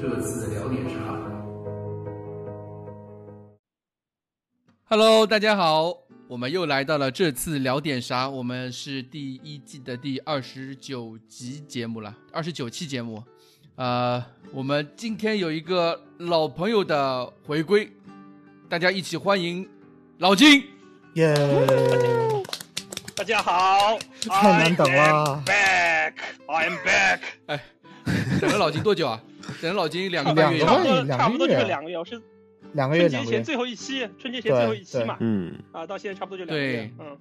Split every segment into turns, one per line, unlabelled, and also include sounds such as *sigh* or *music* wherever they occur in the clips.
这次聊点啥
？Hello，大家好，我们又来到了这次聊点啥，我们是第一季的第二十九集节目了，二十九期节目。呃，我们今天有一个老朋友的回归，大家一起欢迎老
*laughs*
金。
耶、
大家好，
太难等
哎 I
了
am back, I am back。
哎，等了老金多久啊？等了老金两个半月
两
差
个
不
有。
多
半两个月
差不多就是两个月，我是
两个月，
春
两
节
个月
前，最后一期，春节前最后一期嘛，
嗯，
啊，到现在差不多就两个月。嗯，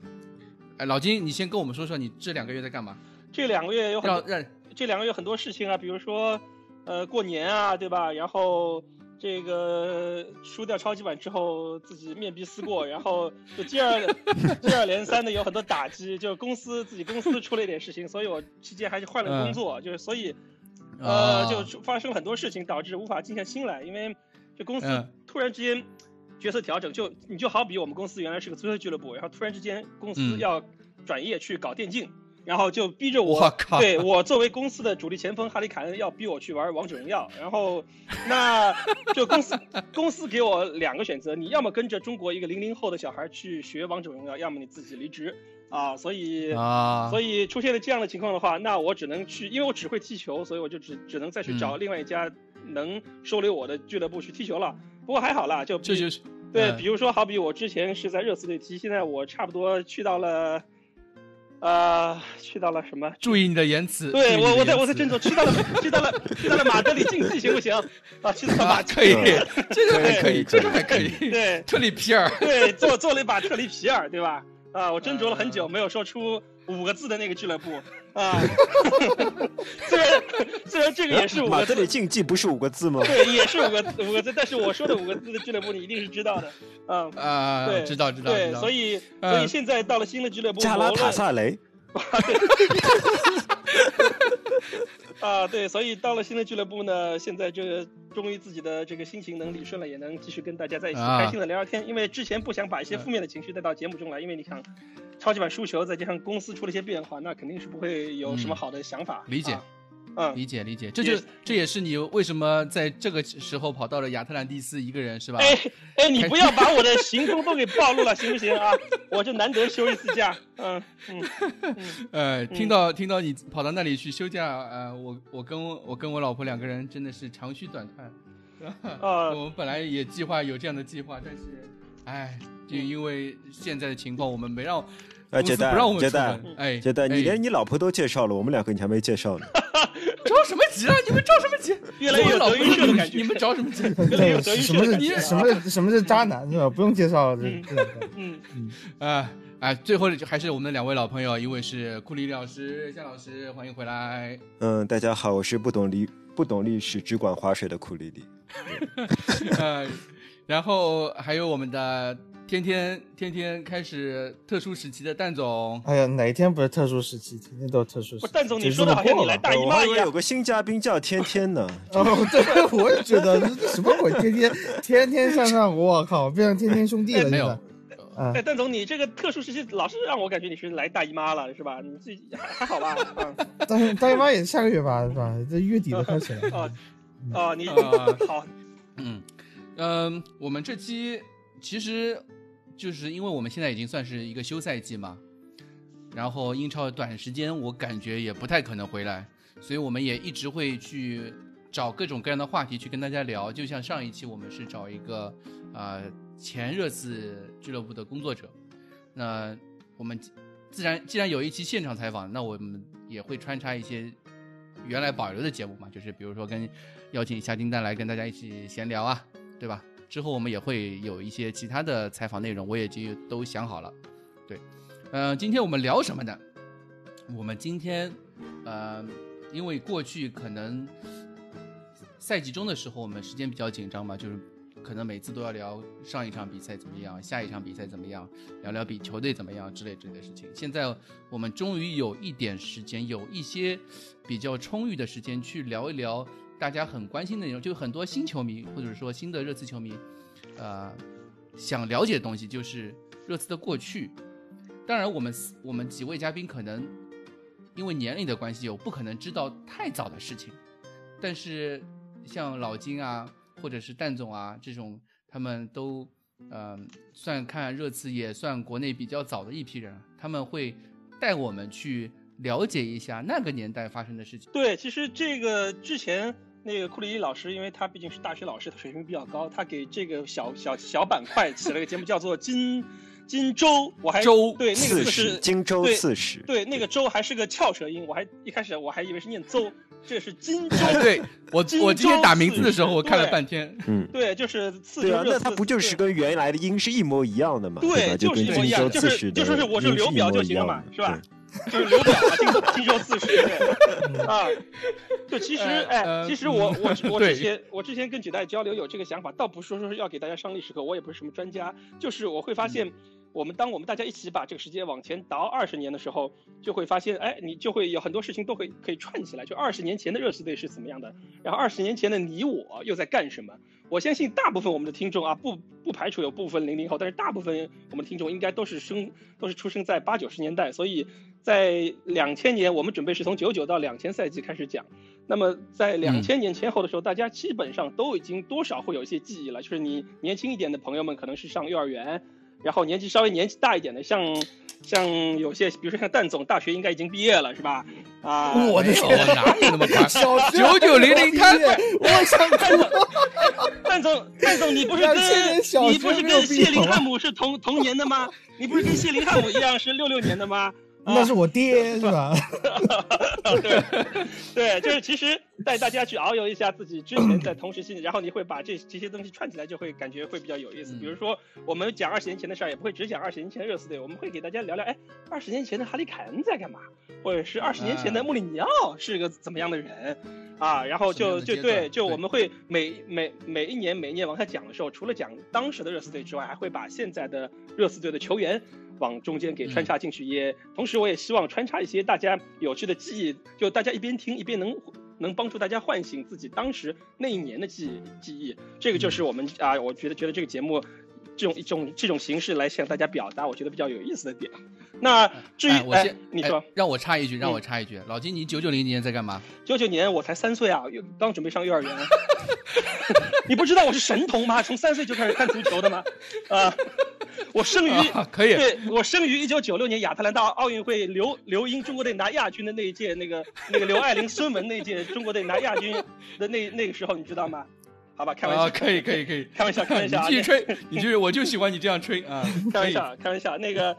哎，老金，你先跟我们说说你这两个月在
*laughs*
干嘛？
这两个月有很
让
多，
让
这两个月很多事情啊，比如说，呃，过年啊，对吧？然后这个输掉超级碗之后，自己面壁思
*laughs*
过，然后就接二 *laughs* 接二连三的有很多打击，就是公司自己公司出了一点事情，所以我期间还是换了工
嗯
作，就是所以呃，
啊
就是发生很多事情，导致无法静下心来，因为这公司
嗯
突然之间角色调整，就你就好比我们公司原来是个足球俱乐部，然后突然之间公司
嗯
要转业去搞电竞，然后就逼着我，
我靠
对我作为公司的主力前锋哈里凯恩要逼我去玩王者荣耀，然
*laughs*
后那就公司公司给我两个选择，你要么跟着中国一个零零后的小孩去学王者荣耀，要么你自己离职啊，所以
啊，
所以出现了这样的情况的话，那我只能去，因为我只会踢球，所以我就只只能再去
嗯
找另外一家能收留我的俱乐部去踢球了。不过还好啦，就比
这就是
对，
嗯
比如说好比我之前是在热刺队踢，现在我差不多去到了，呃，去到了什么？
注意你的言辞。注
对
意你的
我，我在
言
我在
辞啊
郑州去到了，去到了，去到了马德里竞技行不 *laughs* 行？啊，去到了马
啊， *laughs* 可以，这个还可以，
可
这
以
个还可以。
对
特里皮尔，
对，做做了一把特里皮尔，对吧？啊，我斟酌了很久，没有说出五个字的那个俱乐部啊。 *laughs* 虽然虽然这个也是五
马
个
德里
字，
竞技不是五个字吗？
对，也是五个五个字，但是我说的五个字的俱乐部你一定是知道的，嗯。
啊，
对，
知道知道知
对，
道。
所以
嗯
所以现在到了新的俱乐部，
加拉
无
塔
论
萨雷，
啊，对，所以到了新的俱乐部呢，现在这个终于自己的这个心情能理顺了，也能继续跟大家在一起
啊
开心的聊聊天。因为之前不想把一些
嗯
负面的情绪带到节目中来，因为你想，超级碗输球，再加上公司出了一些变化，那肯定是不会有什么
嗯
好的想法。
理解
啊嗯，
理解理解，这
也
就这也是你为什么在这个时候跑到了亚特兰蒂斯一个人是吧？
哎哎，你不要把我的行踪都给暴露了，行不行啊？我这难得休一次假，嗯
*laughs*
嗯
呃，听到听到你跑到那里去休假，呃，我我跟我我跟我老婆两个人真的是长吁短叹。
啊
*laughs* 我们本来也计划有这样的计划，但是，哎，就
嗯
因为现在的情况，我们没让
哎，
公司
杰蛋
不让我，们
杰
出
蛋，
门。哎，
杰蛋，
哎
你连你老婆都介绍了，我们两个你还没介绍呢。
哎
着什么急啊？你们着什么急？
越来越有
老
德
婆
云社的感觉
你们着什
*laughs*
么急？
对
这什么
德云
是
社
什么是什么是渣男是吧？不用介绍了，这
嗯
这两个
嗯，
啊啊！最后就还是我们的两位老朋友，一位是库里老师、夏老师，欢迎回来。 *laughs*
嗯，大家好，我是不懂历不懂历史，只管划水的库里里。
呃，然后还有我们的天天天天开始特殊时期的蛋总，
哎呀，哪天不是特殊时期？天天都是特殊时
不
期。
是蛋总你
结束
说的
了
好像
过
你来
了
大姨
呃我
妈
还以
一
为
样
有。个新嘉宾叫天天呢，
哦，对，我也觉得这什么鬼？天天天天
*laughs*
向上，我靠，变成天天兄弟了，
哎没有
现在。啊
哎，，蛋总，你这个特殊时期老是让我感觉你是来大姨妈了，是吧？你自己还还好吧？嗯，
大大姨妈也是下个月吧，是吧？这月底都快起来了
哦。
嗯
哦，你
啊
*laughs* 好，
嗯嗯，我们这期其实就是因为我们现在已经算是一个休赛季嘛，然后英超短时间我感觉也不太可能回来，所以我们也一直会去找各种各样的话题去跟大家聊。就像上一期我们是找一个呃前热刺俱乐部的工作者，那我们自然既然有一期现场采访，那我们也会穿插一些原来保留的节目嘛，就是比如说跟邀请夏金蛋来跟大家一起闲聊啊，对吧？之后我们也会有一些其他的采访内容，我也就都想好了。对，呃，今天我们聊什么呢？我们今天，呃，因为过去可能赛季中的时候，我们时间比较紧张嘛，就是可能每次都要聊上一场比赛怎么样，下一场比赛怎么样，聊聊比球队怎么样之类之类的事情。现在我们终于有一点时间，有一些比较充裕的时间去聊一聊大家很关心的内容，就很多新球迷或者说新的热刺球迷，呃，想了解的东西就是热刺的过去。当然，我们四我们几位嘉宾可能因为年龄的关系，有不可能知道太早的事情，但是像老金啊，或者是蛋总啊这种，他们都嗯、呃算看热刺也算国内比较早的一批人，啊他们会带我们去了解一下那个年代发生的事情。
对，其实这个之前那个库里老师，因为他毕竟是大学老师，他水平比较高，他给这个小小小板块起了个节目，叫做金《金州》，我还
州
对哎那个字
刺
是
史，荆州
对
刺史，
对那个州还是个翘舌音，我还一开始我还以为是念邹，这是金州。
哎对我
荆，
我今天
州
打名字
刺
的时候，
史
我看了
对
半天，
嗯，
对，就是刺
对
州
啊，
热
那
刺
它不就是
对
跟原来的音是一模一样的吗？
对
吧？
就是
跟
一模一
荆
样
州
就
刺
是
史
就
的
说是我是
音
刘
一
表就
模一
行了
样
嘛
的
是吧？就是刘表啊，荆荆州刺史对啊。
*laughs*
就其实，
呃
哎，
呃
其实我我
*laughs*
之我
对
之前我之前跟几代交流有这个想法，倒不是说是要给大家上历史课，我也不是什么专家，就是我会发
嗯
现，我们当我们大家一起把这个时间往前倒二十年的时候，就会发现，哎，你就会有很多事情都会可以串起来，就二十年前的热刺队是怎么样的，然后二十年前的你我又在干什么。我相信大部分我们的听众啊，不不排除有部分零零后，但是大部分我们听众应该都是生都是出生在八九十年代，所以在两千年，我们准备是从九九到两千赛季开始讲。那么在两千年前后的时候，大家基本上都已经多少会有一些记忆了。就是你年轻一点的朋友们，可能是上幼儿园，然后年纪稍微年纪大一点的，像像有些，比如说像蛋总，大学应该已经毕业了，是吧？啊，
我的
没有，
天，
哪有那么快？
小学
9900开
毕业，我
*laughs*
想哭。
蛋总，蛋总，你不是
两千年小
跟
学
你不是
没有
跟
必
谢林
要
汉姆是同同年的吗？你不是跟谢林汉姆一样是六六年的吗？啊
那是我爹是吧？
对，对，就是其实带大家去遨游一下自己之前在同时期，然后你会把这这些东西串起来，就会感觉会比较有意思。
嗯
比如说，我们讲二十年前的事儿，也不会只讲二十年前的热刺队，我们会给大家聊聊，哎，二十年前的哈里凯恩在干嘛，或者是二十年前的
啊
穆里尼奥是个怎么样的人。啊，然后
什么
就
样的
就
阶
对，
段
就
对
我们会每每每一年每一年往下讲的时候，除了讲当时的热刺队之外，还会把现在的热刺队的球员往中间给穿插
嗯
进去也，同时我也希望穿插一些大家有趣的记忆，就大家一边听一边能能帮助大家唤醒自己当时那一年的记
嗯
忆记忆。这个就是我们啊，我觉得觉得这个节目。这种一种这种形式来向大家表达，我觉得比较有意思的点。那至于、
哎，我
哎
先，
你
哎
说、
让我插一句，让我
嗯
插一句，老金，你九九零年在干嘛？
九九年我才三岁啊，又刚准备上幼儿园。 *laughs* 你不知道我是神童吗？从三岁就开始看足球的吗？啊、我生于、
啊，可以，
对我生于一九九六年亚特兰大奥运会刘刘英中国队拿亚军的那一届，那个那个刘爱玲、孙雯那一届中国队拿亚军的那那个时候，你知道吗？好吧，开玩笑，
啊，可以，可以，可以，
开玩笑，开玩笑啊，
*laughs* 你继续
那
吹，你继续，我就喜欢你这样吹啊！
*laughs*
*laughs*
开玩笑
可以，
啊，开玩笑啊。那个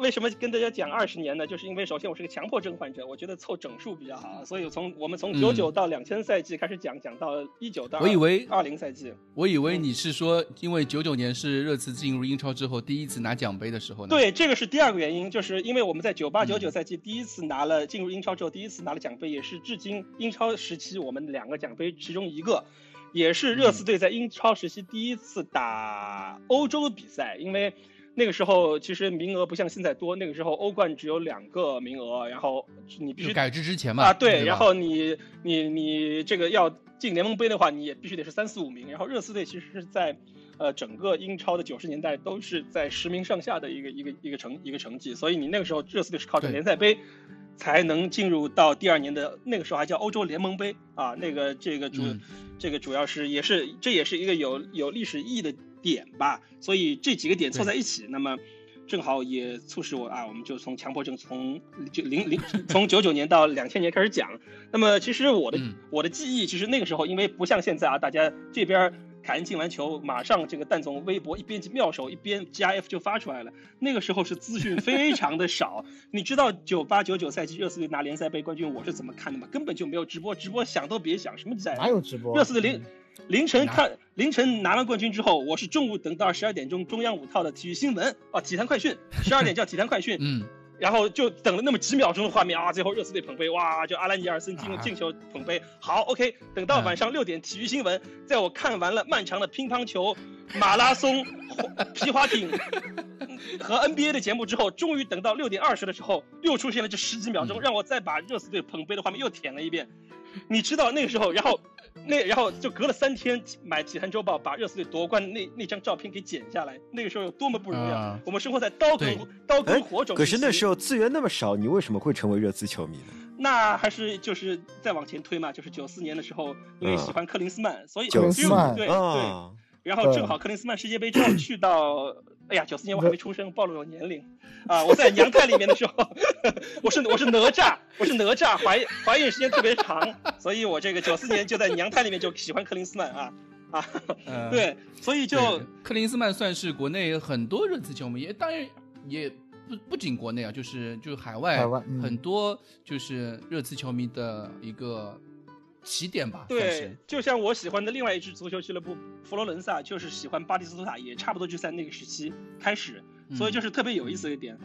为什么跟大家讲二十年呢？就是因为首先我是个强迫症患者，我觉得凑整数比较好啊，所以从我们从
嗯
九九到两千赛季开始讲，讲到一九到
我以为
二零赛季。
我以为你是说，因为九九年是热刺进入英超之后第一次拿奖杯的时候呢。，
对，这个是第二个原因，就是因为我们在九八
嗯
九九赛季第一次拿了进入英超之后，第一次拿了奖杯，也是至今英超时期我们两个奖杯其中一个，也是热
嗯
刺队在英超时期第一次打欧洲比赛，因为。那个时候其实名额不像现在多，那个时候欧冠只有两个名额，然后你必须
就改制之前嘛。
啊，
对吧，
然后你你你这个要进联盟杯的话，你也必须得是三四五名。然后热刺队其实是在，呃，整个英超的九十年代都是在十名上下的一个一个一个成一个成绩，所以你那个时候热刺队是靠着
对
联赛杯。才能进入到第二年的那个时候还叫欧洲联盟杯啊，那个这个主、
嗯
这个主要是也是这也是一个有有历史意义的点吧，所以这几个点凑在一起，那么正好也促使我啊，我们就从强迫症从九零 *laughs* 零从九九年到两千年开始讲。那么其实我的、
嗯
我的记忆，其实那个时候因为不像现在啊，大家这边。凯恩进完球，马上这个蛋总微博一边妙手一边 GIF 就发出来了。那个时候是资讯非常的少，你知道九八九九赛季热刺队拿联赛杯冠军我是怎么看的吗？根本就没有直播，直播想都别想，什么在
哪有直播？嗯
热刺的凌凌晨
哪，
看凌晨拿完冠军之后，我是中午等到十二点钟中央五套的体育新闻啊，体坛快讯，十二点叫体坛快讯
*laughs*
嗯，
然后就等了那么几秒钟的画面啊，最后热刺队捧杯，哇，就阿兰尼尔森进
啊
进球捧杯。好，OK，等到
嗯
晚上六点体育新闻，在我看完了漫长的乒乓球、马拉松、 *laughs* 滑皮划艇嗯和 NBA 的节目之后，终于等到六点二十的时候，又出现了这十几秒钟，
嗯
让我再把热刺队捧杯的画面又舔了一遍。你知道那个时候，然后 *laughs* 那然后就隔了三天买《体坛周报》，把热刺队夺冠那那张照片给剪下来，那个时候有多么不容易啊
啊！
我们生活在刀
对
耕刀耕
哎
火种
可
时期，
是那时候资源那么少，你为什么会成为热刺球迷呢？
那还是就是再往前推嘛，就是九四年的时候，因为喜欢克林斯曼，所以
克林
因为
斯曼
对对，
啊，
然后正好克林斯曼世界杯之后去到，哎呀，九四年我还没出生，暴露了我年龄啊！我在娘胎里面的时候， *laughs* 我是我是哪吒，我是哪吒，怀怀孕时间特别长，所以我这个九四年就在娘胎里面就喜欢克林斯曼啊啊！
嗯，
对，所以就
对克林斯曼算是国内很多热刺球迷，也当然也不不仅国内啊，就是就是海外
海外嗯
很多就是热刺球迷的一个起点吧，算
对
是，
就像我喜欢的另外一支足球俱乐部佛罗伦萨，就是喜欢巴蒂斯图塔，也差不多就在那个时期开始，所以
嗯
就是特别有意思的一点。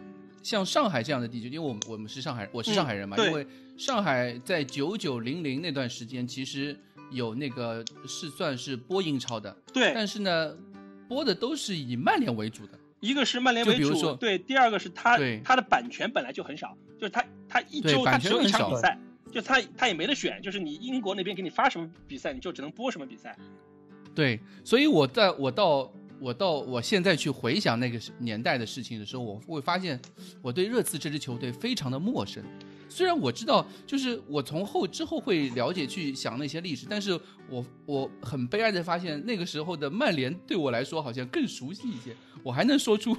像上海这样的地区，因为我们我们是上海，我是
嗯
上海人嘛，
对
因为上海在九九零零那段时间，其实有那个是算是播英超的，
对，
但是呢，播的都是以曼联为主的，
一个是曼联
就
为
比如
主，
说
对，第二个是他
对
他的版权本来就很少，就是他他一
对
周
版
他只有
权
一
很
场
少
比赛，就他他也没得选，就是你英国那边给你发什么比赛，你就只能播什么比赛。
对，所以我在我到我到我现在去回想那个时年代的事情的时候，我会发现我对热刺这支球队非常的陌生。虽然我知道，就是我从后之后会了解去想那些历史，但是我我很悲哀的发现，那个时候的曼联对我来说好像更熟悉一些，我还能说出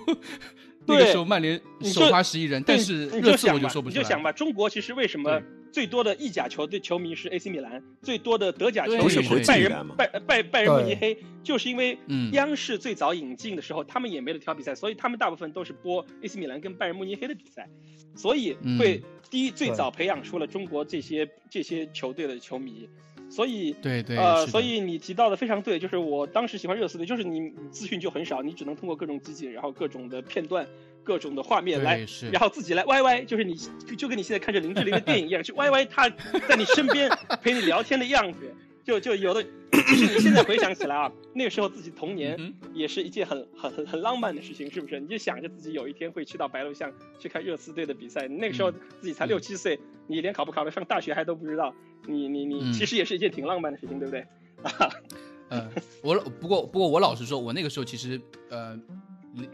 那个
对
时候曼联
你
首
就
发十一人，
对
但是
你
热
就
刺我
想
就
吧，
说不
你
出来。
就想吧，中国其实为什么
对
最多的意甲球队球迷是 AC 米兰，最多的德甲球
对
迷
是国
是
际
拜
米兰
仁
嘛
拜拜拜仁慕尼黑，就是因为
嗯
央视最早引进的时候，他们也没得挑比赛，所以他们大部分都是播 AC 米兰跟拜仁慕尼黑的比赛，所以会
嗯
第一最早培养出了中国这些这些球队的球迷，所以。
对对，
呃，
是的
所以你提到的非常对，就是我当时喜欢热刺队，就是你资讯就很少，你只能通过各种集锦，然后各种的片段、各种的画面
对
来
是，
然后自己来 YY，就是你就跟你现在看着林志玲的电影一样，去 YY 他在你身
*laughs*
边陪你聊天的样子，就就有的。就是你现在回想起来啊， *coughs* 那个时候自己童年
嗯
也是一件很很很很浪漫的事情，是不是？你就想着自己有一天会去到白鹿巷去看热刺队的比赛，那个时候自己才
嗯
六七岁，你连考不考得上大学还都不知道，你你
嗯
你其实也是一件挺浪漫的事情，对不对？
呃，我老不过不过我老实说，我那个时候其实呃，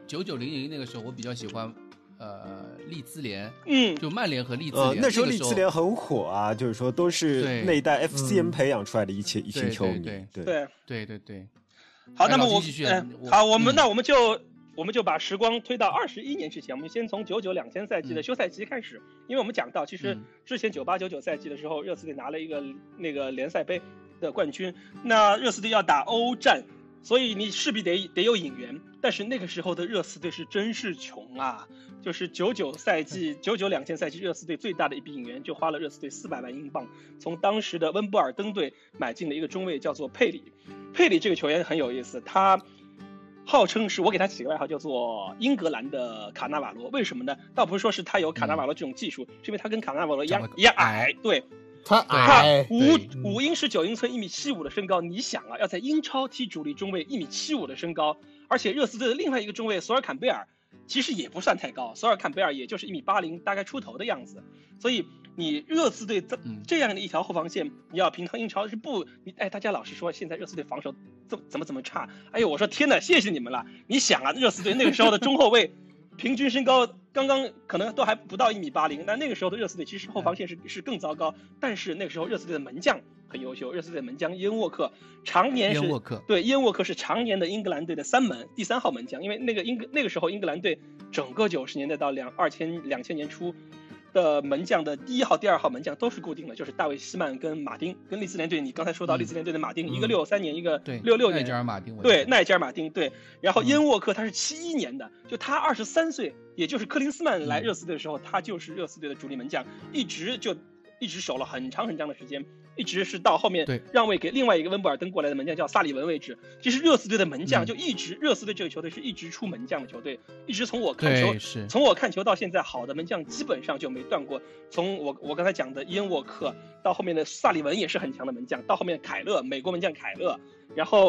九九零零那个时候我比较喜欢呃利兹联，
嗯，
就曼联和利兹联、
呃，那时候利
那个
兹联很火啊，就是说都是
对
那一代 FCN
嗯
培养出来的一群一群
对
球
对
迷
对，
对，
对。
对对对，
好，
哎
那么
老金
我
继续
呃
我
好，我们
嗯
那我们就我们就把时光推到二十一年之前，我们先从九九两千赛季的
嗯
休赛期开始，因为我们讲到，其实
嗯
之前九八九九赛季的时候，热刺队拿了一个那个联赛杯的冠军，那热刺队要打欧战，所以你势必得得有引援，但是那个时候的热刺队是真是穷啊。就是九九赛季、九九两千赛季，热刺队最大的一笔引援就花了热刺队四百万英镑，从当时的温布尔登队买进了一个中卫，叫做佩里。佩里这个球员很有意思，他号称是我给他起个外号叫做英格兰的卡纳瓦罗，为什么呢？倒不是说是他有卡纳瓦罗这种技术，是因为他跟卡纳瓦罗一样
长得
一样
矮
矮，对，
他
他
矮，
五
对
五英尺九英寸一米七五的身高，你想啊，要在英超踢主力中卫一米七五的身高，而且热刺队的另外一个中卫索尔坎贝尔其实也不算太高，索尔坎贝尔也就是一米八零大概出头的样子，所以你热刺队这
嗯
这样的一条后防线，你要平衡英超是不？你哎，大家老是说现在热刺队防守怎么怎么怎么差，哎呦，我说天哪，谢谢你们了！你想啊，热刺队那个时候的中后卫平均身高刚刚可能都还不到一米八零，那那个时候的热刺队其实后防线是是更糟糕，但是那个时候热刺队的门将很优秀，热刺队的门将烟沃克常年是
烟沃克
对，烟沃克是常年的英格兰队的三门第三号门将，因为那个英格那个时候英格兰队整个九十年代到两二千两千年初的门将的第一号、第二号门将都是固定的，就是大卫希曼跟马丁，跟利兹联队。你刚才说到
嗯
利兹联队的马丁，
嗯
一个六三年，一个
对
六六
奈
年，
吉尔马丁为主
对，奈吉尔马丁对，然后
嗯
烟沃克他是七一年的，就他二十三岁，也就是克林斯曼来
嗯
热刺队的时候，他就是热刺队的主力门将，一直就一直守了很长很长的时间，一直是到后面
对
让位给另外一个温布尔登过来的门将叫萨里文为止。其实热刺队的门将
嗯
就一直，热刺队这个球队是一直出门将的球队，一直从我看球
对是，
从我看球到现在，好的门将基本上就没断过。从我我刚才讲的烟沃克到后面的萨里文也是很强的门将，到后面凯勒，美国门将凯勒，然后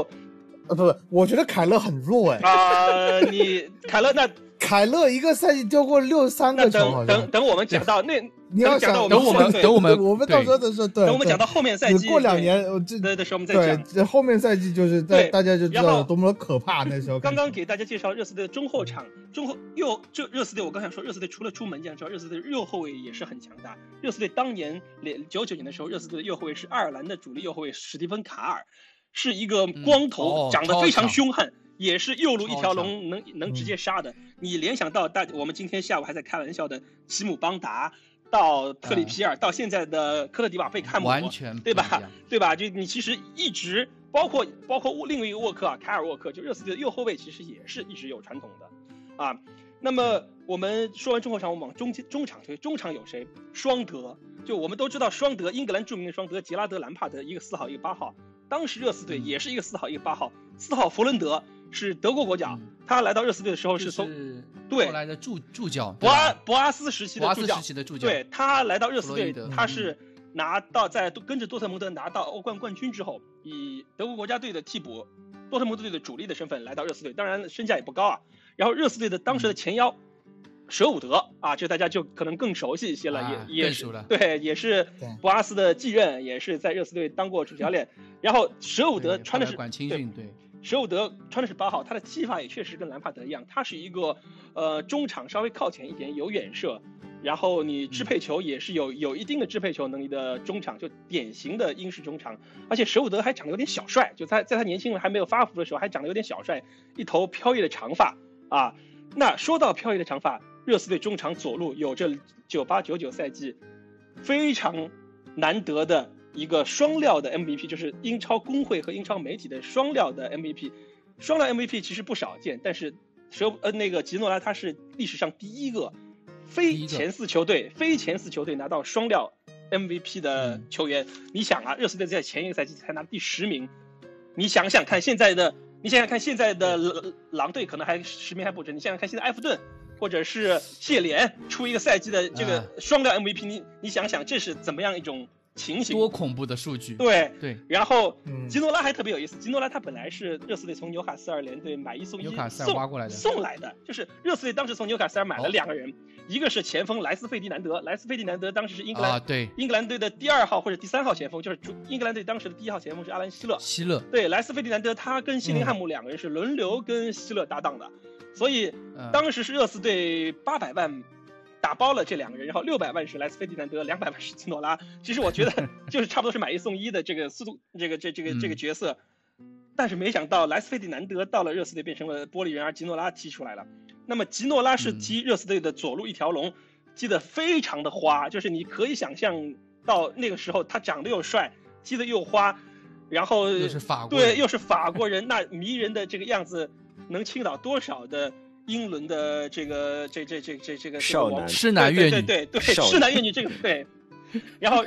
呃，不不，我觉得凯勒很弱哎，
啊，你凯勒，那
凯勒一个赛季丢过六三
那
个球，好
等等
像。
等我们讲到那，
你要
等讲到
想
我们
等我们
对
等我
*laughs*
们
我们到时候
对
的时候，对，
等我们
对
讲到后面赛
你
季，
过两
对
年，我这
对的时候我们再
对
讲。
这后面赛季就是
对
在大家就知
然
道
后
有多么的可怕那时候。
刚刚给大家介绍热刺队的中后场，中后右这热刺队，我刚想说热刺队除了出门将之外，热刺队的右后卫也是很强大。热刺队当年连九九年的时候，热刺队的右后卫是爱尔兰的主力右后卫史蒂芬卡尔，是一个光头，
哦
长得
超
非常
强
凶悍，也是右路一条
超强
龙
嗯
能能直接杀的。你联想到大，我们今天下午还在开玩笑的吉姆邦达。到特里皮尔，到现在的科特迪瓦贝看姆，
嗯完全
对吧
不一
*laughs*
嗯样？
对吧？就你其实一直包括包括另一个沃克啊，凯尔沃克，就热刺队的右后卫，其实也是一直有传统的，啊。那么我们说完中后场，我们往中间中场推，中场有谁？双德，就我们都知道双德，英格兰著名的双德，杰拉德、兰帕德，一个四号，一个八号。当时热刺
嗯
队也是一个四号，一个八号。四号弗伦德是德国国脚
嗯，
他来到热刺队的时候
就是
从对
后来的助助教
博阿
对吧
博阿斯时期
博
的
阿
助
斯
教
时，期的助教，
对他来到热刺
弗洛
队
伊德，嗯
他是拿到在跟着多特蒙德拿到欧冠冠军之后，以德国国家队的替补，多特蒙德队的主力的身份来到热刺队，当然身价也不高啊。然后热刺队的当时的
嗯
前腰舍伍德啊，这大家就可能更熟悉一些了，
啊
也也
更
是
熟了
对，也是
对
博阿斯的继任，也是在热刺队当过主教练。然后舍伍
对
德
后
穿的
来
是
管青
对
训，对，
舍伍德穿的是八号，他的踢法也确实跟兰帕德一样，他是一个呃中场稍微靠前一点，有远射，然后你支配球也是有有一定的支配球能力的中场，就典型的英式中场。而且舍伍德还长得有点小帅，就在在他年轻人还没有发福的时候，还长得有点小帅，一头飘逸的长发啊。那说到飘逸的长发，热刺队中场左路有着九八九九赛季非常难得的一个双料的 MVP，就是英超工会和英超媒体的双料的 MVP。双料 MVP 其实不少见，但是舍呃那个吉诺拉他是历史上第一个
第
非
一个
前四球队非前四球队拿到双料 MVP 的
嗯
球员。你想啊，热刺队在前一个赛季才拿第十名，你想想看现在的，你想想看现在的
嗯
狼狼队可能还十名还不止，你想想看现在埃弗顿。或者是谢联出一个赛季的这个
啊
双料 MVP，、你你想想这是怎么样一种情形？
多恐怖的数据，
对，
对，
然后
嗯
吉诺拉还特别有意思，吉诺拉他本来是热刺队从纽卡斯尔联队买一送一
纽卡斯尔
送
挖过来的
送来的，就是热刺队当时从纽卡斯尔买了
哦
两个人，一个是前锋莱斯费迪南德，莱斯费迪南德当时是英格兰、
啊，对，
英格兰队的第二号或者第三号前锋，就是主英格兰队当时的第一号前锋是阿兰希勒，
希勒，
对，莱斯费迪南德他跟希林汉姆两个人是轮流跟希勒搭档的，所以
嗯
当时是热刺队八百万打包了这两个人，然后六百万是莱斯费迪南德，两百万是基诺拉。其实我觉
*laughs*
得就是差不多是买一送一的这个速度，这个这这个这个
嗯
角色。但是没想到莱斯费迪南德到了热刺队变成了玻璃人，而吉诺拉踢出来了。那么吉诺拉是
嗯
踢热刺队的左路一条龙，踢得非常的花，就是你可以想象到那个时候他长得又帅，踢得又花，然后
又是法国人，
对，又是法国人，那迷人的这个样子，能倾倒多少的英伦的这个这这这这这个
少男
痴男怨
对
女，
对对，
少
是男怨女这个对。然
*laughs*
后，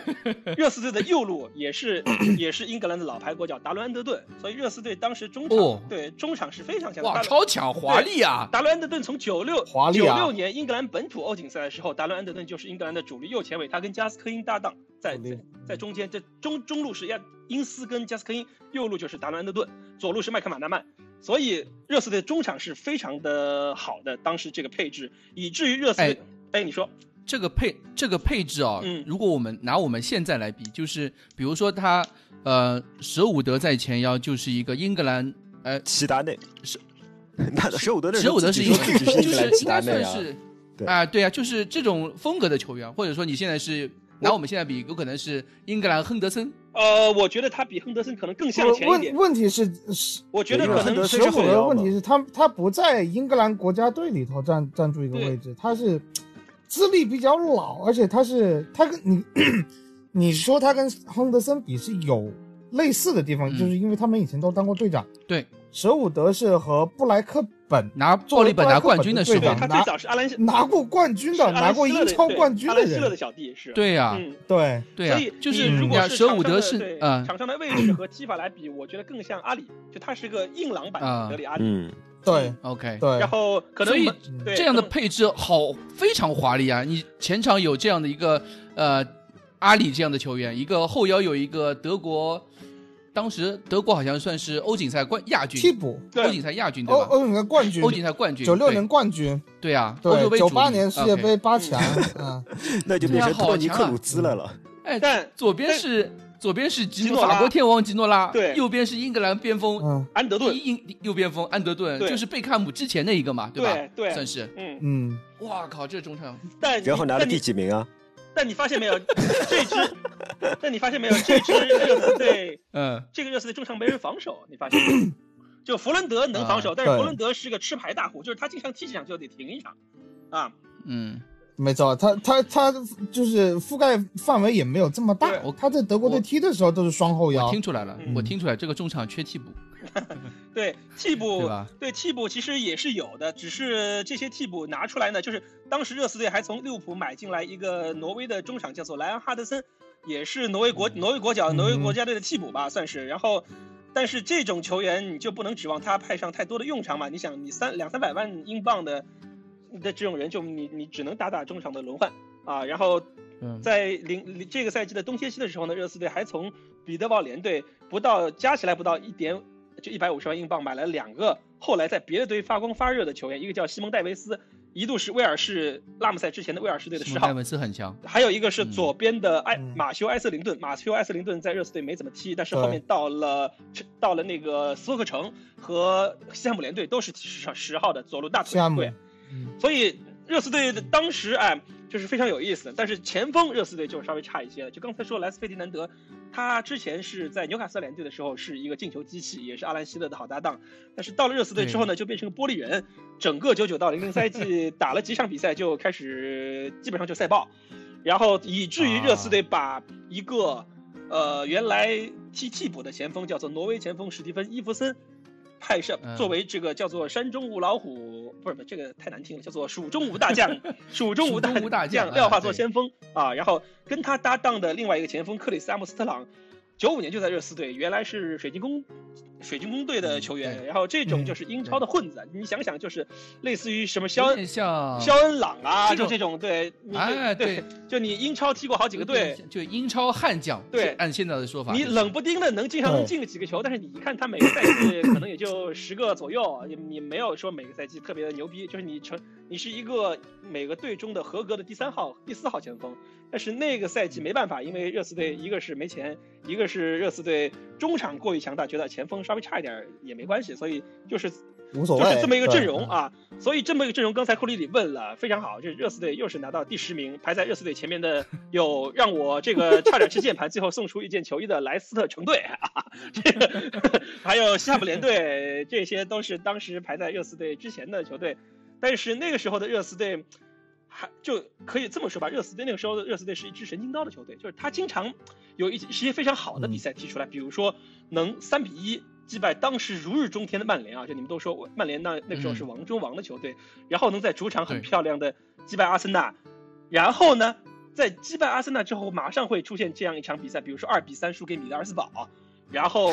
热刺队的右路也是也是英格兰的老牌国脚达伦安德顿，所以热刺队当时中场、
哦
对中场是非常强的。
哇，
达伦
超强华丽啊！
达伦安德顿从九六
华丽啊
九六年英格兰本土欧锦赛的时候，达伦安德顿就是英格兰的主力右前卫，他跟加斯科因搭档在
主力
在在中间，这中中路是亚因斯跟加斯科因，右路就是达伦安德顿，左路是麦克马纳曼。所以热刺队中场是非常的好的，当时这个配置，以至于热刺队，哎，你说，
这个配这个配置啊、
嗯
如果我们拿我们现在来比，就是比如说他呃舍伍德在前腰就是一个英格兰呃
齐达内
是，
*laughs* 那舍伍德那时
舍
候
伍德
自
是
己
一
说自
个
己是
就
英格兰
是
齐
应
达
该
内
算
啊，
是
对
啊、对啊，就是这种风格的球员，或者说你现在是拿我们现在比，有可能是英格兰亨德森，
呃，我觉得他比亨德森可能更向前一
问
点，
问题是是
我觉得
对因为
可
亨
能
德森
舍
是
伍
后
德
腰
问
嘛
题是他他不在英格兰国家队里头占占住一个
对
位置，他是资历比较老，而且他是他跟你你说他跟亨德森比是有类似的地方，
嗯
就是因为他们以前都当过队长。
对，
舍伍德是和布莱克本
拿
作
暴
为
力本拿冠军的时
队
对
候
长，
他最早是阿兰
拿过冠军
是阿
的，
兰
拿过
希勒
英
的
超
对
冠军
阿
的
兰希勒的
人，啊
小弟是，
对呀、
嗯，
对，
对呀、啊
所以
就是
你如果
呀
是
舍
场
伍
上
德
的
是
对
啊
场上的位置和踢法来比，我觉得更像阿里，就他是个硬朗版的
啊
德里阿里。
嗯，
对，
OK，
对，
然后可能
所以
门对嗯
这样的
更
配置好非常华丽啊！你前场有这样的一个呃阿里这样的球员，一个后腰有一个德国当时德国好像算是欧锦赛冠亚
替
军，
补，
欧
对
锦赛亚军对
欧
吧？
欧锦赛冠军
欧，锦赛冠军，
九六
对
年冠军，
对啊，欧洲
对，
杯
九
主
八
力啊
年世界。杯
OK
八强，嗯，
那就变成
对啊
托尼
好
克
强啊
鲁兹来了。
哎，
但
左边是左边是吉
吉
诺
诺拉
法国天王吉诺拉，
对
右边是英格兰边锋
嗯
安德
第
顿，
一英右边锋安德顿，
对
就是贝克汉姆之前的一个嘛，吧？
对对
算是。
嗯，
嗯，
哇靠，这中场
但
然后拿了
嗯但你
第几名啊？
但你发现没有，这支，但你发现没有，这支热刺队，
嗯，
这个热刺队中场没人防守，你发现没有？就弗伦德能
啊
防守，但是弗伦德是个吃牌大户，就是他经常踢几场就得停一场，啊，
嗯，
没错，他他他就是覆盖范围也没有这么大
对
我，
他在德国队
我
踢的时候都是双后
我
腰
听，出来了，
嗯
我听出来这个中场缺替补，
对替
对
补，
吧？
对替补其实也是有的，只是这些替补拿出来呢，就是当时热刺队还从利物浦买进来一个挪威的中场，叫做莱昂哈德森，也是挪威国挪威国脚
嗯
挪威国家队的替补吧，算是。然后，但是这种球员你就不能指望他派上太多的用场嘛？你想，你三两三百万英镑的的这种人，就你你只能打打中场的轮换啊。然后
嗯，
在零零这个赛季的冬歇期的时候呢，热刺队还从彼得堡联队不到加起来不到一点就一百五十万英镑买了两个后来在别的队发光发热的球员，一个叫西蒙戴维斯，一度是威尔士拉姆赛之前的威尔士队的
西
十
蒙戴
号，
文斯很强，
还有一个是左边的埃、
嗯
马修埃瑟林顿，马修埃瑟林顿在热刺队没怎么踢，但是
对
后面到了到了那个斯托克城和西汉姆联队都是十十号的左路大腿，
西汉姆
对，
嗯
所以热刺队的当时哎，就是非常有意思。但是前锋热刺队就稍微差一些了。就刚才说莱斯费迪南德，他之前是在纽卡斯尔联队的时候是一个进球机器，也是阿兰希勒的好搭档。但是到了热刺队之后
嗯
呢，就变成个玻璃人。整个九九到零零赛季打了几场比赛就开始基本上就赛爆，然后以至于热
啊
刺队把一个呃原来踢替补的前锋叫做挪威前锋史蒂芬伊弗森。派上
嗯
作为这个叫做山中无老虎，不是不是这个太难听了，叫做蜀中无大将，
*laughs*
蜀中无大
蜀中无大将
廖化
啊
做
对
先锋啊，然后跟他搭档的另外一个前锋克里斯阿姆斯特朗，九五年就在热刺队，原来是水晶宫水晶宫队的球员，
对嗯
然后这种
嗯
就是英超的混子，啊你想想就是类似于什么肖
有
恩
点像
肖恩朗啊，
这
就
种
这种对，你
哎
对
对，
就你英超踢过好几个
有点
队，
像就英超悍将，
对
按现在的说法，
你
就是
冷不丁的能经常
对
进个几个球，但是你一看他每个赛季可能也就十个左右，也也没有说每个赛季特别的牛逼，就是你成你是一个每个队中的合格的第三号、第四号前锋。但是那个赛
嗯
季没办法，因为热刺队一个是没钱，一个是热刺队中场过于强大，觉得前锋稍微差一点也没关系，所以就是
无所
就
谓，
是这么一个阵容
对，嗯
啊。所以这么一个阵容，刚才库里里问了，非常好，这热刺队又是拿到第十名，排在热刺队前面的有让我这个差点吃键盘，最 *laughs* 后送出一件球衣的莱斯特城队，啊、这个 *laughs* 还有西汉姆联队，这些都是当时排在热刺队之前的球队。但是那个时候的热刺队，还就可以这么说吧，热刺队那个时候的热刺队是一支神经刀的球队，就是他经常有一一些非常好的比赛踢出来，比如说能三比一击败当时如日中天的曼联啊，就你们都说我曼联那那个时候是王中王的球队，然后能在主场很
对
漂亮的击败阿森纳，然后呢，在击败阿森纳之后，马上会出现这样一场比赛，比如说二比三输给米德尔斯堡，然后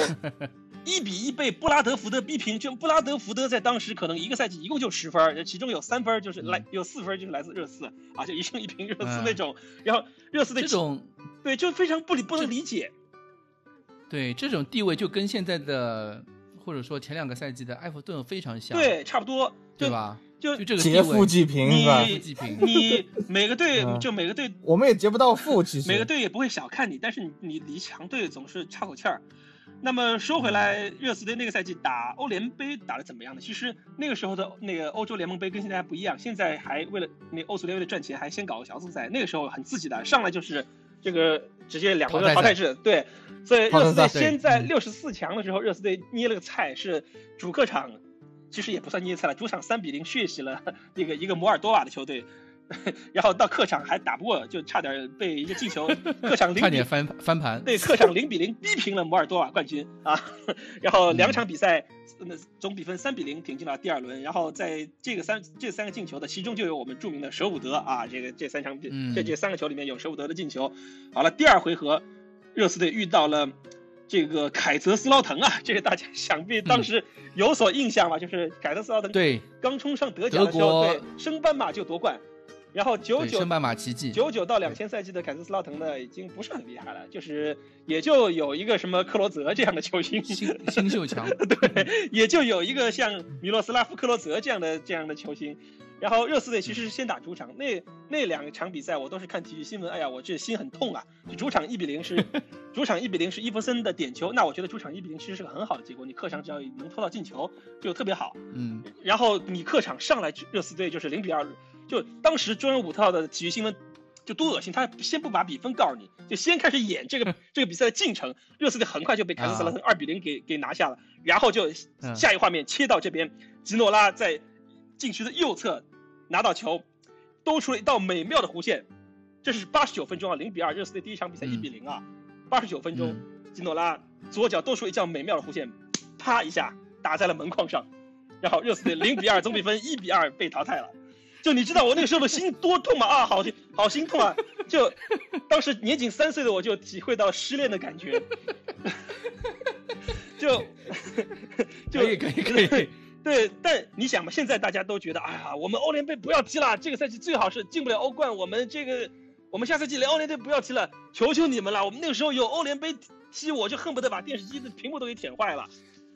一比一被布拉德福德逼平。就布拉德福德在当时可能一个赛季一共就十分儿，其中有三分儿就是来、有四分儿就是来自热刺啊，就一胜一平热刺
嗯
那种。然后热刺的
这种
对就非常不理不能理解，
对这种地位就跟现在的或者说前两个赛季的埃弗顿非常像，
对，差不多就
对？吧？
就
就这个地
劫富
位，
济贫
你
是吧？
富济贫
你每个队
嗯
就每个队
我们也劫不到富，其实
每个队也不会小看你，但是你你离强队总是差口气儿。那么说回来，热刺队那个赛季打欧联杯打得怎么样呢？其实那个时候的那个欧洲联盟杯跟现在还不一样，现在还为了那欧足联为了赚钱，还先搞个小组赛。那个时候很刺激的，上来就是这个直接两回合淘
淘
汰
汰
制，对。所以
淘
热
汰
刺队
赛
先在
对嗯
六十四强的时候，热刺队捏了个菜，是主客场，其实也不算捏菜了，主场三比零血洗了那个一个摩尔多瓦的球队。 *laughs* 然后到客场还打不过，就差点被一个进球，客场零
差
比
点翻翻盘，
对，客场零比零逼平了摩尔多瓦冠军啊，然后
嗯
两场比赛，那总比分三比零挺进了第二轮，然后在这个三这三个进球的，其中就有我们著名的舍伍德啊，这个这三场比、
嗯
这这三个球里面有舍伍德的进球。好了，第二回合，热刺队遇到了。这个凯泽斯劳滕啊，这个大家想必当时有所印象吧？就是凯泽斯劳滕
嗯对
刚冲上德甲的时候，
德国
对，升班马就夺冠，然后九
对，
九
圣巴马奇迹，
九九到两千赛季的坎斯斯拉滕呢，已经不是很厉害了，就是也就有一个什么克罗泽这样的球星，
新新秀强，
也就有一个像米洛斯拉夫克罗泽这样的这样的球星。然后热刺队其实是先打主场，那那两场比赛我都是看体育新闻，哎呀，我这心很痛啊！就主场一比零是，主场一比零是伊弗森的点球，那我觉得主场一比零其实是个很好的结果，你客场只要能拖到进球就特别好。
嗯，
然后你客场上来热刺队就是零比二，就当时中央五套的体育新闻就多恶心，他先不把比分告诉你，就先开始演这个这个比赛的进程，热刺队很快就被凯斯斯拉特二比零给给拿下了，然后就
啊嗯
下一画面切到这边，吉诺拉在禁区的右侧拿到球，兜出了一道美妙的弧线，这是八十九分钟啊，零比二，热刺队第一场比赛
嗯
一比零啊，八十九分钟，基诺拉左脚兜出一脚美妙的弧线，啪一下打在了门框上，然后热刺队零比二总比分一比二被淘汰了。就你知道我那个时候的心多痛吗？啊，好心好心痛
*laughs*
啊！就当时年仅三岁的我就体会到失恋的感觉， *laughs*
*laughs*
就就
可以可以可以，，
*laughs* 对，但你想嘛，现在大家都觉得，哎呀，我们欧联杯不要踢了，这个赛季最好是进不了欧冠，我们这个，我们下赛季连欧联杯不要踢了，求求你们了，我们那个时候有欧联杯踢，我就恨不得把电视机的屏幕都给舔坏了，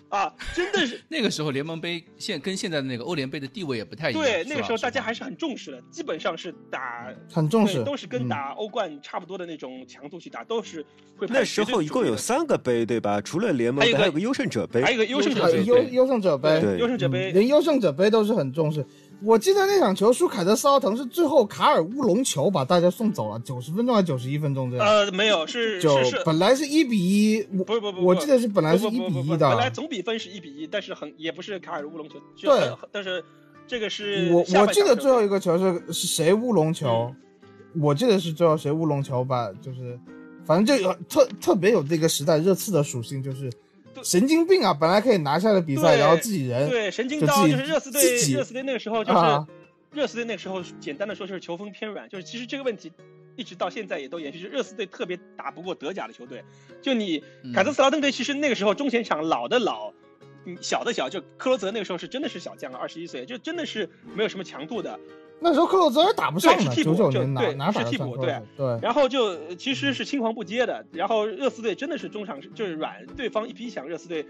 啊，真的是
*laughs* 那个时候联盟杯现跟现在的那个欧联杯的地位也不太一样，
对，
是
那个
吧
时候大家
哎是吧
还是很重视的，基本上是打。
很重视
对，，都是跟
嗯
打欧冠差不多的那种强度去打，都是会派
那时候一共有
绝
三个杯对吧？除了联盟
还有一
杯，
个
还有个优胜者
对主力的，还有
杯。
一个优胜者
呃
对
杯，
优优胜者杯，
对
优胜者杯
嗯连优胜者杯都是很重视。我记得那场球输凯德斯奥滕是最后卡尔乌龙球把大家送走了，九十分钟还是九十一分钟这样？
呃，没有，是
嗯就是
是，
本来是一比一，我
不是不是不是，
我记得是本来是
不
一
不不
比
不
一
不
的
本来。总比分是一比一，但是很也不是卡尔乌龙球，是
对
很，但是这个是
我
下
我
半
记
场嗯
得
球
最后一个球是是谁乌龙球，我记得是最后谁乌龙球把就是，反正就有特特别有这个时代热刺的属性，就是
对
神经病啊！本来可以拿下的比赛，
对
然后自己人
对神经
就
刀
自己
就是热刺队，
自己
热刺队那个时候就是、
啊，
热刺队那个时候简单的说就是球风偏软，就是其实这个问题一直到现在也都延续，就是热刺队特别打不过德甲的球队，就你
嗯
凯泽斯劳登队其实那个时候中前场老的老，嗯小的小，就克罗泽那个时候是真的是小将啊，二十一岁，就真的是没有什么强度的，
那时候克洛泽尔打不上
对是
了，
替补
九九
就
年哪
对
哪打
是
得
替
上
补
克洛泽尔？对
然后就呃其实是青黄不接的，然后热刺队真的是中场是就是软，对方一逼抢，热刺队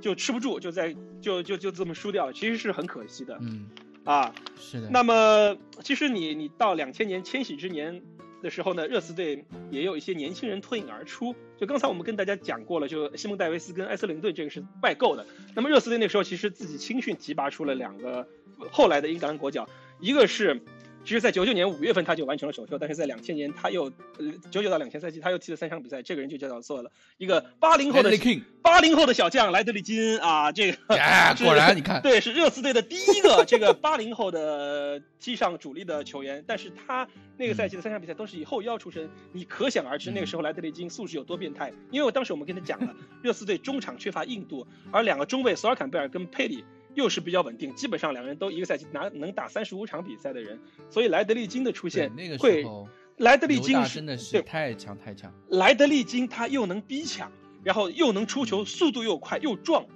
就吃不住，就在就就就这么输掉了，其实是很可惜的
嗯
啊。
是的，
那么其实你你到两千年千禧之年的时候呢，热刺队也有一些年轻人脱颖而出。就刚才我们跟大家讲过了，就西蒙戴维斯跟埃斯林顿这个是外购的。那么热刺队那时候其实自己青训提拔出了两个后来的英格兰国脚，一个是。其实，在九九年五月份他就完成了首秀，但是在两千年他又，呃，九九到两千赛季他又踢了三场比赛，这个人就叫做了一个八零后的
Ledley King
八零后的小将莱德利金啊，这个
哎，
是
果然你看，
对，是热刺队的第一
*laughs*
个这个八零后的踢上主力的球员，但是他那个赛季的三场比赛都是以后腰出身，你可想而
嗯
知那个时候莱德利金素质有多变态。因为我当时我们跟他讲了，热刺队中场缺乏硬度，而两个中卫索尔坎贝尔跟佩里。又是比较稳定，基本上两个人都一个赛季拿能打三十五场比赛的人，所以莱德利金的出
对
现
那个时
会，
候
莱德利
刘
金
大
是
真的是
对
太强太强，
莱德利金他又能逼抢，然后又能出球，速度又快又壮，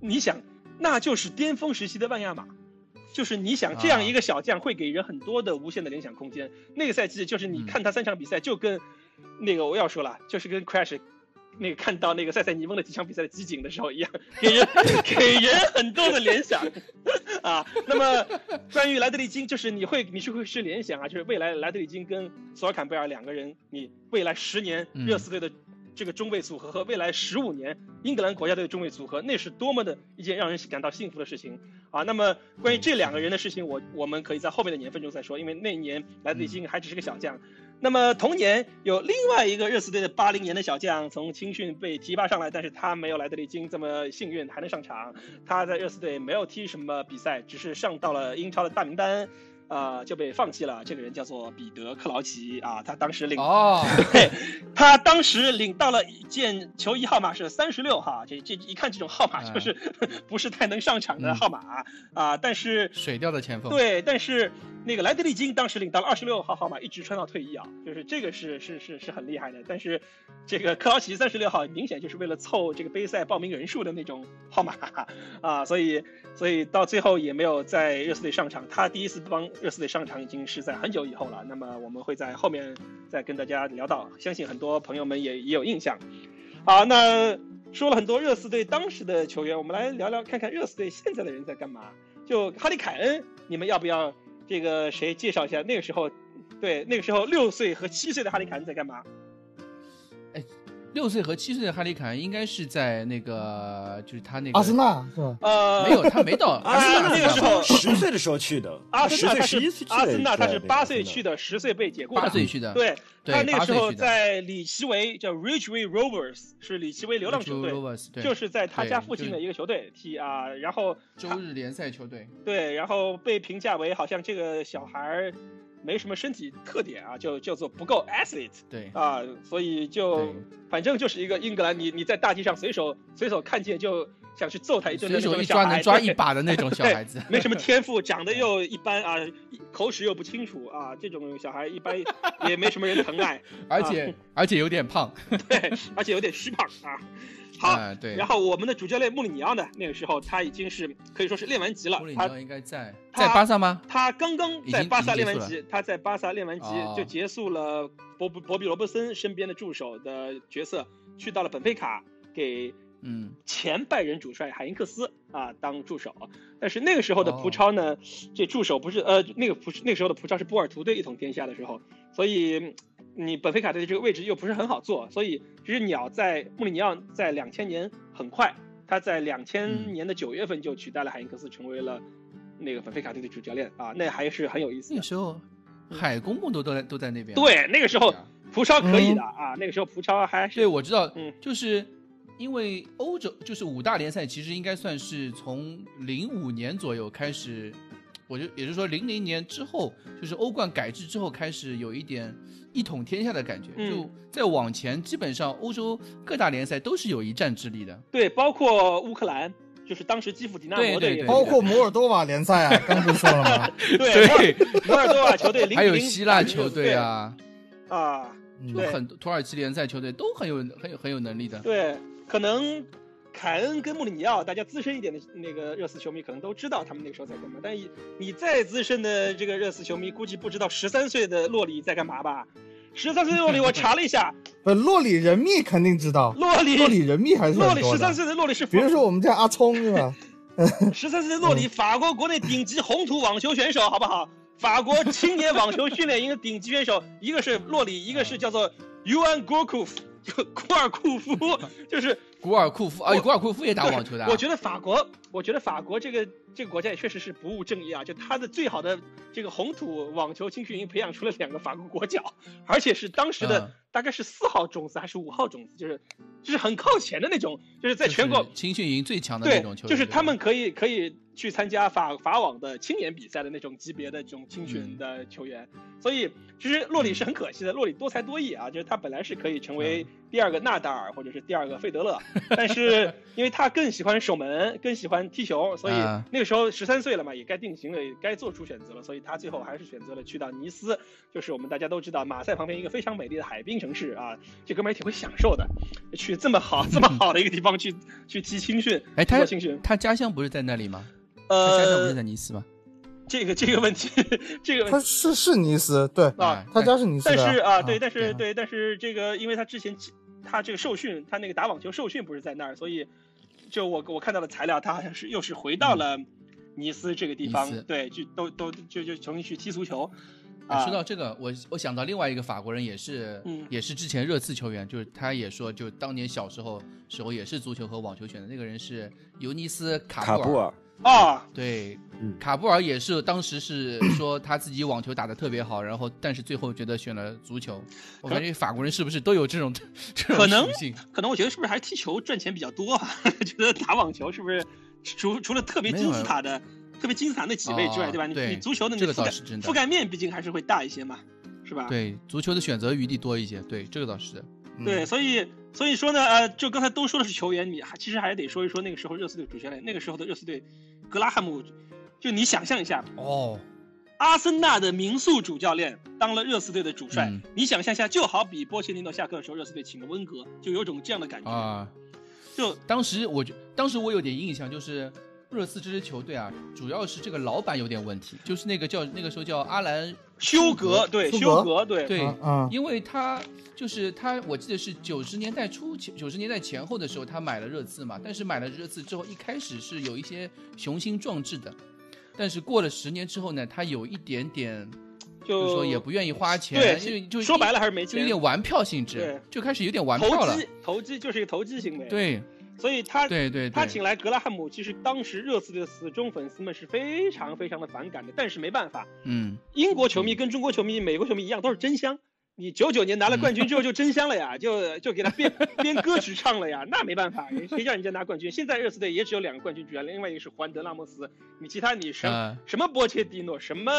你想，那就是巅峰时期的万亚马。就是你想这样一个小将会给人很多的无限的联想空间。那个赛季就是你看他三场比赛，就跟那个我要说了，就是跟 Crash 那个看到那个塞塞尼翁的几场比赛的集锦的时候一样，给人 *laughs* 给人很多的联想 *laughs* 啊。那么关于莱德利金，就是你会你是会是联想啊，就是未来莱德利金跟索尔坎贝尔两个人，你未来十年
嗯
热刺队的这个中卫组合和未来十五年英格兰国家队的中卫组合，那是多么的一件让人感到幸福的事情啊！那么关于这两个人的事情，我我们可以在后面的年份中再说，因为那一年莱德利金还只是个小将。那么同年有另外一个热刺队的八零年的小将从青训被提拔上来，但是他没有莱德利金这么幸运，还能上场。他在热刺队没有踢什么比赛，只是上到了英超的大名单，啊，就被放弃了。这个人叫做彼得克劳奇啊，他当时领 *laughs*
哦，
他当时领到了一件球衣号码是三十六号，这这一看这种号
哎
码 *laughs* 就是、不是太能上场的号码啊、但是
水掉的前锋，
对，但是那个莱德利金当时领到了二十六号号码，一直穿到退役啊，就是这个是是是是很厉害的。但是这个克劳奇三十六号明显就是为了凑这个杯赛报名人数的那种号码 *laughs* 啊，所以所以到最后也没有在热刺队上场。他第一次帮热刺队上场已经是在很久以后了。那么我们会在后面再跟大家聊到，相信很多朋友们也也有印象。好，那说了很多热刺队当时的球员，我们来聊聊看看热刺队现在的人在干嘛。就哈利凯恩，你们要不要这个谁介绍一下那个时候？对，那个时候六岁和七岁的哈利凯恩在干嘛？
六岁和七岁的哈利凯恩应该是在那个，就是他那个
阿森纳啊是吧？
呃，
没有，他
*laughs*
没到
阿森纳
阿
那个时候
啊十岁的时候去的，
阿
十
森纳
岁
他
十一
是
岁
阿森纳他是八岁去
的，
的，十岁被解雇的。
八岁去的，
对，
对
他那个时
八岁
候
去的
在里奇维叫 Ridgeway Rovers，是里奇维流浪球队，
队
就是是在他家
对
附近
就
的一个球队踢啊。然后
周日联赛球队，
对，然后被评价为好像这个小孩儿没什么身体特点啊，就叫做不够 athlete
对
啊，所以就
对
反正就是一个英格兰，你你在大街上随手随手看见就想去揍他一顿的
随
哎那种
手一
小
抓
孩
能抓一
对
把的那种小孩子，
*laughs* 没什么天赋，长
*laughs*
得又一般啊，口齿又不清楚啊，这种小孩一般也没什么人疼爱，
而
啊
且而且有点胖，
对，而且有点虚胖啊。好，
啊，对，
然后我们的主教练穆里尼奥呢，那个时候他已经是可以说是练完级了
穆里，尼
他
奥应该在
他
在巴萨吗？
他刚刚在巴萨练完
已经
级，他在巴萨练完级
哦
就结束了博布博比罗伯森身边的助手的角色，去到了本菲卡给
嗯，
前拜仁主帅海因克斯啊当助手。但是那个时候的
哦
葡超呢，这助手不是呃那个葡那个时候的葡超是波尔图队一统天下的时候，所以嗯你本菲卡队这个位置又不是很好做，所以其实鸟在穆里尼奥在两千年很快，他在两千
嗯
年的九月份就取代了海因克斯，成为了。那个本菲卡队的主教练啊，那还是很有意思
那
的
个。时候海公公都都在都在那边，
对，那个时候
对啊
葡超可以的啊，那个时候葡超还是
对，我知道
嗯，
就是因为欧洲就是五大联赛，其实应该算是从零五年左右开始，我就也就是说零零年之后，就是欧冠改制之后开始有一点一统天下的感觉。
嗯
就再往前，基本上欧洲各大联赛都是有一战之力的。
对，包括乌克兰，就是当时基辅迪纳摩
对
队
对
也
对
包括摩尔多瓦联赛
*laughs*
啊，刚不是说了吗？
对， *laughs* 摩尔多瓦球队零
还有希腊球队啊，
啊，
嗯
有
对
很多土耳其联赛球队都很有很有很有能力的。
对，可能凯恩跟穆里尼奥，大家资深一点的那个热刺球迷可能都知道他们那个时候在干嘛，但你你再资深的这个热刺球迷，估计不知道十三岁的洛里在干嘛吧？十三岁的洛里，我查了一下，
不，洛里人密肯定知道，
洛里
洛里人密还是
洛
很
里
多
十三
的。
岁的洛里是
比如说我们家阿聪是
*laughs*
吧？
十三岁的洛里，
嗯
法国国内顶级红土网球选手，好不好？法国青年网球训练营的顶级选手，一个是洛里，一个是叫做 Uan Gorkov，就库尔库
*laughs*
夫，就是
古尔库夫，哎，古尔库夫也打
对
网球的啊。
我觉得法国，我觉得法国这个这个国家也确实是不务正业啊！就他的最好的这个红土网球青训营培养出了两个法国国脚，而且是当时的、
嗯
大概是四号种子还是五号种子，就是就是很靠前的那种，就是在
就是
全国
青训营最强的那
对
种，球队，
就是
对
他
吧
们可以可以去参加法法网的青年比赛的那种级别的这种青训
嗯
的球员，所以其实洛里是很可惜的，洛里多才多艺啊，就是他本来是可以成
嗯
为第二个纳达尔或者是第二个费德勒，但
*laughs*
是因为他更喜欢守门，更喜欢踢球，所以
啊
那个时候十三岁了嘛，也该定型了，也该做出选择了，所以他最后还是选择了去到尼斯，就是我们大家都知道马赛旁边一个非常美丽的海滨城市啊，这哥们儿也挺会享受的，去这么好这么好的一个地方去去踢青训，
哎
去
他
做青训，
他家乡不是在那里吗？他家乡不是
呃
在，尼斯吗？
这个这个问题，这个问
他
题，
是是尼斯，对，
啊
他家是尼斯
但
的。
是啊，对，但
对
是
啊
对，但是这个，因为他之前他这个受训，他那个打网球受训不是在那儿，所以就我我看到的材料，他好像是又是回到了尼斯这个地
嗯尼斯
方，对，就都都就就重新去踢足球，
哎
啊，
说到这个，我我想到另外一个法国人，也是、
嗯
也是之前热刺球员，就是他也说，就当年小时候时候也是足球和网球选的那个人是尤尼斯卡
卡
布
布
尔，
尔，
啊，
对，
嗯
卡布尔也是当时是说他自己网球打得特别好，然后但是最后觉得选了足球。我
可
感觉法国人是不是都有这种 *laughs* 这种
可能
属性？
可能我觉得是不是还是踢球赚钱比较多吧？ *laughs* 觉得打网球是不是除除了特别
没有啊
金字塔的特别金字塔那几位之
哦
外，对吧？你
对
你足球的那
这个
覆
倒
盖
是真的
覆盖面毕竟还是会大一些嘛，是吧？
对，足球的选择余地多一些。对，这个倒是。
嗯
对，所以所以说呢，呃，就刚才都说的是球员，你还其实还得说一说那个时候热刺队主教练，那个时候的热刺队，格拉汉姆，就你想象一下，
哦，
阿森纳的名宿主教练当了热刺队的主帅，
嗯
你想象一下，就好比波切蒂诺下课的时候，热刺队请了温格，就有种这样的感觉。
啊。
就
当时我觉，当时我有点印象，就是热刺这支球队啊，主要是这个老板有点问题，就是那个叫那个时候叫阿兰，
休格，对，
苏格
休格，对，
对，
啊啊，
因为他就是他，我记得是九十年代初、九十年代前后的时候，他买了热刺嘛。但是买了热刺之后，一开始是有一些雄心壮志的，但是过了十年之后呢，他有一点点，就
就是
说也不愿意花钱，
对
因为就
说白了还是没
就有
钱。
点玩票性质
对，
就开始有点玩票
投
了。
机，投机就是一个投机行为。，
对
所以他
对对
他
对，
请来格拉汉姆，其实当时热刺的死忠粉丝们是非常非常的反感的，但是没办法，
嗯，
英国球迷跟中国球迷、美国球迷一样，都是真香。你九九年拿了冠军之后就真香了
*laughs*
呀，就就给他编 *laughs* 编歌曲唱了呀，那没办法，谁叫人家拿冠军？现在热刺队也只有两个冠军主教练，另外一个是胡安德拉莫斯，你其他你什、
啊
什么波切蒂诺，什么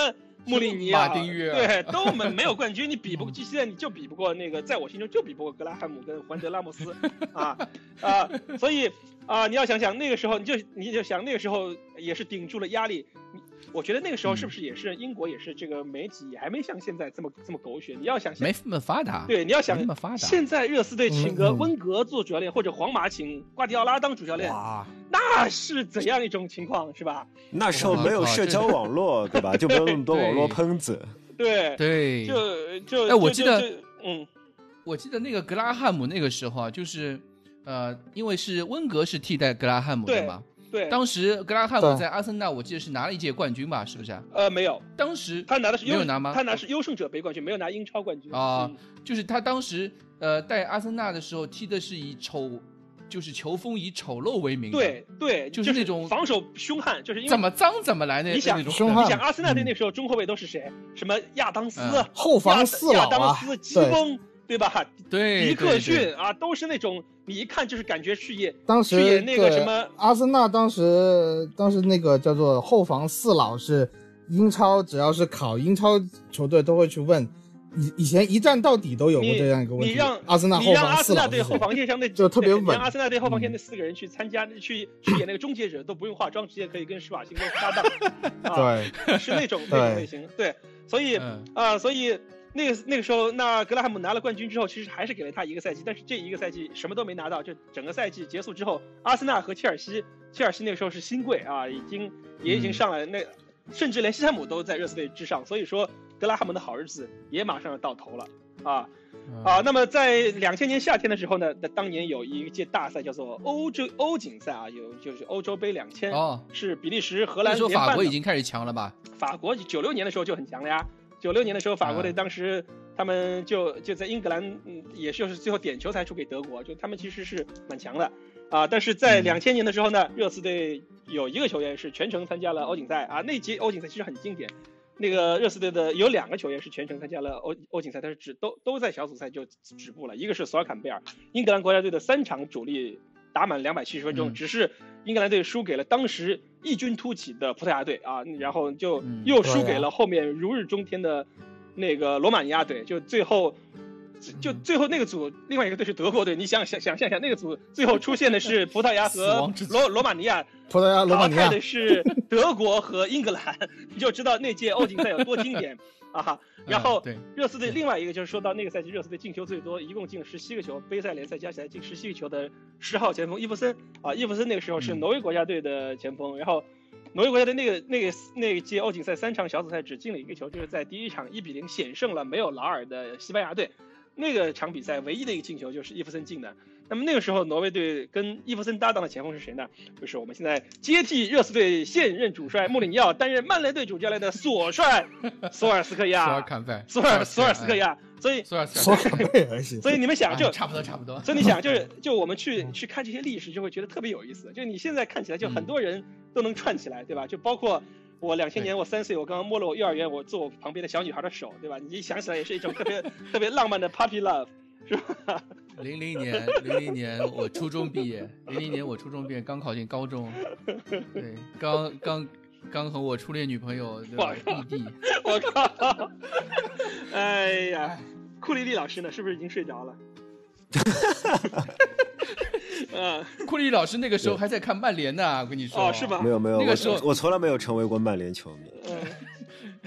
穆里尼奥，
马丁啊嗯约尔
对，都没没有冠
*laughs*
军，你比不过，现在你就比不过那个，在我心中就比不过格拉汉姆跟胡安德拉莫
*laughs*
斯啊啊，所以啊，你要想想那个时候，你就你就想那个时候也是顶住了压力。你我觉得那个时候是
嗯
不是也是英国也是这个媒体也还没像现在这么这么狗血？你要想想
没，那么发达，
对，你要想
没那么发达。
现在热刺队请个
嗯嗯
温格做主教练，或者皇马请瓜迪奥拉当主教练，
哇，
那是怎样一种情况是吧？
那时候没有社交网络，对吧？就没有那么多网络喷子。
对，
对，
就就
哎我
就
记
就
得
就嗯，
我记得那个格拉汉姆那个时候啊，就是呃，因为是温格是替代格拉汉姆的
对
嘛。
对，
当时格拉汉姆
对
在阿森纳，我记得是拿了一届冠军吧，是不是啊、
呃没有，
当时
他拿的是
没
优
有拿吗
他拿是优胜者杯冠军，没有拿英超冠军
啊
嗯
就是他当时呃带阿森纳的时候踢的是以丑，就是球风以丑陋为名的，
对对，
就
就是
那种
防守凶悍，就是因为
怎么脏怎么来那
你想
那种
凶
你
悍
想阿森纳队那时候中后卫都是谁？什么亚当斯、
嗯
亚
后防四老
亚当
啊，
斯、基
对，
翁，对吧？
对
迪克，
对对
逊啊，都是那种你一看就是感觉是也
当
去
时
演那个
对
什么
阿森纳当时当时那个叫做后防四老是英超，只要是考英超球队都会去问，以以前一战到底都有过
你
这样一个问题。
你让
阿森纳
你
后
让
防
阿
四
森纳
老
队
是谁
后防线上那
就特别
对你
稳
让阿森纳队后防线
嗯
那四个人去参加去去演那个终结者都不用化妆，直接可以跟施瓦辛格搭
*laughs*
档，啊，
对，
是那种那种
对
类型，对，所以
嗯
啊，所以那个那个时候，那格拉汉姆拿了冠军之后，其实还是给了他一个赛季，但是这一个赛季什么都没拿到，就整个赛季结束之后，阿森纳和切尔西，切尔西那个时候是新贵啊，已经也
嗯
已经上来，那甚至连西汉姆都在热刺队之上，所以说格拉汉姆的好日子也马上要到头了啊
嗯
啊！那么在两千年夏天的时候呢，那当年有一届大赛叫做欧洲欧锦赛啊，有就是欧洲杯两千、
哦，
是比利时、荷
那
兰
时候
联
法
办
国
的
已。经开始强了吧？
法国九六年的时候就很强了呀。九六年的时候，法国队
嗯
当时他们就就在英格兰，嗯，也就是最后点球才输给德国，就他们其实是蛮强的啊。但是在
嗯
两千年的时候呢，热刺队有一个球员是全程参加了欧锦赛啊，那届欧锦赛其实很经典。那个热刺队的有两个球员是全程参加了欧欧锦赛，但是只都都在小组赛就止步了。一个是索尔坎贝尔，英格兰国家队的三场主力打满两百七十分钟，
嗯
只是英格兰队输给了当时异军突起的葡萄牙队啊，然后就
嗯
又输给了后面如日中天的那个罗马尼亚队，就最后。就就
嗯
最后那个组，另外一个队是德国队，你想想想象一下，那个组最后出现的是葡萄牙
*laughs* 死
和
亡之组
罗罗马尼
*laughs*
亚，
葡萄牙、罗马
淘
尼
汰
亚
的是德国和英格兰， *laughs* 你就知道那届欧锦赛有多经典啊！然
嗯
后
对，
热刺队另外一个就是说到那个赛季，热刺队进球最多，一共进了十七个球，杯赛、联赛加起来进十七个球的十号前锋伊夫森啊，伊夫森那个时候是
嗯
挪威国家队的前锋，然后挪威国家队那个那个那届欧锦赛三场小组赛只进了一个球，就是在第一场一比零险胜了没有劳尔的西班牙队。那个场比赛唯一的一个进球就是伊夫森进的。那么那个时候，挪威队跟伊夫森搭档的前锋是谁呢？就是我们现在接替热刺队现任主帅穆里尼奥担任曼联队主教练的索帅索尔斯克
索尔
亚，
坎费，
索尔索尔斯克
亚，
亚。所以
哎索尔斯
索
克
尔坎贝尔是
所以你们想
亚，
就
哎。差不多差不多。
所以你想，就是就我们去去看这些历史，就会觉得特别有意思。就你现在看起来，就很多人都能串起来，对吧？就包括我两千年，我三岁，我刚刚摸了我幼儿园，我做我旁边的小女孩的手，对吧？你一想起来，也是一种特别特别浪漫的 puppy love，是 *laughs* 吧？
零零年，零零年我初中毕业，零零年我初中毕业，刚考进高中，对，刚刚刚和我初恋女朋友对吧
哇
异地，
我靠！ *laughs* 哎呀，库里丽老师呢？是不是已经睡着了？ *laughs* 嗯，
库里老师那个时候还在看曼联呢，我跟你说，
哦，是吧
没？有没有，
那个时候
我我从来没有成为过曼联球迷。
嗯，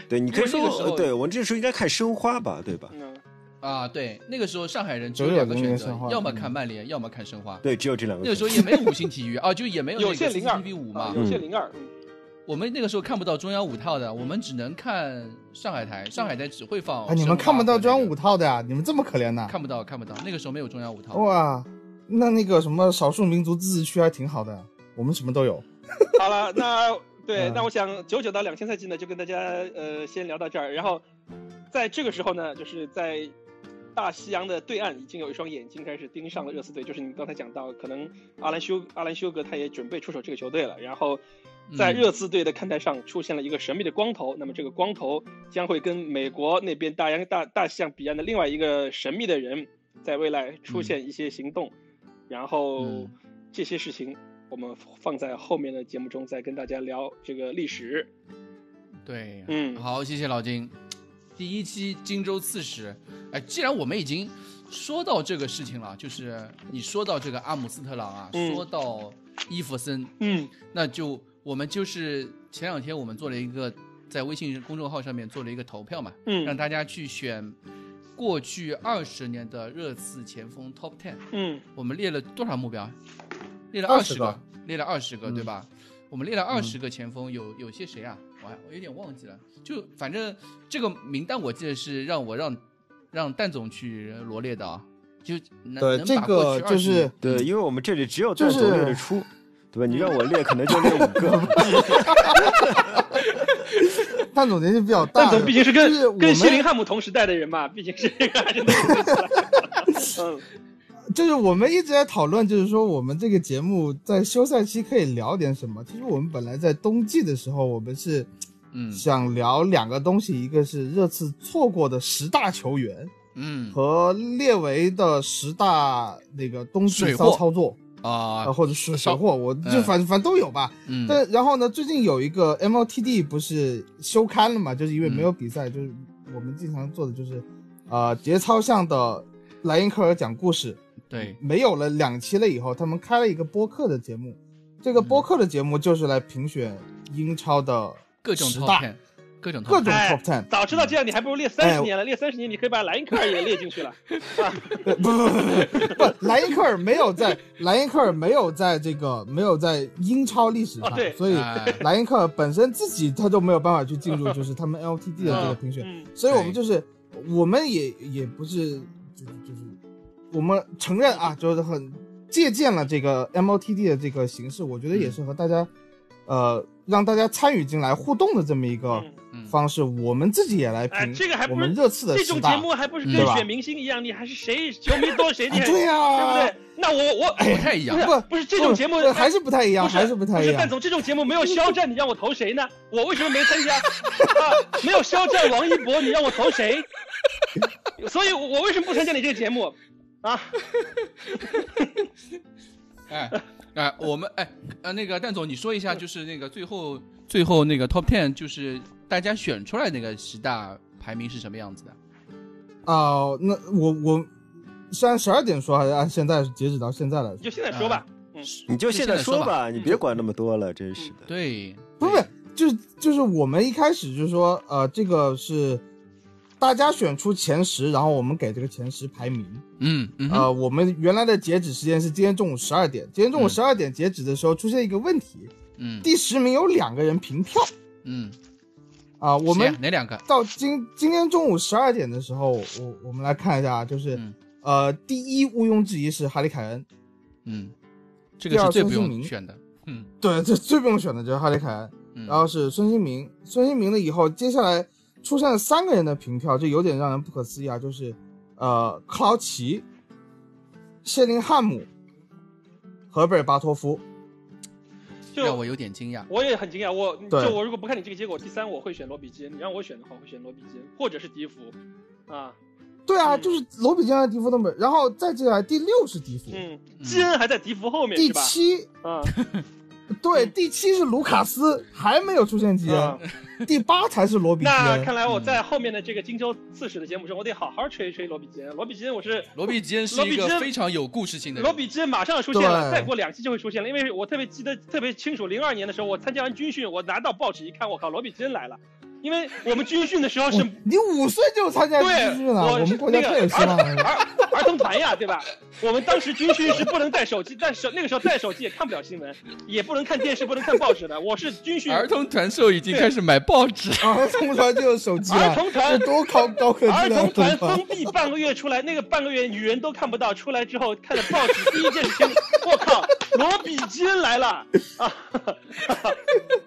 对，你可以
因为那个时
说，
候
呃对我们这时候应该看申花吧，对吧？
嗯，
啊，对，那个时候上海人只有
九九
两个
零
选
年
择
申，花
要么
嗯
看曼联，要么看申花。
对，只有这两个
那个
选
时
择。
候也没有五星体育啊，就也没有那
有
个
限零二
CCTV 五
啊
嘛。
有
嗯
限零二，嗯
我们那个时候看不到中央五套的，我们只能看上海台，上海台只会放申花
哎，
和那个。
你们看不到中央五套的呀、你们这么可怜呐、
看不到，看不到。那个时候没有中央五套。
哇，那那个什么少数民族自治区还挺好的，我们什么都有。 *laughs*
好了，那对，
嗯
那我想九九到两千赛季呢，就跟大家呃先聊到这儿。然后在这个时候呢，就是在大西洋的对岸，已经有一双眼睛开始盯上了热刺队，就是你刚才讲到，可能阿兰修阿兰修格他也准备出手这个球队了。然后在
嗯
热刺队的看台上出现了一个神秘的光头，那么这个光头将会跟美国那边大洋大大西洋彼岸的另外一个神秘的人，在未来出现一些行动，然后。
嗯
这些事情我们放在后面的节目中再跟大家聊这个历史。
对，
嗯
好，谢谢老金。第一期荆州刺史，哎，既然我们已经说到这个事情了，就是你说到这个阿姆斯特朗啊，
嗯
说到伊弗森，
嗯
那就我们就是前两天我们做了一个在微信公众号上面做了一个投票嘛，让
嗯
大家去选过去二十年的热刺前锋 Top Ten。
嗯
我们列了多少目标？列了
20
20
个，
列了二十个，
嗯
对吧？我们列了二十个前锋，有有些谁啊？我还我有点忘记了。就反正这个名单我记得是让我让让蛋总去罗列的啊。就能
对，
能
这
把过
个
去20
就是
对，因为我们这里只有
就
蛋
是
总列得出，对吧？你让我列，可能就列五
嗯
个。
蛋总年纪比较大
但
了，
嗯
总毕竟是
就是我
跟
们
跟谢林汉姆同时代的人嘛，毕竟是 *laughs* 这个还是
*laughs*
嗯
就是我们一直在讨论，就是说我们这个节目在休赛期可以聊点什么。其实我们本来在冬季的时候，我们是
嗯
想聊两个东西，一个是热刺错过的十大球员
嗯
和列维的十大那个冬季
水货
骚操作啊、
啊
或者是水
骚
货，我就
嗯
反、反正都有吧。
嗯
但然后呢，最近有一个 MLTD 不是休刊了嘛，就是因为没有
嗯
比赛，就是我们经常做的就是，呃，节操向的莱因克尔讲故事。
对
没有了两期了以后，他们开了一个播客的节目，这个
嗯
播客的节目就是来评选英超的
各种
十
top
大
ten，各种 top
各
10,
种
哎
top ten，、
早知道这样，你还不如列三十年了，列三十年你可以把莱因克尔也列进去了。
不不不不不，莱因克尔没有在莱因克尔没有在这个没有在英超历史上，
哦对
所以
哎
莱因克尔本身自己他都没有办法去进入就是他们 LTD 的这个评选，
嗯
所以我们就是，我们也也不是，就是就是，我们承认啊，就是很借鉴了这个 MOTD 的这个形式，我觉得也是和大家，呃，让大家参与进来互动的这么一个
嗯，
嗯
方式。我们自己也来
哎
评，
这个还不
我
是
们热刺的
这
十
种节
大，
目还不是
嗯对
跟
吧
选明星一样，你还是谁球迷多谁厉
哎
害，
对
对
呀、哎
不对？那我我
不太一
*laughs*
样
不。是
不
不是这种节目
不哦呃还是不太一样，
不是
还是不太一
不是，
样
蛋。总，这种节目没有肖战，你让我投谁呢？我为什么没参加？啊，没有肖战、王一博，你让我投谁？ *laughs* 所以我，我为什么不参加你这个节目？啊，
哎哎，我们哎呃那个蛋总，你说一下，就是那个最后最后那个 top ten，就是大家选出来那个十大排名是什么样子的？
哦、那我我虽然十二点说，还是按现在截止到现在来
你
说，
就现在说吧。
嗯
你就现在
说嗯
说吧，你别管那么多了，真是的。
对，
不是，就是就是我们一开始就说，呃，这个是大家选出前十，然后我们给这个前十排名。
嗯嗯哼
呃，我们原来的截止时间是今天中午十二点，今天中午
嗯
十二点截止的时候出现一个问题，
嗯
第十名有两个人平票
嗯，
啊、我
谁
们
呀哪两个？
到今今天中午十二点的时候，我我们来看一下啊，就是、
嗯
呃，第一毋庸置疑是哈里凯恩，
嗯，这个
第
是
二
最
孙
不
兴
用
民
选的。嗯
对，这最不用选的就是哈里凯恩。
嗯，
然后是孙兴民，孙兴民了以后，接下来出现了三个人的平票，这有点让人不可思议啊，就是呃克劳奇、谢林汉姆、和贝尔巴托夫。
让我
就
有点惊讶。
我也很惊讶，我
对
就我如果不看你这个结果，第三我会选罗比金。你让我选的话，我会选罗比金或者是迪福。啊，
对啊，
嗯
就是罗比金和迪夫都没有，然后再接下来第六是迪夫，
嗯，
嗯
基恩还在迪福后面
第
是吧？
七
啊，
对
嗯
第七是卢卡斯，还没有出现基恩
啊，
第八才是罗比基
*laughs* 那
恩。
看来我
嗯
在后面的这个荆州刺史的节目中，我得好好吹一吹罗比金。罗比金，我是
罗比基恩是
罗
一
比
个
基恩
非常有故事性的人。
罗比基恩马上要出现了，
对
再过两期就会出现了，因为我特别记得特别清楚，零二年的时候我参加完军训，我拿到报纸一看，我靠，罗比基恩来了，因为我们军训的时候是
哇你五岁就参加军训
对，
了，
我
我
是
们国家
那个
太有希望
*laughs* 儿
了。
儿儿童团呀，对吧？我们当时军训是不能带手机，但是那个时候带手机也看不了新闻，也不能看电视，不能看报纸的。我是军训
儿童团售已经开始买报纸，
*laughs* 儿童团就有手机
儿
了，
童
这
团
多高高 *laughs* 科技啊
儿
的儿
童团
童团
封闭半个月出来，那个半个月女人都看不到，出来之后看了报纸，第一件事情，我靠，罗比金来了啊！哈哈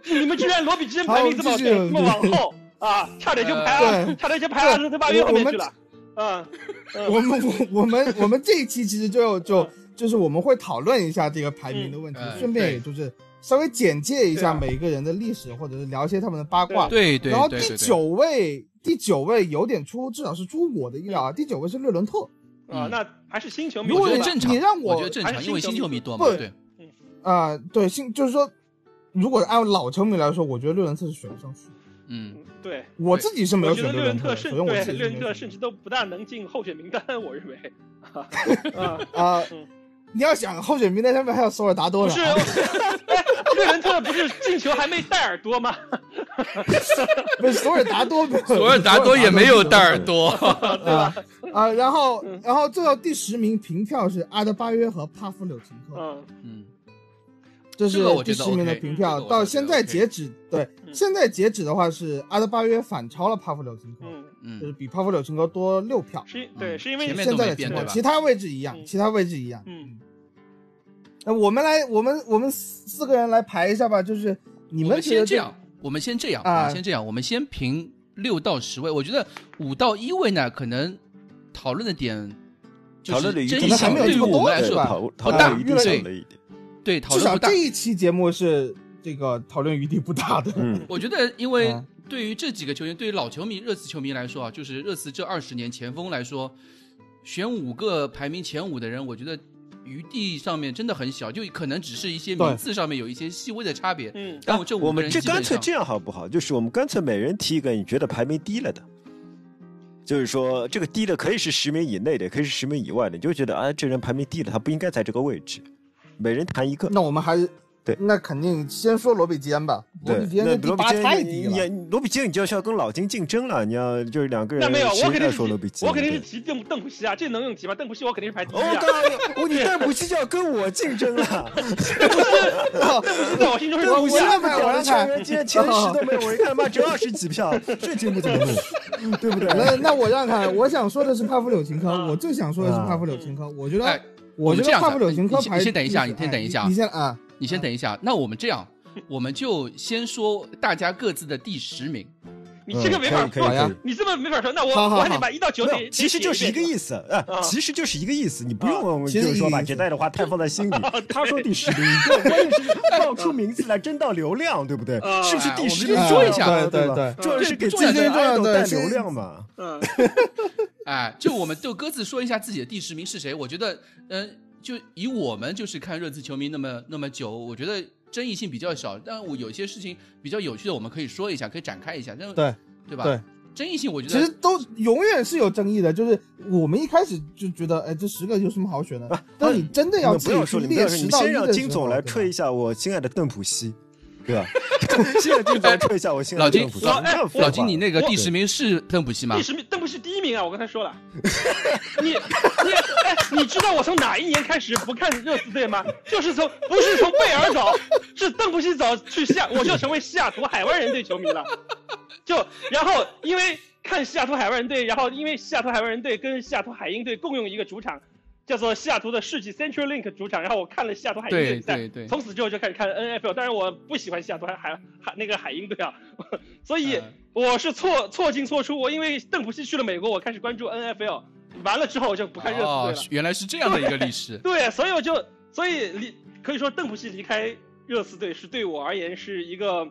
你们居然罗比金排名这么
好我们继续呃
这么往后啊，差点就排
对
二，差点就排二十他八月后面去了。啊，嗯
我们我我们我们这一期其实就要就就是我们会讨论一下这个排名的问题
嗯，哎
顺便也就是稍微简介一下
对啊
每一个人的历史，或者是聊一些他们的八卦。
对对
然后
对
第
对
九
对，
位，第九位有点出，至少是出我的意料啊。第九位是略伦特，
啊，那还是星球迷
如果
我觉
对
得
吧
正
你
常，
让我
我觉得正
还
常，
是
因为
星
星
球
球
迷
迷多嘛，
对
对，
啊、对，新就是说，如果按老球迷来说，我觉得略伦特是选不上去。
嗯，
对，
我自己是没
我
有
觉
选
得
略
略伦
特
特
的，
甚
首先我
对
自己
略伦特
是
甚至都不大能进候选名单，我认
*laughs*
为。啊，
啊、
嗯
你要想候选名单上面还有索尔达
不
多呢
是，
啊，
哎略伦特不是进球还没戴尔多吗？
不是索尔达多
*laughs*
没有，
索尔达多也没有戴尔 *laughs* 多，
啊啊，然后然后最后第十名平票是阿德巴约和帕夫柳琴科，
嗯，
嗯，
这
这
是
个我
第
觉得
十名的
OK，
平
这
票。
个我
到
觉得
现在
OK
截止，对，
嗯
现在截止的话是阿德巴约反超了帕夫柳琴科，
嗯，
就是
嗯，
比帕夫柳琴科多六票。
是因对，
嗯
是因为
前面
现
都
在
没
的
变
情
对
况，
吧
其他位置一样，
嗯
其他位置一样。
嗯，
那我们来，我们我们四四个人来排一下吧，就是你
我
们觉
先
得
这样，我们先这样
啊
先这样，我们先评六到十位，我觉得五到一位呢，可能讨论的点就是
讨论的余
争
地
可能还
议
没有
对
这
于
么
我
多
们来
对
是
说
吧
讨讨
不大
论的余地
对
小了一点。
对讨
至
论
少
不大
这。一期节目是这个讨论余地不大的。
嗯，
我觉得，因为
啊
对于这几个球员，对于老球迷、热刺球迷来说啊，就是热刺这二十年前锋来说，选五个排名前五的人，我觉得余地上面真的很小，就可能只是一些
对
名次上面有一些细微的差别。
嗯，
但我这
啊我
五个
们
人
这
基本
干脆
上，
这样好不好？就是我们干脆每人提一个你觉得排名低了的，就是说这个低的可以是十名以内的，也可以是十名以外的，你就觉得啊，这人排名低了，他不应该在这个位置。每人谈一个。
那我们还是
对
那肯定先说罗比坚吧。罗
对
比，坚
那
的第
罗比
八
坚
太
你
低
你
了，
你罗比坚，你就要要跟老金竞争了，你要就是两个人。
那没有，
谁
我肯定
来
是
说罗比
提
坚，
我肯定是
对。
提邓邓普西啊，这能用提吗？邓普西我肯定是排第一
哦，
啊，
刚刚我你戴普西就要跟我竞争了，
在 *laughs* 我心中是
我
第一
现
啊。
在不讲的球员竟然前十都没有，我一看他妈只有二十几票，这节目怎么录，对不对？
那那我让看，我想说的是帕夫柳琴科，
啊
我最想说的是帕夫柳琴科。我觉
哎
得，
我
我
们
觉得
这样子
帕夫柳琴科
你先
排
你先等一下
第
你先等一下
哎你先啊，
你先等一下，那我们这样，我们就先说大家各自的第十名。
你这个没法
嗯可以
说，
可以
好
可
呀
以。
你这么没法说，那
好好
我
好
我还得把一到九
没有
得，
其实就是一个
思。
意思，哎
啊，
其实就是一个意思，你不
啊
用
其实
就是说把
一个意思
杰代
*laughs*
的话太放在心里。他说第十名，你就关键 *laughs* 是报出名字来争到流量，对不对？
啊
是不是第十
你
名
啊
说一下
重要
对
吧
对
重要是给
这
自己的
重要
idol
对
带
是
流量嘛。
嗯，
哎，就我们就各自说一下自己的第十名是谁。我觉得，嗯、就以我们就是看热刺球迷那么那么久，我觉得争议性比较少。但我有些事情比较有趣的，我们可以说一下，可以展开一下。但
对
对吧？
对，
争议性我觉
其实
得
都永远是有争议的，就是我们一开始就觉得，哎，这十个有什么好
*laughs*
选的？但你真的
你
要
啊们不
自
要
己
说，
去
你们
列
不要说，你
十
们
到一
先
的
让金
时
总
候
来
对吧
吹一下我亲爱的邓普西，对吧？ *laughs* 先让金总来吹一下我亲爱
老
的
金
邓普西。
老
你这样废
老
话
金，你那个第十名是邓普西吗
第？十名，邓普西第一名啊！我刚才说了， *laughs* 你你哎，你知道我从哪一年开始不看热刺队吗？就是从不是从贝尔走，是邓普西走去西雅，我就成为西雅图海湾人队球迷了。就然后因为看西雅图海湾人队，然后因为西雅图海湾人队跟西雅图海鹰队共用一个主场，叫做西雅图的世纪 Central Link 主场，然后我看了西雅图海鹰队
对
比赛，
对对，
从此之后就开始看 NFL，但是我不喜欢西雅图海海海那个海鹰队啊，所以
嗯
我是错错进错出。我因为邓普西去了美国，我开始关注 NFL，完了之后我就不看热
哦
刺队了。，
原来是这样的一个历史。
对，所以我就所以离可以说邓普西离开热刺队是对我而言是一个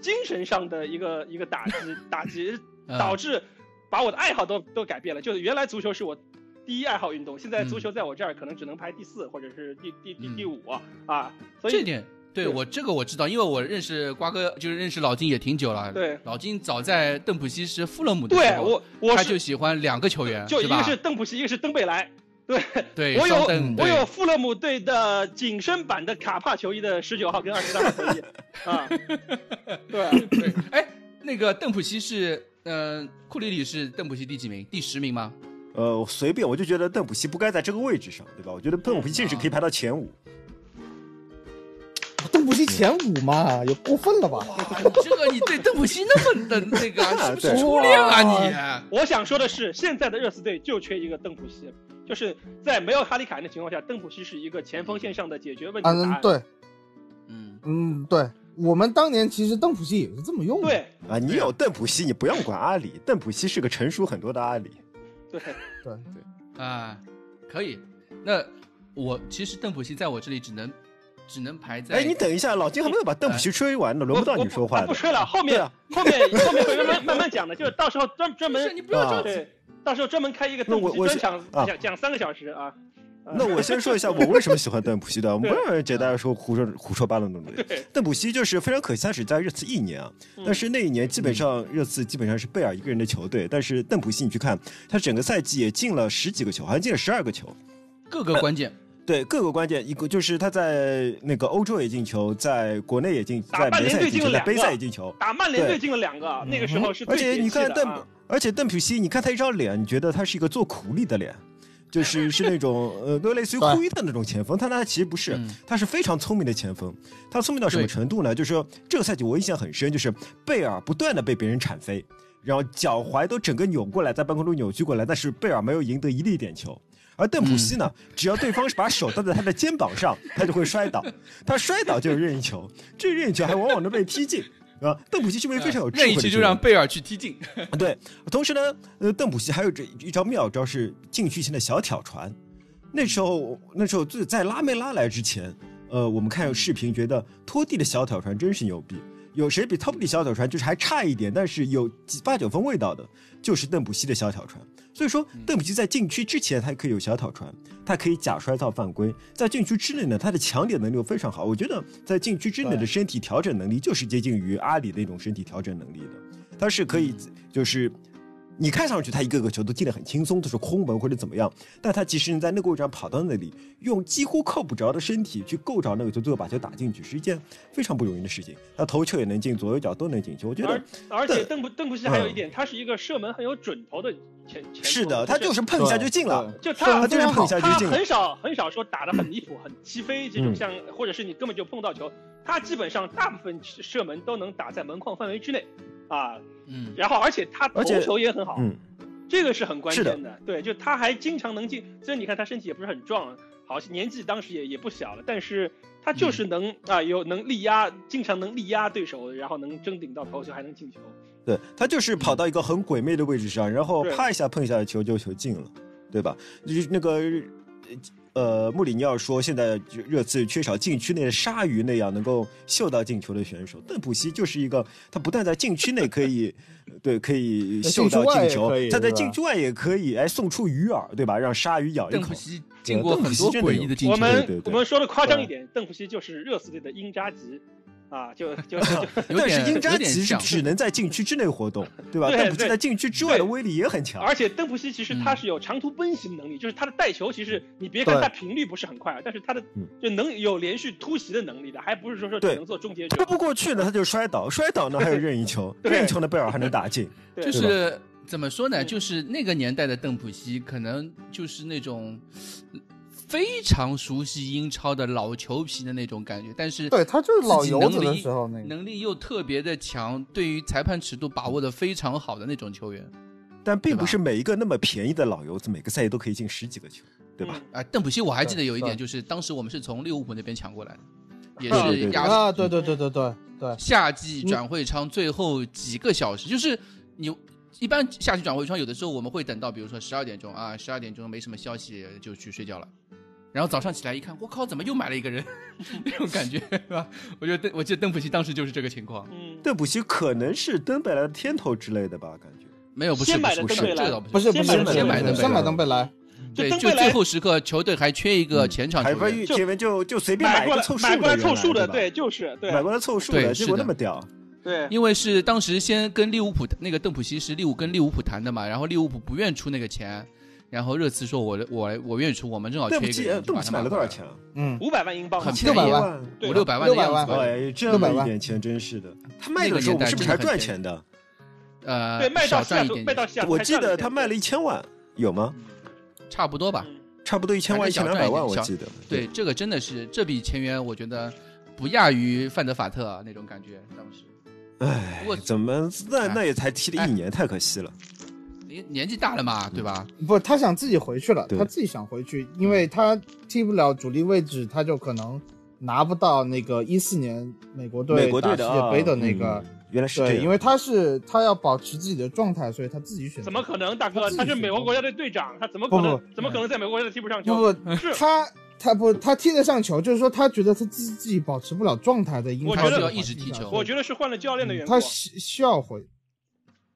精神上的一个一个
*laughs*
打击打击，
嗯
导致把我的爱好都都改变了。就是原来足球是我第一爱好运动，现在足球在我这儿可能只能排第四或者是第第第第五啊啊，所
嗯这
以
点对
对
我这个我知道，因为我认识瓜哥，就是认识老金也挺久了。
对
老金早在邓普西是富勒姆的时
对
候，
我我
他
是
就喜欢两个球员，
就一
吧
个是邓普西，一个是登贝莱。对，
对，
我有
双灯
我
对
有富勒姆队的紧身版
*laughs*
的卡帕球衣的十九号跟二十三号球衣啊，对，
对，哎，那个邓普西是，呃，库里里是邓普西第几名？第十名吗？
呃，我随便，我就觉得邓普西不该在这个位置上，对吧？我觉得邓普西甚至可以排到前五。
邓普西前五嘛，也过分了吧？
哇，你这个你对邓普西那么的
*laughs*
那个啊，是不是
对
初恋啊你？
我想说的是，现在的热刺队就缺一个邓普西，就是在没有哈里凯恩的情况下，邓普西是一个前锋线上的解决问题的答
嗯
案，。
对，
嗯，
嗯，对，我们当年其实邓普西也是这么用的。
对
啊，你有邓普西，你不要管阿里，邓普西是个成熟很多的阿里。
对，
对，
啊，可以。那我其实邓普西在我这里只能只能排在。
哎，你等一下，老金还没有把邓普西吹完呢，轮不到你说话
我我
的。
不吹了，后
对
面、
啊
后面后面会慢慢慢慢讲的，就是到时候专专
不是
门
你不要
啊
着急。
对，到时候专门开一个邓普
那我
西
我
专
是
场，
啊
讲讲三个小时啊。啊
那我先说一下我为什么喜欢邓普西的，我们不要让人觉得大家说胡说胡说八道那种人。
对，
邓普西就是非常可惜，他只在热刺一年啊，
嗯
但是那一年基本上热刺基本上是贝尔一个人的球队，但是邓普西你去看，他整个赛季也进了十几个球，好像进了十二个球，
各个关键，
对各个关键，一个就是他在那个欧洲也进球，在国内也进，
打
在
曼
联
联
赛
队
也进球，
进了
在杯
两个
赛也进球，
打曼联队
对嗯
进了两个，啊那个时候是最
而且
解
你
气的
看邓
啊。，
而且邓普西，你看他一张脸，你觉得他是一个做苦力的脸，就是是那种呃，都类似于
对
故意的那种前锋，但他其实不是
嗯，
他是非常聪明的前锋。他聪明到什么
对
程度呢？就是说这个赛季我印象很深，就是贝尔不断的被别人铲飞，然后脚踝都整个扭过来，在半空中扭曲过来，但是贝尔没有赢得一粒点球。而邓普西呢，
嗯
只要对方是把手搭在他的肩膀上，他就会摔倒。他摔倒就是任意球，这任意球还往往能被踢进。啊，邓普西是不是非常有智
哎那
慧的
一
球
期
员？
就让贝尔去踢进。
*laughs* 对，同时呢，呃，邓普西还有这一招妙招是禁区前的小挑传。那时候，那时候最在拉梅拉来之前，呃，我们看有视频，觉得托蒂的小挑传真是牛逼。有谁比 Top 的小挑传就是还差一点，但是有几八九分味道的，就是邓普西的小挑传。所以说，邓普西在禁区之前，他可以有小挑传，他可以假摔造犯规；在禁区之内呢，他的抢点能力又非常好。我觉得在禁区之内的身体调整能力，就是接近于阿里那种身体调整能力的。他是可以，就是你看上去他一个个球都进得很轻松，都是空门或者怎么样，但他其实在那个位置上跑到那里，用几乎扣不着的身体去够着那个球，最后把球打进去，是一件非常不容易的事情。他头球也能进，左右脚都能进球，我觉得
而而且
邓
邓普邓普西还有一点，他是一个射门很有准头的前前锋。
嗯是的，他就是碰一下就进了。
就他
他就是碰一下就
他
进了
很，少很少说打得很离谱、很踢飞这种
嗯
像，或者是你根本就碰不到球，他基本上大部分射门都能打在门框范围之内，啊，
嗯，
然后而且他头
而且
球也很好，
嗯，
这个是很关键
是
的，对，就他还经常能进，虽然你看他身体也不是很壮，好年纪当时也也不小了，但是他
嗯
就是能啊、有能力压，经常能力压对手，然后能争顶到头球还能进球，
对他就是
嗯
跑到一个很鬼魅的位置上，然后
对
啪一下碰一下球就球进了，对吧？就是那个呃，穆里尼奥说现在热刺缺少禁区内的鲨鱼那样能够嗅到进球的选手，邓普西就是一个他不但在禁区内可以 *laughs* 对可以
在
嗅
禁区
到
外
进
也
球
可以，
他在
是吧
禁区外也可以哎送出鱼饵，对吧？让鲨鱼咬一
邓
口
普。西进过
邓普
很
西
多
真的
诡
有
异的进
我
球。
们
对对对嗯
我们说的夸张一点，邓普西就是热刺队的英扎吉，啊，
*laughs*
就就就就
有
但是
点
英扎
有点
其实
像
只能在禁区之内活动，对吧？
对
邓普西
对
在禁区之外的
对
威力也很强。
而且邓普西其实他
嗯
是有长途奔袭的
嗯
能力，就是他的带球，其实你别看
对
他频率不是很快，啊但是他的
嗯
就能有连续突袭的能力的，还不是说说只
对
能做终结
推
者。
不过去呢，他就摔倒，摔倒呢还有任意球，
对
任意球呢贝尔还能打进。
对
就是怎么说呢？
嗯
就是那个年代的邓普西，可能就是那种呃非常熟悉英超的老球皮的那种感觉，但是
对他就是老
自己
油
能
子的
力
时候那个。
能力又特别的强，对于裁判尺度把握的非常好的那种球员
但并
对吧
不是每一个那么便宜的老油子，每个赛季都可以进十几个球，对吧？
嗯
啊。邓普西我还记得
对
有一点，
对
就是当时我们是从利物浦那边抢过来的，也
对
对
是
对
压
啊，对对对对对对，
夏季转会窗最后几个小时，就是你一般夏季转会窗有的时候我们会等到，比如说十二点钟啊，十二点钟没什么消息就去睡觉了。然后早上起来一看，我靠，怎么又买了一 *laughs* 个人？那种感觉是吧？我觉得邓，我记得邓普西当时就是这个情况。
嗯，
邓普西可能是登贝莱的天头之类的吧，感觉。
没有，不是，
先
不
买
是，
的
不是，
邓贝
这
莱
个倒
不
不是。
是不是
先买
不是
先
不
买
是
的
先
贝
买
莱
登贝莱，
对，
邓
就
贝莱
最后时刻球队还缺一个前场
海
球员
文。杰文就就随便
买
买一
过
个
来
凑数
买过来
的
凑数的，
人来
对，
对吧，
就是对
买过来凑数
对
的，
是
结果
的
那么屌，
对
因为是当时先跟利物浦那个邓普西是利物跟利物浦谈的嘛，然后利物浦不愿出那个钱，然后热刺说我我我愿意出，我们正好缺
邓普
一个
西
人，就
邓
把
普
他
西
买
买了
过
多
来
少钱啊？
嗯，
五百万英镑嘛，
很
六
便宜
百
啊
万，
对
五六百万的
六百
样
万哦
子吧。
哎，这
六百
么一
万
点钱真是的，他卖的时候我们是不是还赚钱的？
呃，
对，卖到
少
西雅
赚一
图，
点
卖到
点，
西雅图
我
还
记
赚了
得
一
他
点
卖了一千万，有吗？
差不多吧。
嗯
差不多一千万、一
反正小
千两百
赚一
万，
点
我
小
记得。
对，这个真的是这笔签约，我觉得不亚于范德法特、啊、那种感觉。当时
哎
不过，
怎么那
哎
那也才踢了一年，太可惜了。
年年纪大了嘛，对吧？
不，他想自己回去了，
对
他自己想回去，因为他踢不了主力位置，他就可能拿不到那个一四年美国队
美国队
打
的
世
啊
界杯的那个。
嗯原来是这
对，
样，
因为他是他要保持自己的状态，所以他自己选择。
怎么可能，大
他
哥？
自己
他是
选
美
的
国国家队队长，他怎么
不
可
不
能？怎么可能在美国国家队踢不上球？
不不，
是
他他不他踢得上球，就是说他觉得他自自己保持不了状态的因素。
我觉得
他
要
一直踢球
我觉得是换了教练
嗯
的缘故
啊他。需需要回，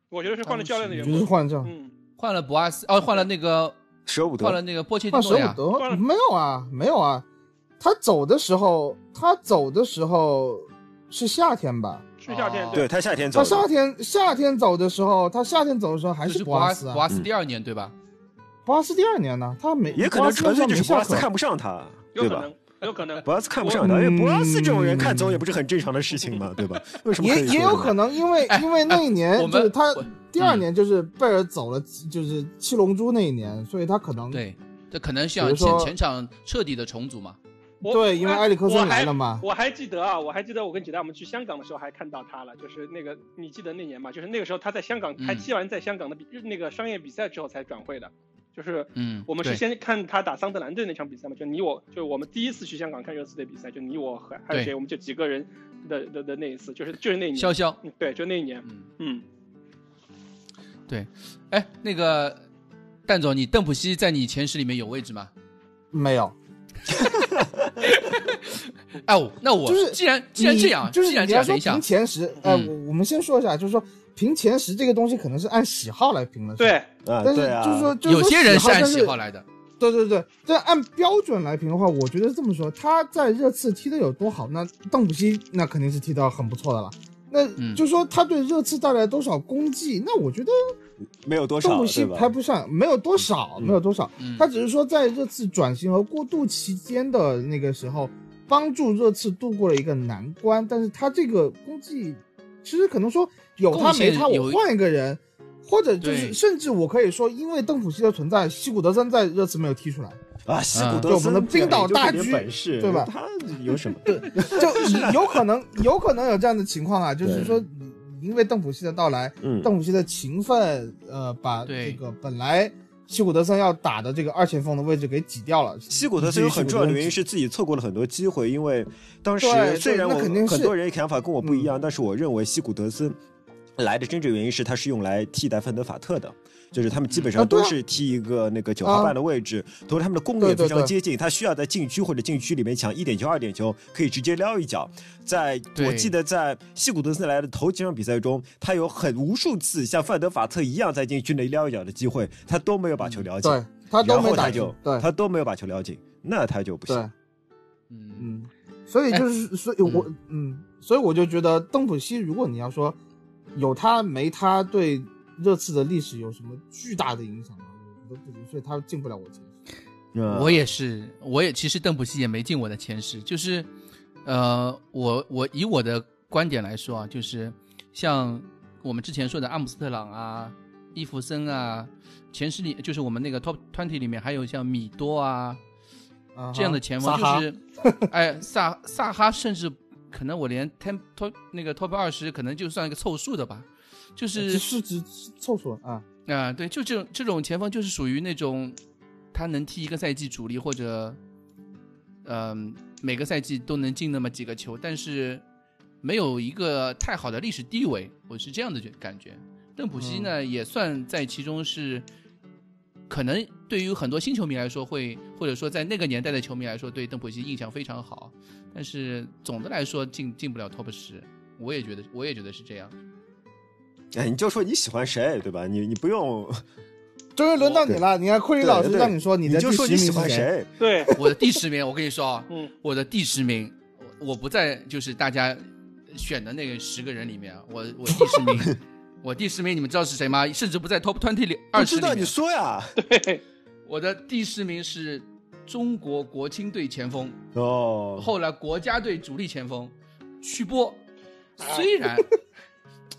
我觉得是换了教练的缘
就是
故。
换这样，
嗯，
换了博阿斯，哦，换了那个，
舍不
换
得
了那个波切蒂
换舍
诺
伍
呀。
德
换了
没有啊，没有啊，他走的时候，他走的时候是夏天吧？
是夏天
哦
对他夏天走
他
了，
夏天夏天走的时候，他夏天走的时候还
这是
博
阿
阿
斯，
斯
博
啊，
阿
嗯
斯第二年对吧？
博阿斯第二年呢，他没啊
也可能纯粹就是博
博
阿
阿
斯
斯
看不上他，
有
对
可
吧？
能，有可能。
博阿斯看不上他，因为博阿斯这种人看走也不是很正常的事情嘛，对吧？为什
嗯
么
也也有可
能
能因为因为那一年
哎我们
就是他
我嗯
第二年就是贝尔走了，就是七龙珠那一年，所以他可能
对，这可能是
嗯比
想
如说
前前场彻底的重组嘛。
我
对因为
哎
埃里克
我
森
还
来了嘛，
我还记得啊，我还记得我跟姐大我们去香港的时候还看到他了，就是那个你记得那年嘛，就是那个时候他在香港，
嗯
他踢完在香港的比那个商业比赛之后才转会的，就是
嗯，
我们是
对
先看他打桑德兰队那场比赛嘛，就你我，就是我们第一次去香港看热刺队比赛，就你我和还有
对
谁，我们就几个人的的的那一次，就是就是那一
潇
年，
潇，
嗯对，就那一年，
嗯，
嗯，
哎，那个蛋总，你邓普西在你前十里面有位置吗？
没有。
哎，我那我
就是
既然既然这样，
你就是
既然
你
这
要
样，
说
等一下
评，前十，呃，
嗯
我我们先说一下，就是说评前十这个东西可能是按喜好来评的，。
对，
啊？
但是
对啊，
就是说，就是
有些人是按喜好
来，
来的。
对对对。但按标准来评的话，我觉得这么说，他在热刺踢的有多好，那邓普西那肯定是踢得很不错的了。
嗯
那就说他对热刺带来多少功绩，那我觉得
没有多
邓
少，
普
对
西
吧
排？不上，没有多少，
嗯
没有多少。
嗯，
他只是说在热刺转型和过渡期间的那个时候，帮助热刺度过了一个难关。但是他这个功绩，其实可能说有他没他，
贡献有
我换一个人，或者就
对
是甚至我可以说，因为邓普西的存在，西古德森在热刺没有踢出来，
啊，西古
对
德
我
森
们的冰岛大
就
狙
是点本事，
对吧
他有什么？
*laughs*
就有可能有可能有这样的情况啊，就是说你因为邓普西的到来，
嗯，
邓普西的勤奋，呃，把
对
这个本来西古德森要打的这个二前锋的位置给挤掉了。
西古德森有很重要的原因是自己错过了很多机会，因为当时
对
虽然
对
我
那肯定是嗯
很多人想法跟我不一样，但是我认为西古德森来的真正原因是他是用来替代范德法特的。就是他们基本
啊
上
对
都
啊
是踢一个那个九号半的位置，同时他们的攻略
对对
非常
对
接近，他需要在禁区或者禁区里面抢一点球、二点球，可以直接撩一脚。在我
对
记得在西古德森来的头几场比赛中，他有很无数次像范德法特一样在禁区内撩一脚的机会，他都没有把球撩进。
嗯对他都
然后
没
他
打
就
进，对
他都没有把球撩进，那他就不行。
对。
嗯，
嗯，所以
哎
就是，所以我，嗯，所以我就觉得邓普西，如果你要说有他没他，对热刺的历史有什么巨大的影响吗？我觉得不行，所以他进不了我前十。
嗯
我也是，我也其实邓普西也没进我的前十，就是，呃，我我以我的观点来说啊，就是像我们之前说的阿姆斯特朗啊、伊弗森啊，前十里就是我们那个 top twenty 里面还有像米多啊
啊哈
这样的前
萨
锋，
哈
就是，
*laughs*
哎，萨萨哈甚至可能我连 ten top 那个 top 二十可能就算一个凑数的吧，就是
只是只凑数啊，
啊、对，就这种这种前锋就是属于那种，他能踢一个赛季主力或者，嗯、每个赛季都能进那么几个球，但是没有一个太好的历史地位，我是这样的觉感觉。邓普西呢，也算在其中是，可能对于很多新球迷来说会，或者说在那个年代的球迷来说，对邓普西印象非常好，但是总的来说进进不了 top 十，我也觉得我也觉得是这样。
哎，你就说你喜欢谁，对吧？你你
*laughs*
不用，
终于轮到你了。你看库里老师
哦对对
让你说你
你
的第
就说
十
你
名
喜
是
欢
谁？
谁。
对，
我的第十名，我跟你
*laughs*
说啊，
嗯，
我的第十名，我我不在就是大家选的那个十个人里面，啊我我第
*laughs*
十名，我第十名，你们知道是谁吗？甚至不在 top twenty 里
不
二十
知
里
道
面
你说呀？ *laughs*
对，
我的第十名是中国国青队前锋，
哦，
后来国家队
*laughs*
主力前锋曲波，虽然、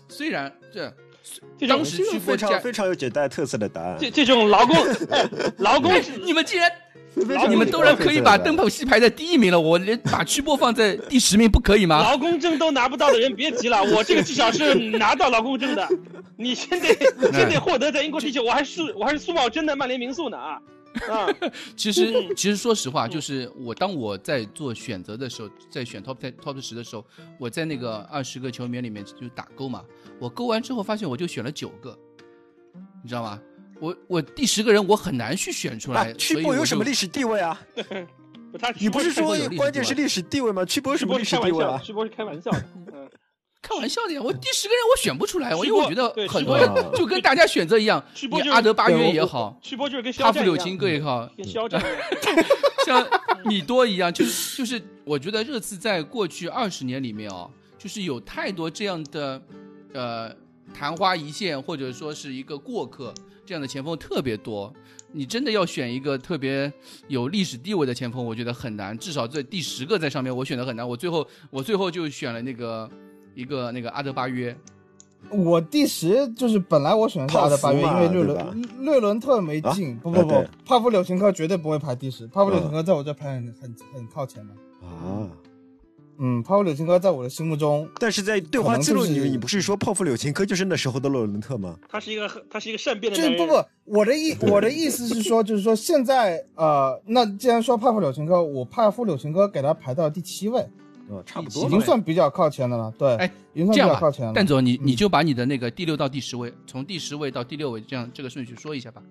虽然这
这种
当时
这
去
个
过
非
加
常，非常有简单特色的答案。
这这种劳
*laughs*
工劳工
哎，你们竟然
非常
你们
有
都
简单
然
特
可以
色的
把
答
灯
案
泡西排在第一名了，我连把曲波放在第十名不可以吗？
劳工证都拿不到的人，别急了，我这个至少是拿到劳工证的。你先得先得获得在英国地区，我还是我还是苏茂贞的曼联民宿呢啊啊！
其实
*laughs*
其实说实话，
嗯
就是我当我在做选择的时候，在选 top ten top 十的时候，我在那个二十个球员里面就打勾嘛，我勾完之后发现我就选了九个，你知道吗？我我第十个人我很难去选出来，
啊，曲
所以
波
我
有什
就
么历史地位啊？
不他
你不
*laughs*
是
曲波
说
有历史
关键
地
是
位
历史地位吗？曲波有什
徐
么
波
历
是
史
开
地
玩
位
笑，
啊？
徐波是开玩笑的，嗯，
开玩笑的呀，我第十个人我选不出来，我因为我觉得
对
很
直
多
播
人就跟大家选择一样，
直
你
播就是
阿德巴约也好，
徐波就是跟肖
哈弗
战
柳
一
琴
样，
哥也好，
跟肖战一样。
像米多一样，就是就是，我觉得热刺在过去二十年里面哦，就是有太多这样的，呃，昙花一现或者说是一个过客这样的前锋特别多。你真的要选一个特别有历史地位的前锋，我觉得很难。至少在第十个在上面，我选的很难。我最后我最后就选了那个一个那个阿德巴约，
我第十就是本来我选的是阿德巴约，
泡芙
因
嘛
为略
对吧
伦略伦特没进，不不
啊
不
对，
帕夫柳琴科绝对不会排第十，帕夫柳琴科在我这排很很很靠前的。
啊！
嗯，帕夫柳琴科在我的心目中，
但是在对
可
话
能
记录
就
里
是
面，你不是说泡芙柳琴科就是那时候的洛伦特吗？
他是一个很他是一个善变的
就
男
是
人。
不不，我的意我的意思是说，就是说现在呃，那既然说帕夫柳琴科，我帕夫柳琴科给他排到第七位，
啊，差不
已
多
已
了
经。算比较靠前的了。对，
哎，
已经算
这样
比较
吧
靠前了。
蛋总，你
嗯
你就把你的那个第六到第十位，从第十位到第六位这样这个顺序说一下吧。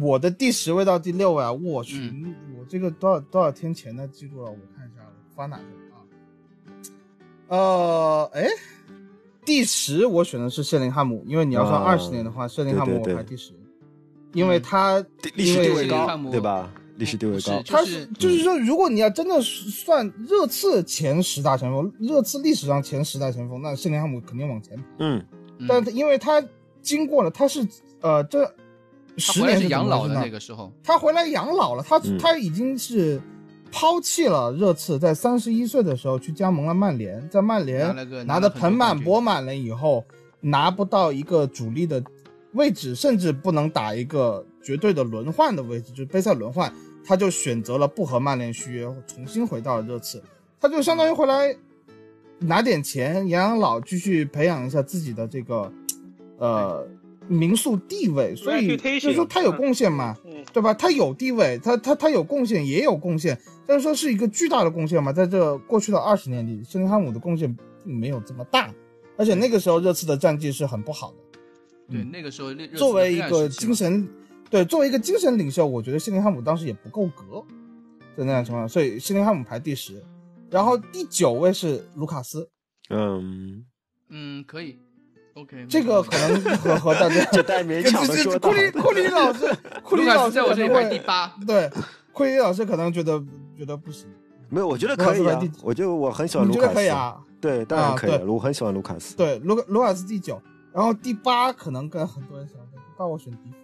我的第十位到第六位啊，我去，
嗯
我这个多少多少天前的记录了，我看一下，我发哪去了啊？呃，哎，第十我选的是谢林汉姆，因为你要算
啊
二十年的话，谢林汉姆
对对
我排
对
第十，因为他、
嗯
地历史地
因为
位
汉
高，
姆
对吧？历史地位
不是
高，
他
就是
是
嗯
就是说，如果你要真的算热刺前十大前锋，热刺历史上前十大前锋，那谢林汉姆肯定往前排，
嗯，
嗯
但因为他经过了，他是呃这
他
十
回来
年
是养老的
的
那个时候，
他回来养老了，他、
嗯
他已经是抛弃了热刺，在三十一岁的时候去加盟了曼联，在曼
拿
联
了个
拿
了
的
很多
盆满
冠军
钵满了以后，拿不到一个主力的位置，甚至不能打一个绝对的轮换的位置，就是杯赛轮换，他就选择了不和曼联续约，重新回到了热刺，他就相当于回来拿点钱养养老，继续培养一下自己的这个呃
哎
民宿地位，所以就是说他有贡献嘛。
嗯，
对吧？他有地位，他他他有贡献，也有贡献，但是说是一个巨大的贡献嘛，在这过去的二十年里，森林汉姆的贡献并没有这么大，而且那个时候热刺的战绩是很不好的。
对，
嗯
那个时候热热刺
作为
黑
一
暗
个
时期
精
嘛
神，对，作为一个精神领袖，我觉得森林汉姆当时也不够格，在那样情况下，所以森林汉姆排第十，然后第九位是卢卡斯，
嗯，
嗯，可以，OK，
这个可能和和
*laughs*
大家 *laughs*
*laughs* 这太勉强的
这
说
这
到
库
了
里库里老师，
*laughs*
库
卢
里
卡
老
斯
师
在我这里
可
排
能会
第八，
对，库里老师可能觉得觉得不行。
*laughs* 没有，我觉得可以
卢卡
啊
斯排第，
我就我很喜欢
你
卢
觉
卡
得
斯，
可以啊？
对，当然
啊
可以
对
了，我很喜欢卢卡斯，
对，卢卢卡斯第九，然后第八可能跟很多人相反，但我选迪福。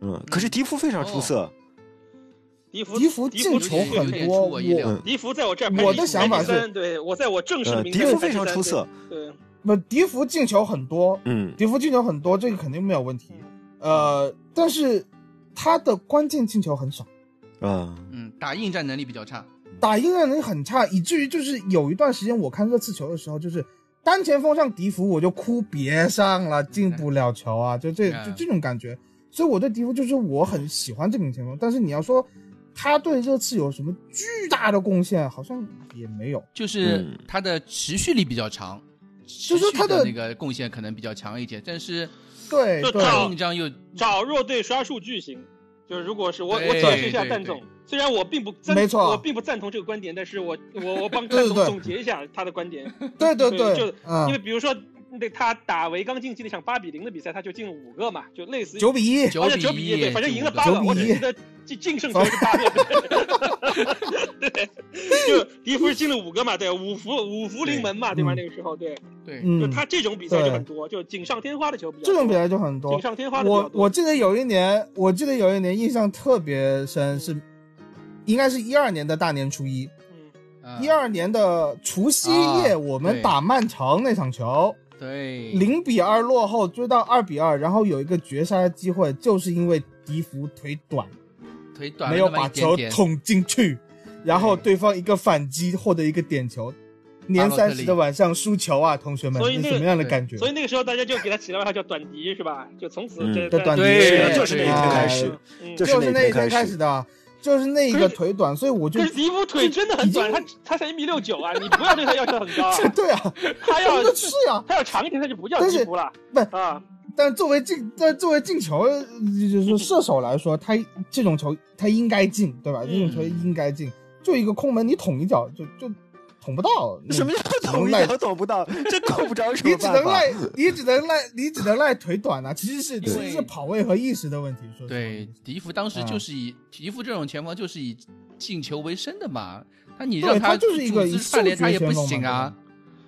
嗯，可是迪夫非常出
哦
色，
迪福
迪福
迪
进
福
球
有
很
点
多，
出我意料
我
迪福在我这儿排
我
第
的想法
排第
是
三对我在我正式的
嗯，
名
迪
单
夫
排
非
第
常
三
出色，，
对，对
不，迪福进球很多，
嗯，
迪福进球很多，这个肯定没有问题。呃，但是他的关键进球很少，
啊，
嗯，打应战能力比较差，
打应该能力很差，以至于就是有一段时间我看热刺球的时候，就是单前锋上迪福我就哭，别上了，进不了
*laughs*
球啊，就这
嗯
就这种感觉。所以我对迪福就是我很喜欢这名前锋，但是你要说他对热刺有什么巨大的贡献，好像也没有。
就是
嗯
他的持续力比较长，
就
持
说
续
他
的
的
那个贡献可能比较强一点，但是
对
就
对
照
打硬仗又
找弱队刷数据型，就是如果是我
对
我解释一下
对
蛋
对
总，虽然我并不赞，
没错
我并不赞同这个观点，但是我我我帮
对
蛋
对
总
对嗯
总结一下他的观点，
对对
对就因为
嗯，
比如说那他打维冈竞技那场八比零的比赛，他就进了五个嘛，就类似于
九比一，
九
而且九比
比
一，对，反正赢了八
就
个，
9比1
我只记得净净胜球是八个， *laughs* 对，就迪福是进了五个嘛，对，五福五福临门嘛，对吧？
嗯
那个时候，对，
对，
就
嗯，
他这种比赛就
对
很多，就锦上添花的球比较
这
多，
种比赛就很多
锦。上添花的比较
我
多
我记得有一年，我记得有一年印象特别深，是应该是一二年的大年初一，
嗯
嗯
一二年的除夕夜，
啊
我们
对
打曼城那场球，
对，
零比二落后，追到二比二，然后有一个绝杀的机会，就是因因为迪福腿短，
腿短了
没有
那么
把
一点
球
点
捅进去，然后对方一个反击获得一个点球。年
巴洛
三
特利
十的晚上输球啊，同学们，
所以
是
那
什么样的感觉？
所以那个时候大家就给他起了外号叫短笛，是吧？就从此
嗯
这
叫短笛
对，
对
就是那一天开始，
嗯
就
就是
那
那
一
一天
天开
开
始
始的，啊就是那一个腿短，所以我就
可是迪夫腿真的很短，他他才一米六九啊！你不要对他要求很高啊，
*laughs* 对啊，
他
*laughs*
要
是啊，
他要长一点，他就不叫迪夫了。
但是
啊，
但作为进，但作为进球，呃就是说射手来说，他这种球他应该进，对吧？
嗯
这种球应该进，就一个空门，你捅一脚就就捅不到，那
什么叫捅一脚捅不到？这够不 *laughs* 着什
你
么
只
办
能
法
赖。，你只能赖，你只能赖腿短啊！其实是其
对
实是跑位和意识的问题。说实话
对，迪福当时
啊
就是以、迪福这种前锋就是以进球为生的嘛，那你
对
让
他就是一个以
主姿
嗅
串联
觉
他也
先
不
锋嘛
行啊，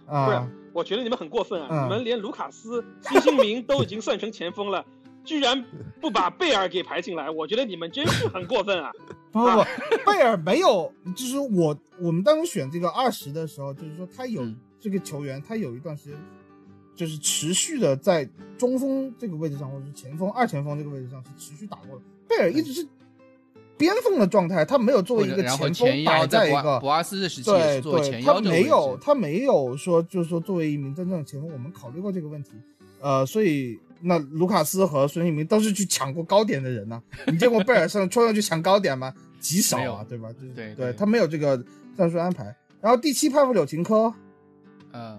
不是
啊，，
我觉得你们很过分啊！
嗯
你们连卢卡斯、孙兴民都已经算成前锋了，居然不把贝尔给排进来，我觉得你们真是很过分啊！
不不不，贝尔没有，就是我我们当时选这个二十的时候，就是说他有
嗯
这个球员，他有一段时间就是持续的在中锋这个位置上，或者是前锋、二前锋这个位置上是持续打过的。贝尔一直是边锋的状态，他没有作为一
或
个
者然后
锋
腰
摆
在
在一
博阿
个
博阿斯的时期也
对
是做前
对，
腰
他
的
没
位
有
置
他没有说就是说作为一名真正的前锋，我们考虑过这个问题，呃，所以那卢卡斯和孙兴民都是去抢过高点的人呢、你见过贝尔上冲上去抢高点吗？极少
没
啊
有，
对吧？就是
对对
对，他没有这个战术安排。然后第七帕夫柳琴科，
嗯。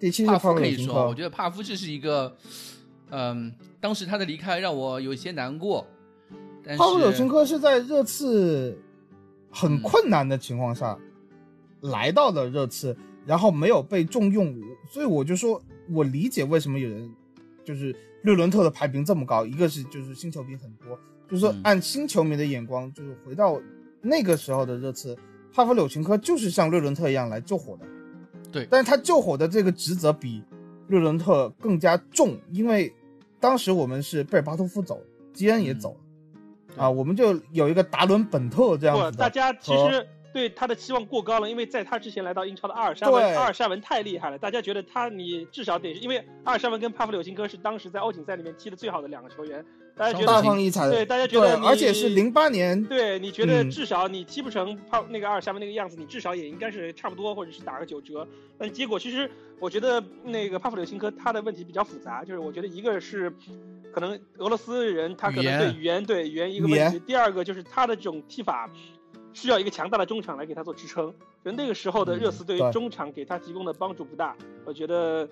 第七是
帕
夫
夫可
柳
以
琴
说，啊
科
我，觉得帕夫这是一个，嗯，当时他的离开让我有些难过，但是嗯
帕夫柳琴科是在热刺很困难的情况下、来到了热刺，然后没有被重用，所以我就说，我理解为什么有人就是略伦特的排名这么高，一个是就是新球迷很多，就是说
嗯
按新球迷的眼光，就是回到那个时候的热刺，帕夫柳琴科就是像略伦特一样来救火的，
对
但是他救火的这个职责比略伦特更加重，因为当时我们是贝尔巴托夫走，基恩
嗯
也走了。啊，我们就有一个达伦本特这样
不
子，的，
大家其
和
实对他的期望过高了，因为在他之前来到英超的阿尔沙文，
对
阿尔沙文太厉害了，大家觉得他你至少得，因为阿尔沙文跟帕夫柳琴科是当时在欧锦赛里面踢的最好的两个球员，大家觉
大
得
双
放异彩的，
对大家觉得你
而且是零八年，
对，你觉得
嗯
至少你踢不成帕那个阿尔沙文那个样子，你至少也应该是差不多，或者是打个九折。但结果其实我觉得那个帕夫柳琴科他的问题比较复杂，就是我觉得一个是可能俄罗斯人他可能
语言
对语言对语言一个
语
问
言
题，第二个就是他的这种踢法需要一个强大的中场来给他做支撑。就那个时候的热刺对于
嗯对
中场给他提供的帮助不大，我觉得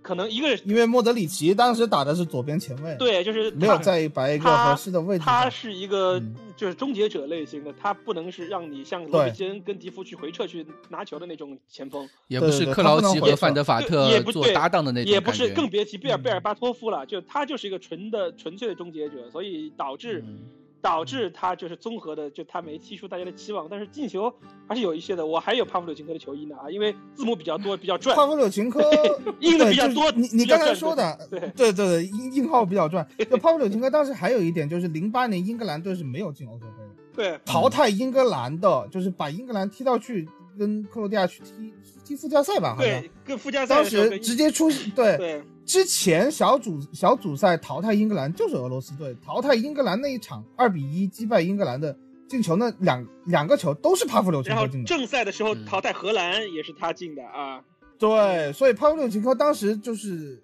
可能一个是
因为莫德里奇当时打的是左边前卫，，
对就是
没有
他
在摆一个
他
合适的位置
他
上。
是一个
嗯
就是终结者类型的，他不能是让你像罗比
对
基恩跟迪夫去回撤去拿球的那种前锋，
也
对
不
对
是
对
克
他
劳
不能
奇
回
和范
撤
德法
对
特
也不
做
对
搭档的那种
也不
感
是，
觉
更别提贝尔
嗯
贝尔巴托夫了，就他就是一个纯的纯粹的终结者，所以导致
嗯
导致他就是综合的，就他没踢出大家的期望，但是进球还是有一些的。我还有帕夫柳琴科的球衣呢啊，因为字母比较多，比较赚，
帕夫
*laughs*
柳琴科
印的
对
比较
就是
多
你
比
你
较
刚才
赚
说的，
对。
对对对，印印号比较赚。就帕夫柳琴科当时还有一点就是，零八年英格兰队是没有进欧洲杯的，
对
淘汰英格兰的，就是把英格兰踢到去跟克罗地亚去踢踢附加赛吧，好像
对，跟附加赛
当
的时候
时
跟
直接出对
对
之前小组小组赛淘汰英格兰就是俄罗斯队，淘汰英格兰那一场二比一击败英格兰的进球，那两两个球都是帕夫柳琴
然后
科进的。
正赛的时候
嗯
淘汰荷兰也是他进的啊，
对，所以帕夫柳琴科当时就是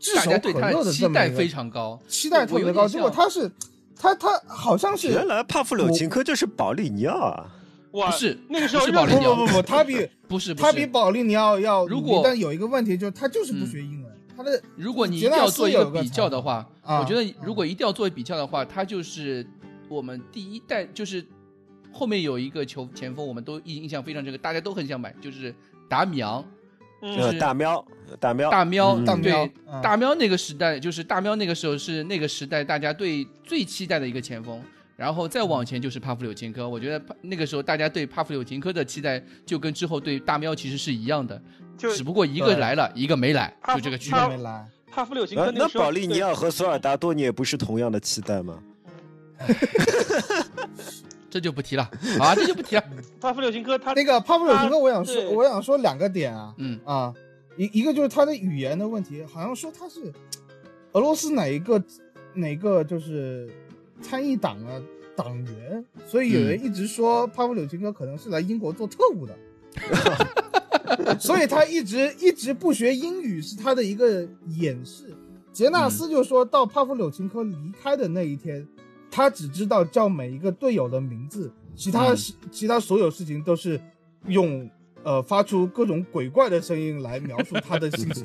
炙
大
手
家对
可
他
热
的
的
期
这么
待
一
非
个
常高，
期待特别
我有
高，
点
结
像
果他是他他好像是
原来帕夫柳琴科就是保利尼奥啊，
哇
不，是
那个时候
不是保
热
利
不
尼
不
奥，
不不，他比
不是不
他比
是，
保利尼奥要
如
努力
果
但有一个问题就是他就是不
嗯
学英文，他的
如果你一
杰
定
纳
要
斯
做一
有
个
个
比
采
较的
访
话，
啊
我觉得如果一定要做比较的话，他就是我们第一代，就是后面有一个球前锋，我们都印印象非常这个，大家都很想买，就是达米昂、
嗯
呃，大喵，大喵，
大喵、
嗯
大喵
对、
嗯
大喵那个时代，就是大喵那个时候是那个时代大家对最期待的一个前锋。然后再往前就是帕夫柳琴科，我觉得帕那个时候大家对帕夫柳琴科的期待就跟之后对大喵其实是一样的，
就
只不过一个
对
来了，一个没来，
帕
就
夫
这个
帕
区
一
别
个。没来。
帕夫柳琴科
呃，
那
那
个时候
保利尼奥和索尔达多，你也不是同样的期待吗？
这就不提了啊，这就不提了。
对帕夫柳琴科他
那个帕夫柳琴科，我想
对
说，我想说两个点啊
嗯
啊，一一个就是他的语言的问题，好像说他是俄罗斯哪一个哪个就是参议党啊党员，所以有人一直说帕夫柳琴科可能是来英国做特务的，所以他一直一直不学英语是他的一个掩饰。杰纳斯就说到帕夫柳琴科离开的那一天，他只知道叫每一个队友的名字，其他、
嗯
事其他所有事情都是用呃发出各种鬼怪的声音来描述他的心情，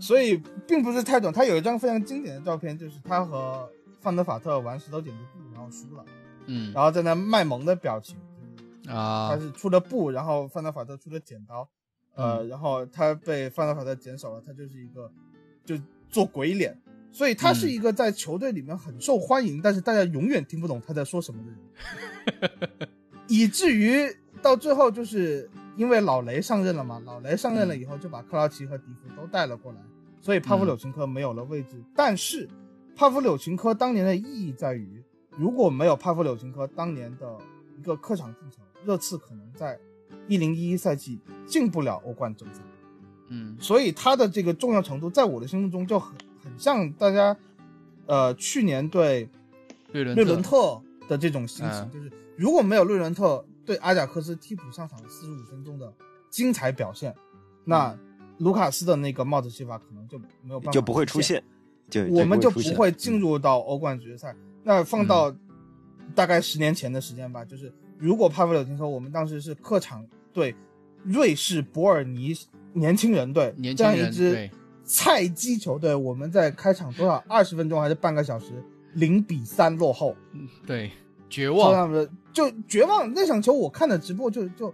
所以并不是太懂。他有一张非常经典的照片，就是他和范德法特玩石头剪子布，然后输了，
嗯
然后在那卖萌的表情，
啊
他，是出了布，然后范德法特出了剪刀，呃，
嗯
然后他被范德法特剪手了，他就是一个就做鬼脸，所以他是
嗯
一个在球队里面很受欢迎，但是大家永远听不懂他在说什么的人，
*laughs*
以至于到最后就是因为老雷上任了嘛，老雷上任了
嗯
以后就把克劳奇和迪夫都带了过来，所以帕夫柳琴科没有了位置，但是帕夫柳琴科当年的意义在于，如果没有帕夫柳琴科当年的一个客场进球，热刺可能在一零一一赛季进不了欧冠正赛。
嗯
所以他的这个重要程度，在我的心目中就很很像大家，呃，去年对
瑞伦
瑞伦特的这种心情，
嗯
就是如果没有瑞伦特对阿贾克斯替补上场四十五分钟的精彩表现，那卢卡斯的那个帽子戏法可能就没有办法
就不会出
现。
现，就
哦我们就
不
不
出现嗯
会进入到欧冠决赛。那放到大概十年前的时间吧，就是如果帕夫柳琴科，我们当时是客场对瑞士博尔尼年轻人队
年
这
轻
样
人
一支
对，
菜鸡球队，我们在开场多少二十分钟还是半个小时零比三落后，
对绝
说
望，
他们就绝望。那场球我看的直播就就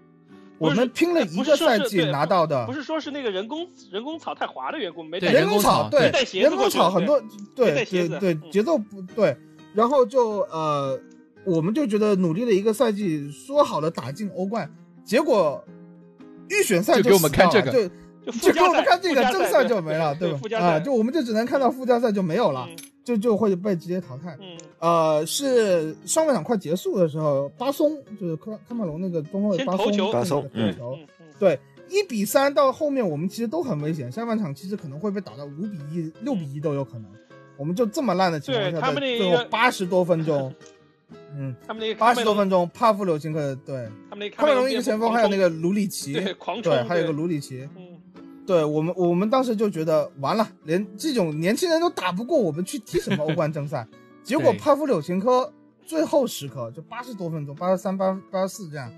我
不
们
是
拼了
哎
一
不
个
是说
赛
是
季
对
拿到的
不是说是那个人工人工草太滑的缘故，没带嗯
对
哎人
人
工
工
草
草
对
对
带鞋子
人工
过去
草很多
没
对
带鞋
对
子
对
嗯
节奏不对，然后就呃我们就觉得努力了一个赛季，说好了打进欧冠，结果预选赛
就给我们
死掉
看
了
这
就
就
就
附
给
加
我们
赛，
看这
附
个
加
正
赛
赛
对
就没了，
对
吧
附？加
啊，
赛
就我们就只能看到附加赛就没有了，
嗯
就就会被直接淘汰。
嗯，
呃，是上半场快结束的时候，巴松就是科喀麦隆那个中后卫
先
巴
头
松
球
巴松
头
嗯
球，
嗯嗯
对，一比三到后面我们其实都很危险，下半场其实可能会被打到五比一、六比一都有可能。我们就这么烂的情况下，
对他们
在
那
最
个
后八十多分钟，
*laughs*
嗯，
他们那个
八
卡
十
梅
多
隆，
分钟，帕夫柳琴科对，
他们那
卡梅隆一
个边
个前
锋
锋，还有那
狂
个卢里奇
冲，对狂
对，
冲，
还有一个卢里奇，
嗯，
对我们我们当时就觉得完了，连这种年轻人都打不过，我们去踢什么欧冠正赛？结果
对
帕夫柳琴科最后时刻就八十多分钟，八十三、八八十四这样，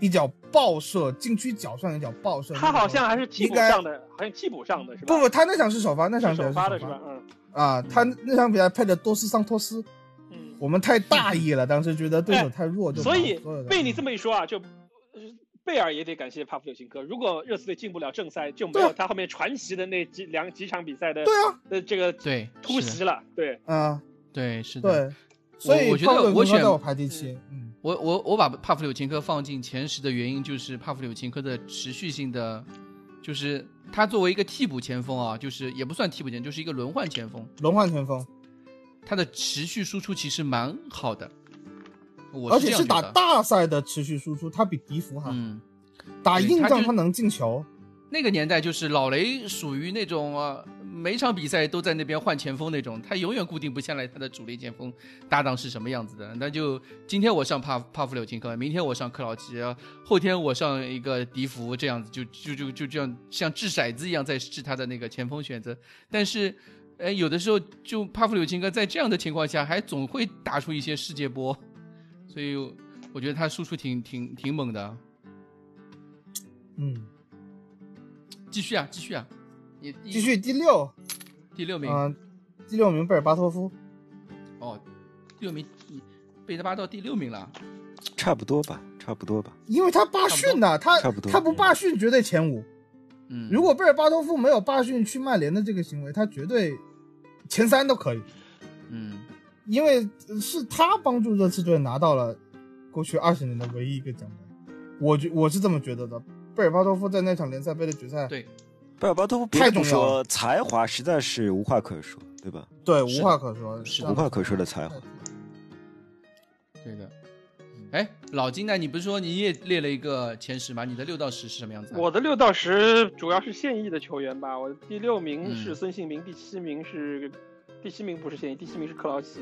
一脚爆射禁区角上一脚爆射，
他好像还是替
应
补
该
上的，好像替补上的是吧？
不不，他那场是首发，那场
是首
比赛是
发
首
的是吧？嗯
啊，他那场比赛配的多斯桑托斯，
嗯。
我们太大意了，当时觉得对手太弱，就把
哎所以
有的嗯
被你这么一说啊，就呃贝尔也得感谢帕夫柳琴科。如果热刺队进不了正赛，就没
对啊
有他后面传奇的那几两几场比赛的
对啊，
呃这个
对
突
是
袭了。对，
啊
对是的，
对，所以
我觉得
帕布柳
我
琴科
选
在我排第七，嗯，
我我我把帕夫柳琴科放进前十的原因，就是帕夫柳琴科的持续性的，就是他作为一个替补前锋啊，就是也不算替补前，就是一个轮换前锋，
轮换前锋，
他的持续输出其实蛮好的。我
而
是
且
这
是
样觉
打
得。
大赛的持续输出，他比迪福哈，
嗯，
打
对
硬
他
仗
就
他能进球，
那个年代就是老雷属于那种啊，每场比赛都在那边换前锋那种，他永远固定不下来他的主力前锋搭档是什么样子的。那就今天我上帕帕夫柳琴科，明天我上克劳奇，后天我上一个迪福，这样子就就就就这样像掷骰子一样在掷他的那个前锋选择。但是，呃，有的时候就帕夫柳琴科在这样的情况下，还总会打出一些世界波，所以我觉得他输出挺挺挺猛的。啊
嗯，
继续啊，继续啊，你
继续第六，
第六名。
嗯，第六名贝尔巴托夫，
哦，六名，你贝德巴到第六名了。
差不多吧，差不多吧。
因为他罢训呐，他
差不多
他不罢训绝对前五，
嗯，
如果贝尔巴托夫没有罢训去曼联的这个行为，他绝对前三都可以。
嗯
因为呃是他帮助热刺队拿到了过去二十年的唯一一个奖杯，我觉我是这么觉得的。贝尔巴托夫在那场联赛杯的决赛，
对，
贝尔巴托夫别
太
的不
重要
说，才华实在是无话可说，对吧？
对
是
无
的
话可说，这
是的
样
无话可说的才华
太。
对的。哎，老金呢？你不是说你也列了一个前十吗？你的六到十是什么样子啊？
我的六到十主要是现役的球员吧，我第六名是
嗯
孙兴民，第七名是第七名不是现役，第七名是克劳奇。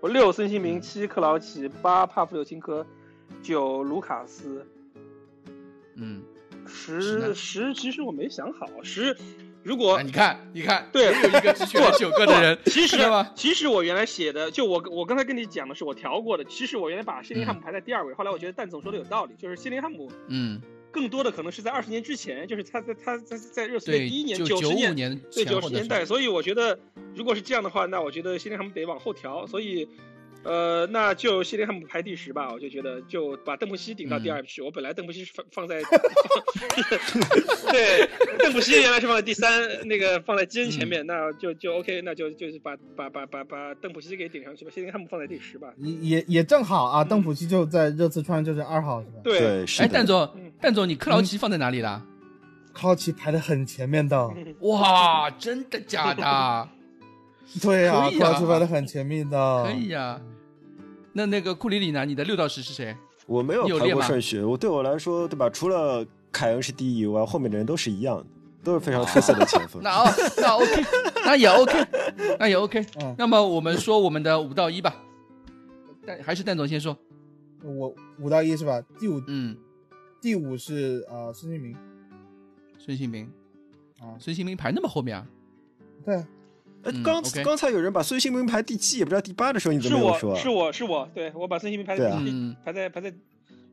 我六孙兴
嗯
民，七克劳奇，八帕夫柳琴科，九卢卡斯，
嗯，是
十
呢
十其实我没想好十，如果
啊你看，你看，
对，
有一个只选了九个的人
其实
知道吗？
其实我原来写的，就我我刚才跟你讲的是我调过的。其实我原来把谢林汉姆排在第二位，后来我觉得蛋总说的有道理，就是谢林汉姆
嗯，
更多的可能是在二十年之前，就是他在他在在热刺队
对
第一，年
就
九
九
十
五
年
年
对
前
九
后
十
的
年
事儿
代，所以我觉得如果是这样的话，那我觉得谢林汉姆得往后调，所以。呃，那就谢林汉姆排第十吧，我就觉得就把邓布西顶到第
嗯
二去。我本来邓布西是放放在， *laughs* 对，邓布西原来是放在第三，那个放在基恩前面，
嗯
那就就 OK，那就就是把把把把把邓布西给顶上去吧，谢林汉姆放在第十吧。
也也也正好啊，邓普西就在热刺穿就是二号是吧？
对，
对，是
哎，
的。
蛋总
嗯，
蛋总，你克劳奇放在哪里啦？
靠奇排的很前面的，
嗯哇，真的
*laughs*
假的？
对啊，
可以
克
啊
劳奇排的很前面的，
可以哎啊呀。那那个库里里呢？你的六到十是谁？
我没有
有
排
列
过
吗
顺序，我对我来说，对吧？除了凯恩是第一以外，后面的人都是一样的，都是非常出色的前锋。哎
*laughs* 那哦，那 OK，那也 OK，那也 OK
嗯。
那么我们说我们的五到一吧，但还是蛋总先说。
我五到一是吧？第五
嗯，
第五是呃孙兴民，
孙兴民
啊
哦
孙兴民排那么后面啊？
对啊，
哎
嗯
刚
OK
刚才有人把孙兴民排第七，也不知道第八的时候，你怎
是
么没有
我
说啊？
是我是我，对我把孙兴民排
对
在
啊
第
嗯
排在排在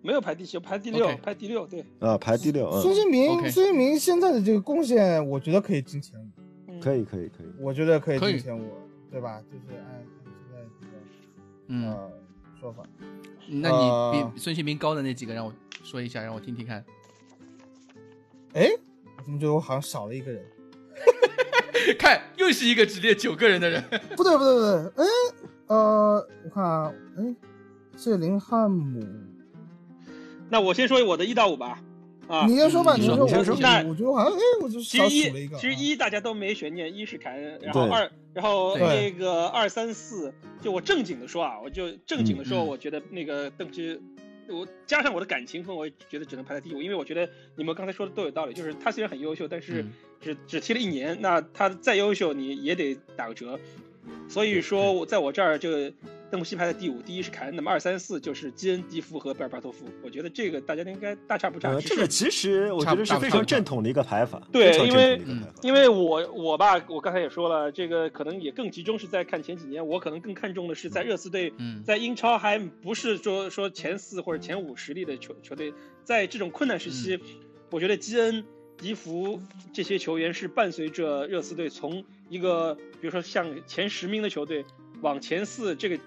没有排第七，我排第六
OK
排第六，对，
啊，排第六，
孙
嗯，
兴民
OK
孙兴民现在的这个贡献，我觉得可以进前五，
嗯
可以，可以，可以。
我觉得可以
可以
进前五，对吧？就是按现在这个
哦
嗯，
呃说法，
那你比孙兴民高的那几个让我说一下，让我听听看。 *laughs*
哎，我怎么觉得我好像少了一个人？
看，又是一个只列九个人的人。
不对不对不对，哎，呃，我看啊，哎，谢林汉姆，
那我先说我的一到五吧，啊，
你先说吧，
你
你
说
说，
你
我我
先说
那
我觉得我好像，哎，我就
其
少
实
数了一
一
个，
其实
啊，
一大家都没悬念，一是凯恩，然后
对
二，然后
对
那个二三四，就我正经的说啊，我就正经的说，
嗯嗯
我觉得那个邓布西，我加上我的感情分，我也觉得只能排在第五，因为我觉得你们刚才说的都有道理，就是他虽然很优秀，但是
嗯
只、只踢了一年，那他再优秀你也得打个折，所以说我在我这儿就邓布西排在第五，第一是凯恩，那么二三四就是基恩、迪夫和贝尔巴托夫，我觉得这个大家应该大差不差，
呃，
只
这
是
个其实我觉得是非常正统的一个排法，
对
非常正统的一个排法。
因为嗯我我吧，我刚才也说了，这个可能也更集中是在看前几年，我可能更看重的是在热刺队，
嗯
在英超还不是说说前四或者前五实力的球球队，在这种困难时
嗯
期，我觉得基恩、迪福这些球员是伴随着热刺队从一个比如说像前十名的球队往前四这个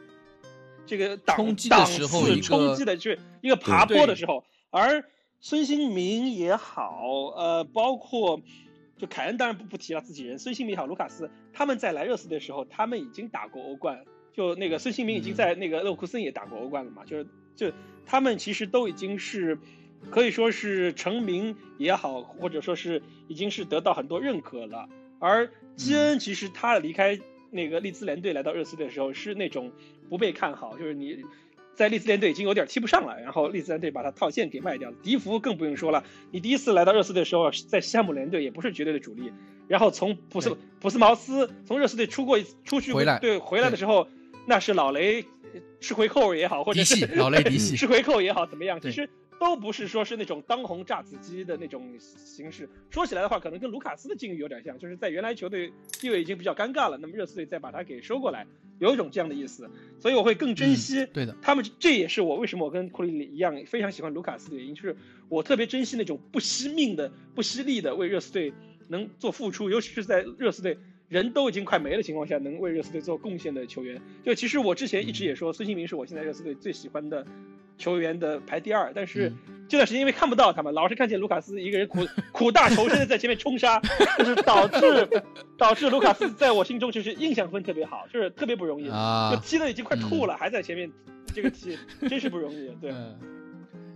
这个档
冲击的
档
时候
次
一个
冲击的就是一个爬坡
对
的时候，而孙兴民也好，呃，包括就凯恩，当然不不提了，自己人，孙兴民也好，卢卡斯，他们在来热刺的时候，他们已经打过欧冠，就那个孙兴民已经在那个勒沃库森也打过欧冠了嘛，就是就他们其实都已经是可以说是成名也好，或者说是已经是得到很多认可了。而基
嗯
恩其实他离开那个利兹联队来到热刺队的时候是那种不被看好，就是你在利兹联队已经有点踢不上了，然后利兹联队把他套现给卖掉了。迪福更不用说了，你第一次来到热刺队的时候，在西汉姆联队也不是绝对的主力，然后从普斯
对
普斯茅斯从热刺队出过一出去过
回来
对回来的时候，那是老雷 *laughs* 呃吃回扣也 *laughs* 好，或者
嫡系
*laughs* 是
老雷嫡系
吃回扣也好，怎么样？
嗯对
其实都不是说是那种当红炸子鸡的那种形式。说起来的话，可能跟卢卡斯的境遇有点像，就是在原来球队地位已经比较尴尬了，那么热刺队再把他给收过来，有一种这样的意思。所以我会更珍惜、
嗯对的，
他们这也是我为什么我跟库里一样非常喜欢卢卡斯的原因，就是我特别珍惜那种不惜命的、不惜力的为热刺队能做付出，尤其是在热刺队人都已经快没的情况下，能为热刺队做贡献的球员。就其实我之前一直也说，孙兴民是我现在热刺队最喜欢的球员的排第二，但是。这段时间因为看不到他们，老是看见卢卡斯一个人苦苦大仇深的在前面冲杀，就是导致导致卢卡斯在我心中就是印象分特别好，就是特别不容易。就
啊，
踢的已经快吐了，还在前面这个踢，真是不容易。对，
嗯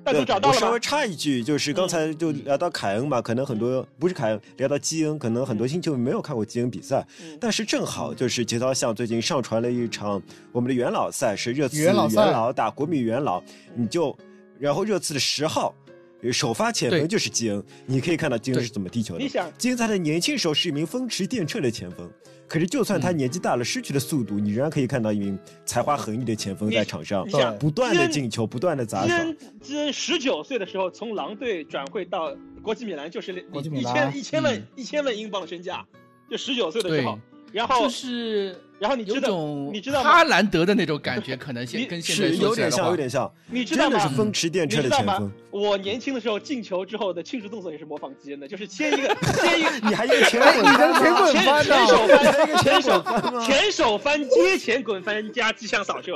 但都
对
找到
我
了
稍微
吧？
插一句，就是刚才就聊到凯恩嘛，可能很多不是凯恩，聊到基恩，可能很多新球迷没有看过基恩比赛，
嗯
但是正好就是节操巷最近上传了一场我们的元老赛，是热刺
元老赛
打国米元老，你就然后热刺的十号。首发前锋
对
就是基恩，你可以看到基恩
对
是怎么踢球的
你。想，
基恩在他年轻时候是一名风驰电掣的前锋，可是就算他
嗯
年纪大了，失去了速度，你仍然可以看到一名才华横溢的前锋
你
在场上
你想
不断的
基恩
进球，不断的砸
基
爽。
恩基恩十九岁的时候从狼队转会到国际米兰，就是
国际米
一
兰
千一千万
嗯
一千万英镑的身价，就十九岁的时
对，
候。然后
就是
然后你
有
知道
种
你知道吗
哈兰德的那种感觉，可能现
你
跟现在
是
说
有
起
点
来的
像，
话
有点像，
你知道
真的
吗
是？风驰电
你
掣
知
的
道
前
吗
锋。？
我年轻的时候进球之后的庆祝动作也是模仿基恩的，就是先一个先一个
你还一个前滚翻
你的前
吗
滚
前
翻
前手
呢？
还一个
翻
前
前
手
手
翻吗？
前手翻接前滚翻加机枪扫射，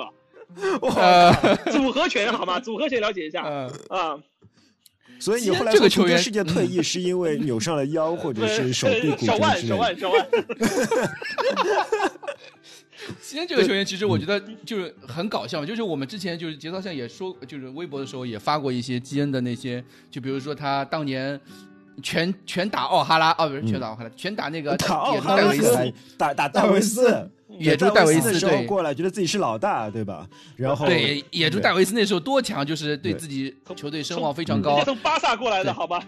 *laughs* 呃
组合拳好吗？组合拳了解一下
呃，
啊，
所以你
基恩
后来
这个
从
球
足球
员
世界退役是因为扭伤了腰或者
对
是手臂
呃
骨
手
折
腕
之
手
类
腕。
的
手腕，
今天这个球员其实我觉得就是很搞笑，就是我们之前就是节操上也说，就是微博的时候也发过一些基恩的那些，就比如说他当年全全打奥哈拉，哦不是全打奥哈拉，全呃打那个
呃
打奥
也
哈
戴
拉
维斯，
斯，打打戴维斯，
野猪戴
戴
维
斯的
斯
时候
对
过来，觉得自己是老大，对吧？然后
对野猪戴维斯那时候多强，就是对
对
自己球队声
从
望非常
嗯
人
高
家，从巴萨过来的
对
好吧？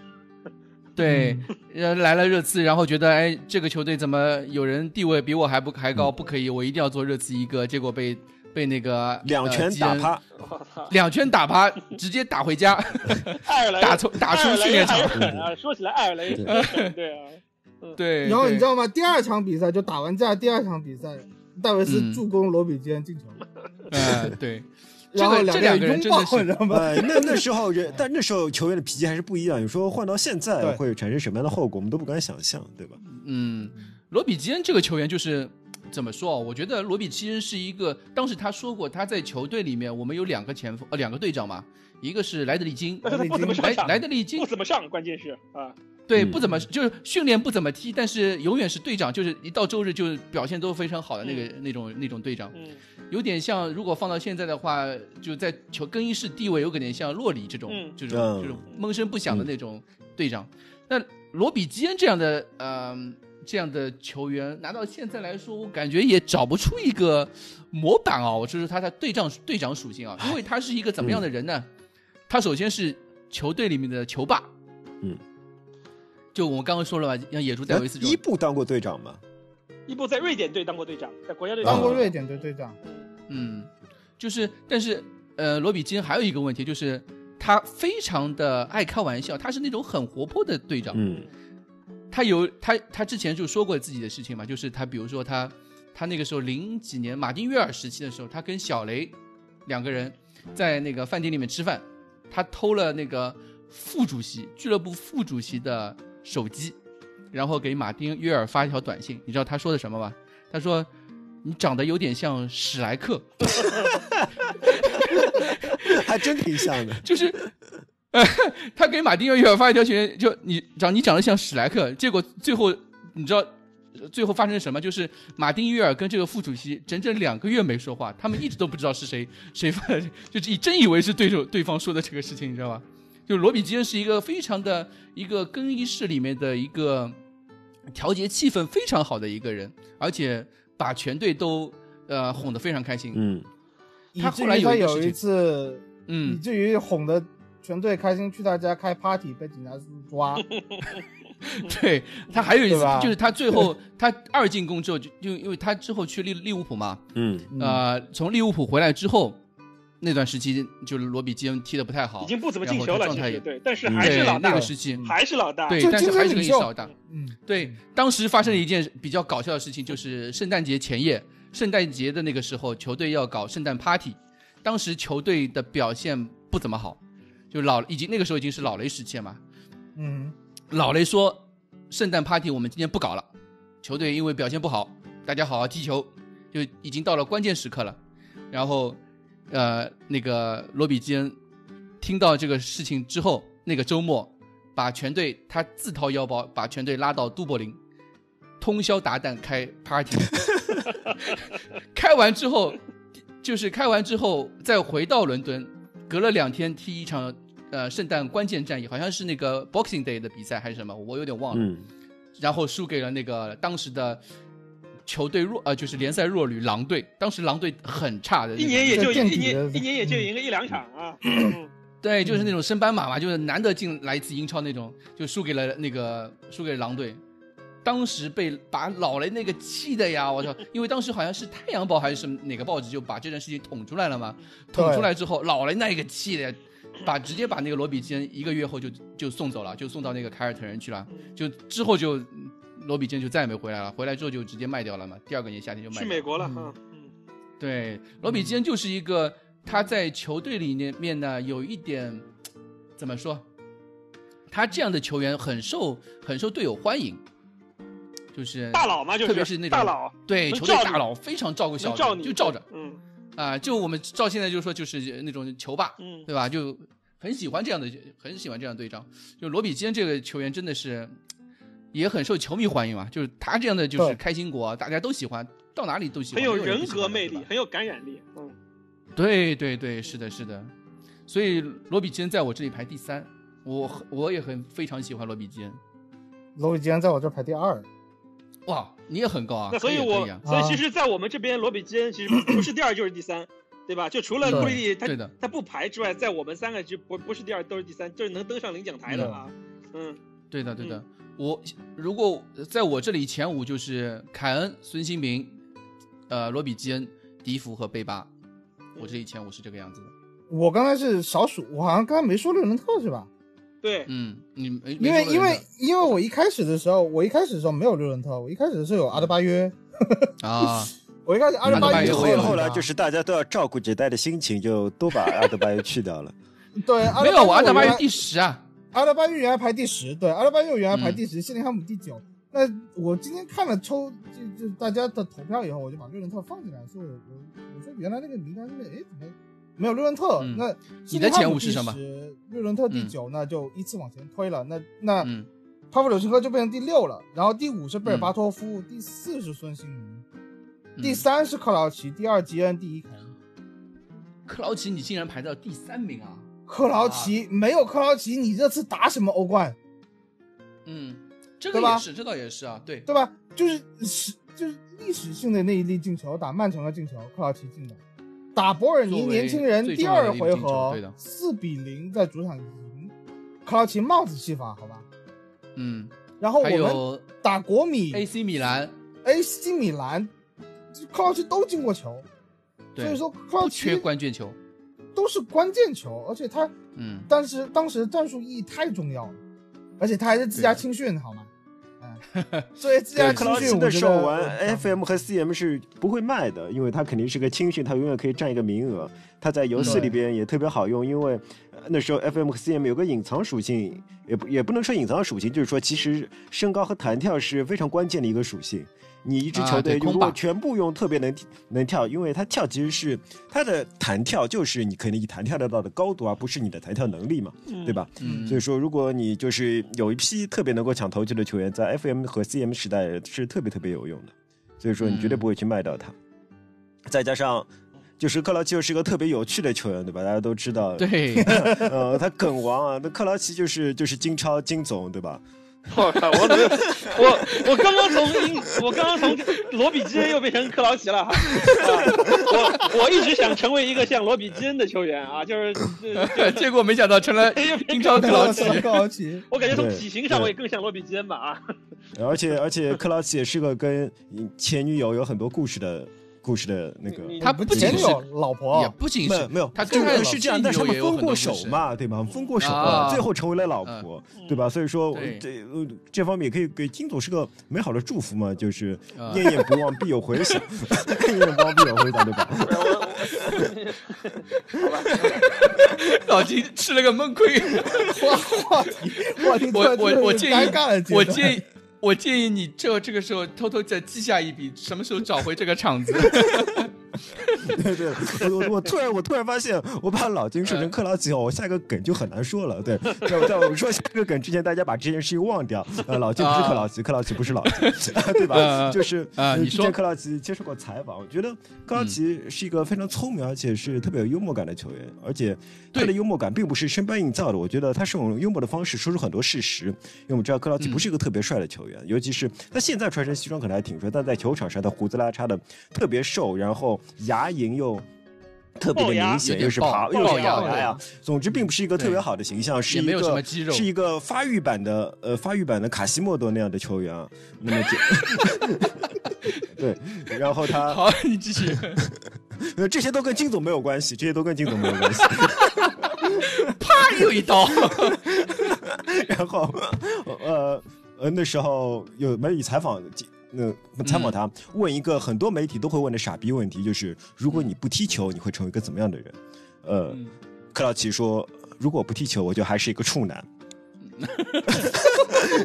对，呃，来了热刺，然后觉得哎，这个球队怎么有人地位比我还不还
嗯
高？不可以，我一定要做热刺一个。结果被被那个
两拳打，
呃基恩
趴，
我操，
两拳打趴，直接打回家，
爱尔兰
打出打出训练场
爱。尔兰也很狠啊！说起来，爱尔兰也很狠，对啊，
对，
然后你
对
知道吗？第二场比赛就打完架，第二场比赛，戴维斯
嗯
助攻罗比坚进球，
嗯，对，这
然后
个这两
个
个人
人
真
拥
的
抱，你
是
知道吗？
呃，那那时候人，但那时候球员的脾气还是不一样。你说换到现在
对
会产生什么样的后果，我们都不敢想象，对吧？
嗯，罗比基恩这个球员就是怎么说啊？我觉得罗比基恩是一个，当时他说过他在球队里面，我们有两个前锋，呃，两个队长嘛，一个是莱德利金，
但是他不怎么
莱
上场，
莱德利金
不怎么上，关键是啊，
对，
嗯
不怎么就是训练不怎么踢，但是永远是队长，就是一到周日就表现都非常好的那个、那种那种队长，
嗯
有点像如果放到现在的话，就在球更衣室地位有点像洛里这种、
嗯
这种
嗯
就是闷声不响的那种队长。那罗比基恩这样的呃这样的球员拿到现在来说，我感觉也找不出一个模板啊，我就是他的队长队长属性啊，因为他是一个怎么样的人呢？他首先是球队里面的球霸，
嗯，
就我们刚刚说了吧，像野猪戴
哎
维斯这
伊
种，
布当过队长吗？
伊布在瑞典队当过队长，在国家队
啊当过瑞
队
典队队长，
嗯，就是但是呃，罗比金还有一个问题就是。他非常的爱开玩笑，他是那种很活泼的队长，
嗯，
他有他他之前就说过自己的事情嘛，就是他比如说他他那个时候零几年马丁约尔时期的时候，他跟小雷两个人在那个饭店里面吃饭，他偷了那个副主席俱乐部副主席的手机，然后给马丁约尔发一条短信，你知道他说的什么吗？他说。你长得有点像史莱克，
嗯还真挺像的。
就是，呃他给马丁约尔发一条群，就你长你长得像史莱克，结果最后你知道最后发生什么？就是马丁约尔跟这个副主席整整两个月没说话，他们一直都不知道是谁谁发 *laughs* 的，就是真以为是对手对方说的这个事情，你知道吧？就是罗比基恩是一个非常的一个更衣室里面的一个调节气氛非常好的一个人，而且把全队都呃哄得非常开心。
嗯，
以
他
至
后来
于他
有一个
有
事
一
情
次，以
嗯，
至于哄得全队开心去他家开 party，被警察叔叔
*laughs*
抓。
对他还有一次
对吧
就是他最后 *laughs* 他二进宫之后就就因为他之后去利利物浦嘛，
嗯，
嗯，
呃，从利物浦回来之后，那段时期就是罗比基恩踢的不太好，
已经不怎么
哦然
进
后
球
他
了，
状
其
态
实
也
对，但是
嗯
还是
对
老
那
大
个，时期，
还是老大，
对，
就
但是
精神
还是
领
个
袖
老大。
嗯，
对，当时发生了一件比较搞笑的事情，就是圣诞节前夜，圣诞节的那个时候，球队要搞圣诞 party，当时球队的表现不怎么好，就老已经那个时候已经是老雷时期了嘛，
嗯，
老雷说，圣诞 party 我们今天不搞了，球队因为表现不好，大家好好踢球，就已经到了关键时刻了。然后，呃，那个罗比基恩听到这个事情之后，那个周末把全队他自掏腰包把全队拉到都柏林，通宵达旦开 party，开完之后就是开完之后再回到伦敦，隔了两天踢一场呃圣诞关键战役，好像是那个 Boxing Day 的比赛还是什么，我有点忘了。
嗯，
然后输给了那个当时的球队弱呃，就是联赛弱旅狼队，当时狼队很差的那
一
种，
年也就
在垫
一
底的
年一年也就赢个一两场啊，嗯
对，就是那种升班马嘛，就是难得进来一次英超那种，就输给了那个输给了狼队。当时被把老雷那个气的呀，我操！因为当时好像是《太阳报》还是什么哪个报纸就把这件事情捅出来了嘛，捅出来之后，老雷那个气的呀，把直接把那个罗比坚一个月后就就送走了，就送到那个凯尔特人去了，就之后就罗比坚就再也没回来了，回来之后就直接卖掉了嘛，第二个年夏天就卖
去
掉了。
美国了
嗯
啊，嗯，
对，罗比坚就是一个他在球队里面面呢有一点怎么说，他这样的球员很受很受队友欢迎，就是
大佬嘛，就是
特别是那种
大佬，
对
能
球队
罩
大
你
佬非常照顾小
能
的
罩你
就罩着
嗯
啊、就我们照现在就说就是那种球霸，
嗯，
对吧？就很喜欢这样的，很喜欢这样的队长。就罗比坚这个球员真的是也很受球迷欢迎嘛，就是他这样的就是
对
开心果，啊大家都喜欢，到哪里都喜欢，
很有
没人
人
不喜
格
欢的
魅
对吧啊
力，很有感染力，嗯。
对对对，是的，是的。所以罗比坚在我这里排第三，我我也很非常喜欢罗比坚。
罗比竟然在我这儿排第二，
哇，你也很高啊！
那所
可
以
以啊
我，
可以啊
所以其实，在我们这边，罗比金其实不是第二就是第三，对吧？就除了
对
库里他
对的
他不排之外，在我们三个就不不是第二都是第三，就是能登上领奖台的啊。嗯，
对的对的。我如果在我这里前五就是凯恩、孙兴民、呃罗比坚、迪福和贝巴，我这里前五是这个样子的。
我刚才是少数，我好像刚才没说六人特是吧？
对，
嗯，你没没
因为
说
因为
人
因为我一开始的时候，我一开始的时候没有六人特，我一开始是有阿德巴约，
的啊，
我一开始阿德
阿德巴
约
约
有
后
后
也
了
后来就是大家都要照顾杰代的心情，就都把阿德巴约去掉了。
对阿
没
德
有我阿德
德
巴
约
约第十啊。
阿德巴约原来排第十，对，阿德巴约原来排第十，谢林汉姆第九。那我今天看了抽就就大家的投票以后，我就把六人特放进来，说我我我说原来那个名单里面，哎怎么没有六人特？
嗯
那
你的前五是
谢林
什么
汉姆第十？六人特第九，那就依次往前推了。那那
嗯，
帕夫柳琴科就变成第六了，然后第五是贝尔巴托夫，第四是孙兴民，
嗯
第三是克劳奇，第二吉恩，第一凯恩。
克劳奇，你竟然排到第三名啊！
克劳奇、没有克劳奇，你这次打什么欧冠？
嗯，这个
对吧
也是，这倒也是啊，对，
对吧？就是史就是历史性的那一粒进球，打曼城的进球，克劳奇进的，打博尔尼
作为
年轻人
最
第
重要的
二
一粒
回
进球
合
对的
四比零在主场赢，克劳奇帽子戏法，好吧？
嗯，
然后我
还
们
有
打国米、
AC 米兰，
AC 米兰，克劳奇都进过球，所
对，
以说克劳
不
奇
缺关键球，
都是关键球，而且他
嗯，
当时当时战术意义太重要了，而且他还是自家
对
青训，好吗？
*laughs*
嗯，所以自家
对
克
青
劳
训
奇
我
那
觉
时
得
候玩 FM 呃和 CM 是不会卖的，因为他肯定是个青训，他永远可以占一个名额。他在游戏里边也特别好用，因为呃那时候 FM 和 CM 有个隐藏属性，也不也不能说隐藏属性，就是说其实身高和弹跳是非常关键的一个属性。你一支
啊
球队
对
如
空
果
霸
全部用特别能能跳，因为他跳其实是他的弹跳就是你可能以弹跳得到的高度，啊而不是你的弹跳能力嘛，对吧？
嗯，
所以说，如果你就是有一批特别能够抢头球的球员，在 FM 和 CM 时代是特别特别有用的。所以说，你绝对
嗯
不会去卖掉他。再加上，就是克劳奇又是一个特别有趣的球员，对吧？大家都知道，
对，
呃，他梗王啊，那克劳奇就是就是金超金总，对吧？
*laughs* 我靠，我怎么我我刚刚从英，我刚刚从罗比金又变成克劳奇了哈、啊我我一直想成为一个像罗比金的球员啊，就是呃
*laughs* 结果没想到成了英超克劳奇，
*laughs* 克劳奇，
我感觉从
对
体型上我
对
也更像罗比金吧啊。
而且而且克劳奇也是个跟前女友有很多故事的故事的那个。
你
他
不哦
不仅
前女
是
友老婆
也，不仅
没
是
有没有，
他
这
跟他
个
的
是这样，但是他
也
们
有很
分过
多
手
故事，
嘛，对吧？分过手
啊
嘛，最后成为了老婆，对吧？所以说
对，
这呃这方面也可以给金总是个美好的祝福嘛，就是
啊
念念不忘必有回响， *laughs* 念念不忘必有回响，对吧？
*laughs* 老金吃了个闷亏。
话话题话题突
*laughs* 我
然
我我
就
建
是
议
尴尬的，
我建议，我建议你这这个时候偷偷再记下一笔，什么时候找回这个场子？
*laughs* 对对，我我我突然我突然发现，我把老金
嗯
说成克劳奇后，我下一个梗就很难说了。对，在在我说下一个梗之前，大家把这件事情忘掉。呃，老金不是克劳
啊
奇，克劳奇不是老金， *laughs* 对吧？
呃
就是
呃
呃
你
之
说嗯
前克劳奇接受过采访，我觉得克劳奇是一个非常聪明而且是特别有幽默感的球员，而且他的
对
幽默感并不是生搬硬造的，我觉得他是用幽默的方式说出很多事实。因为我们知道克劳奇
嗯
不是一个特别帅的球员，尤其是他现在穿身西装可能还挺帅，但在球场上他胡子拉碴的特别瘦，然后牙龈又。特别的
龅牙
明显，
有点
又是
龅
爬，又是
龅牙
牙
对
呀。总之，并不是一个特别
对
好的形象，是
也
一
没有什么
个
肌肉
是一个发育版的呃发育版的卡西莫多那样的球员啊。那么
*laughs*
这， *laughs* 对，然后他
好，你继续。 *laughs*
呃这些都跟金总没有关系，这些都跟金总没有关系。
啪，又一刀。
然后呃呃那时候有媒体采访那、采访他、问一个很多媒体都会问的傻逼问题，就是如果你不踢球，你会成为一个怎么样的人？呃，
嗯
克劳奇说，如果我不踢球，我就还是一个处男。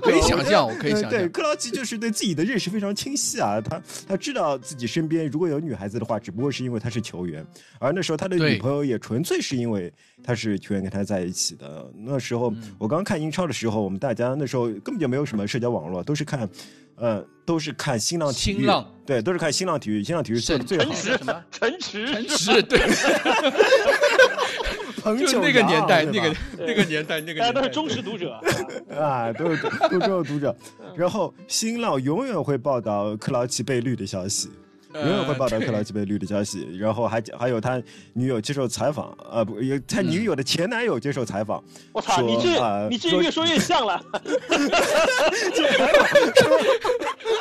可
以想象我可以想象
呃对，克劳奇就是对自己的认识非常清晰啊，他他知道自己身边如果有女孩子的话，只不过是因为他是球员，而那时候他的
对
女朋友也纯粹是因为他是球员跟他在一起的。那时候
嗯
我刚看英超的时候，我们大家那时候根本就没有什么社交网络，都是看，呃，都是看新浪体育，
新浪
对，都是看新浪体育，新浪体育做的最好
陈
的。
*laughs*
池
什么？
*laughs* 陈池
陈
是吧
池，对，
彭
就
九
那个
阳
年代，
啊对
那
吧
个那个年代，那个
大家
年代
都是忠实读者，
*laughs* 啊，都是都都是读者。然后新浪永远会报道克劳奇被绿的消息，
对
永远会报道克劳
呃
奇被绿的消
*laughs*
息。然后还还有他女友接受采访，啊，不，有他女友的前男友接受
*laughs*
采访，
我操，
说
你
啊
这你这
说
越说
*laughs*
越像了， *laughs*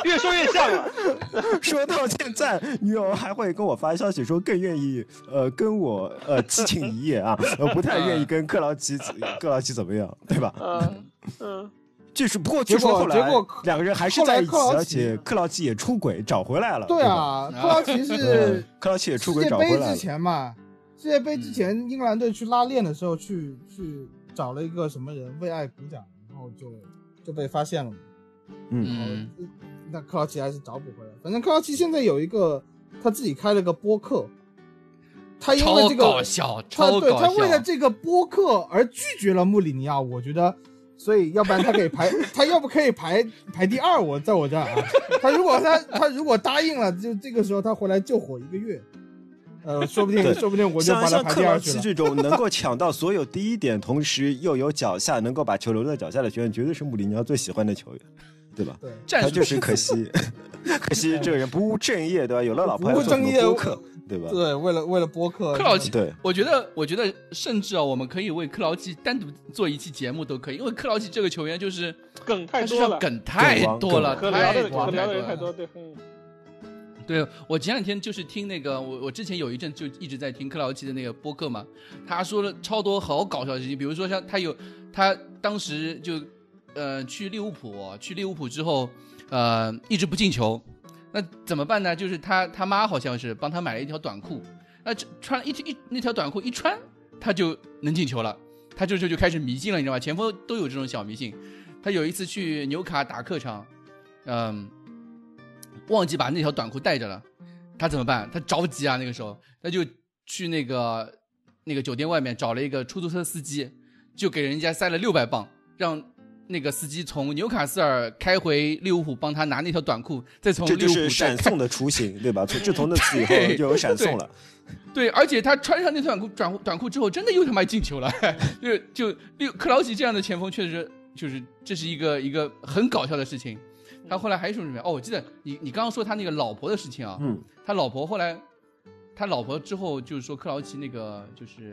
越说越像了，
说到现在，女友还会跟我发消息说更愿意呃跟我呃激情一夜
*laughs*
啊，呃不太愿意跟克劳奇克劳奇怎么样，对
*laughs*
吧？
嗯嗯，
就是不过
结
据
果
说后来
结果
两个人还是
后来
在一起，
克劳奇
而且克劳奇也出轨找回来了，
对
对吧。
啊，克劳奇
呃
嗯
是，
克劳奇也出
世
轨
界
找
杯
回来
之
了。
前嘛，世界杯之前英格兰队去拉练的时候，去去找了一个什么人为爱鼓掌，然后就就被发现了嘛。
嗯，
嗯，
那克劳奇还是找补回来。反正克劳奇现在有一个他自己开了个播客，他因为
超
这
搞
个
笑，
他
超
对
搞
他为了
笑。
这个播客而拒绝了穆里尼奥，我觉得。所以，要不然他可以
*laughs*
排，他要不可以排排第二，我在我这儿啊。他如果他他如果答应了，就这个时候他回来救火一个月，呃，说不定
对
说不定我就
像
把他
像
排
克
第
劳
二去
奇
了。
这种能够抢到所有第一点，同时又有脚下能够把球留在脚下的球员，绝对是穆里尼奥最喜欢的球员，对吧？
对，
战
他
术
就是可
*laughs*
惜，可惜这个人不务正业，对吧？有了老婆还
不务
做什么
正业
播客，对吧？
呃
对，为了为了播客，
克劳奇
对，
我觉得，我觉得，甚至啊，我们可以为克劳奇单独做一期节目都可以，因为克劳奇这个球员就是
梗太
他身
多
上
了，
梗太多了，
可
太
聊的
多了
可聊的人太
太
多，
了。
对，嗯
对我前两天就是听那个，我我之前有一阵就一直在听克劳奇的那个播客嘛，他说了超多好搞笑的事情，比如说像他有他当时就呃去利物浦，去利物浦之后呃一直不进球，那怎么办呢？就是他他妈好像是帮他买了一条短裤，那这呃穿一一那条短裤一穿，他就能进球了，他就就就开始迷信了，你知道吧？前锋都有这种小迷信。他有一次去纽卡打客场，嗯，忘记把那条短裤带着了，他怎么办？他着急啊，那个时候他就去那个那个酒店外面找了一个出租车司机，就给人家塞了六百磅，让那个司机从纽卡斯尔开回利物浦，帮他拿那条短裤，再从
这就
利物
是
浦再
闪
开
送的雏
*laughs*
形，对吧？从自从那次以后就有闪送了。
对，而且他穿上那短裤短裤短裤之后，真的又他妈进球了， *laughs* 就是就六克劳奇这样的前锋，确实就是这是一个一个很搞笑的事情。他后来还说什么？哦，我记得你你刚刚说他那个老婆的事情啊，
嗯，
他老婆后来他老婆之后就是说克劳奇那个就是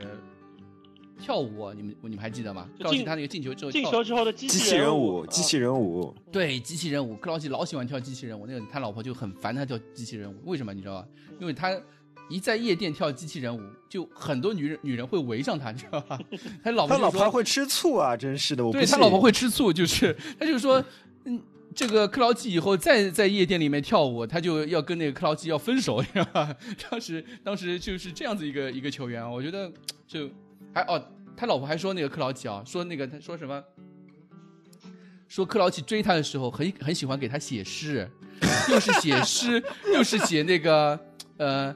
跳舞啊，你们你们还记得吗？
就
克劳奇
进
他那个进球之后
进
跳
球之后的机
机器人舞，
舞，啊
机器人舞，
对机器人舞，克劳奇老喜欢跳机器人舞，那个他老婆就很烦他跳机器人舞，为什么你知道吧？因为他一在夜店跳机器人舞，就很多女人女人会围上他，你知道吧？他老婆
他
啊就
老婆还
说，
会吃醋啊！真是的，我不
对他
信
老婆会吃醋，就是他就说，嗯，这个克劳奇以后再在夜店里面跳舞，他就要跟那个克劳奇要分手，你 *laughs* 知道吧？当时当时就是这样子一个一个球员，啊我觉得就还哦，他老婆还说那个克劳奇啊，说那个他说什么？说克劳奇追他的时候很很喜欢给他写诗，又是写诗，又是写那个呃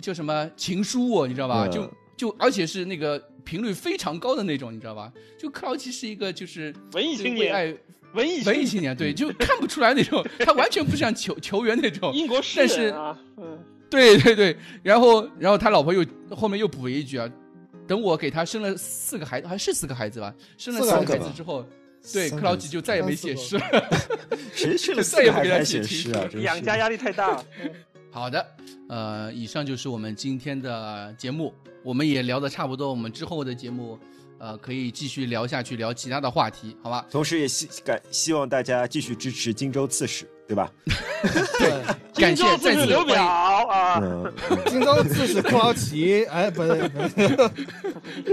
叫什么情书、哦，你知道吧？
嗯
就就而且是那个频率非常高的那种，你知道吧？就克劳奇是一个就是
文艺青
为
年，
爱
文艺青
文艺青
*laughs*
年，对，就看不出来那种， *laughs* 他完全不像球球员那种，
英国诗
但是
人啊，嗯，
对对对，然后然后他老婆又后面又补一句啊，等我给他生了四个孩子，还是四个孩子吧，生了
四个
四
孩子
个孩子
吧
之后，对
三
克
个
劳
人
奇就再也没写诗了。
谁去了
*laughs* 再也不
还
给他
敢
写
写
情
诗啊
书？
真是
养家压力太大，嗯
*laughs* 好的，呃，以上就是我们今天的节目，我们也聊的差不多，我们之后的节目，呃，可以继续聊下去，聊其他的话题，好吧？
同时也希感希望大家继续支持荆州刺史，对吧？
对，
感
荆州
谢
自
再
治
次
刘表
欢
啊，
嗯，
荆州刺史郭敖奇，哎，不是，不是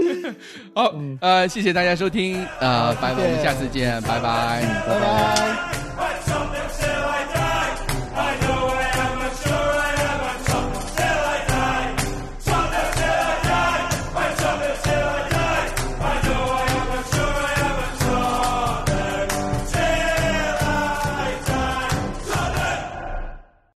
*laughs* 迎。好，呃，谢谢大家收听，呃，拜拜，我们下次见，拜拜。
拜拜。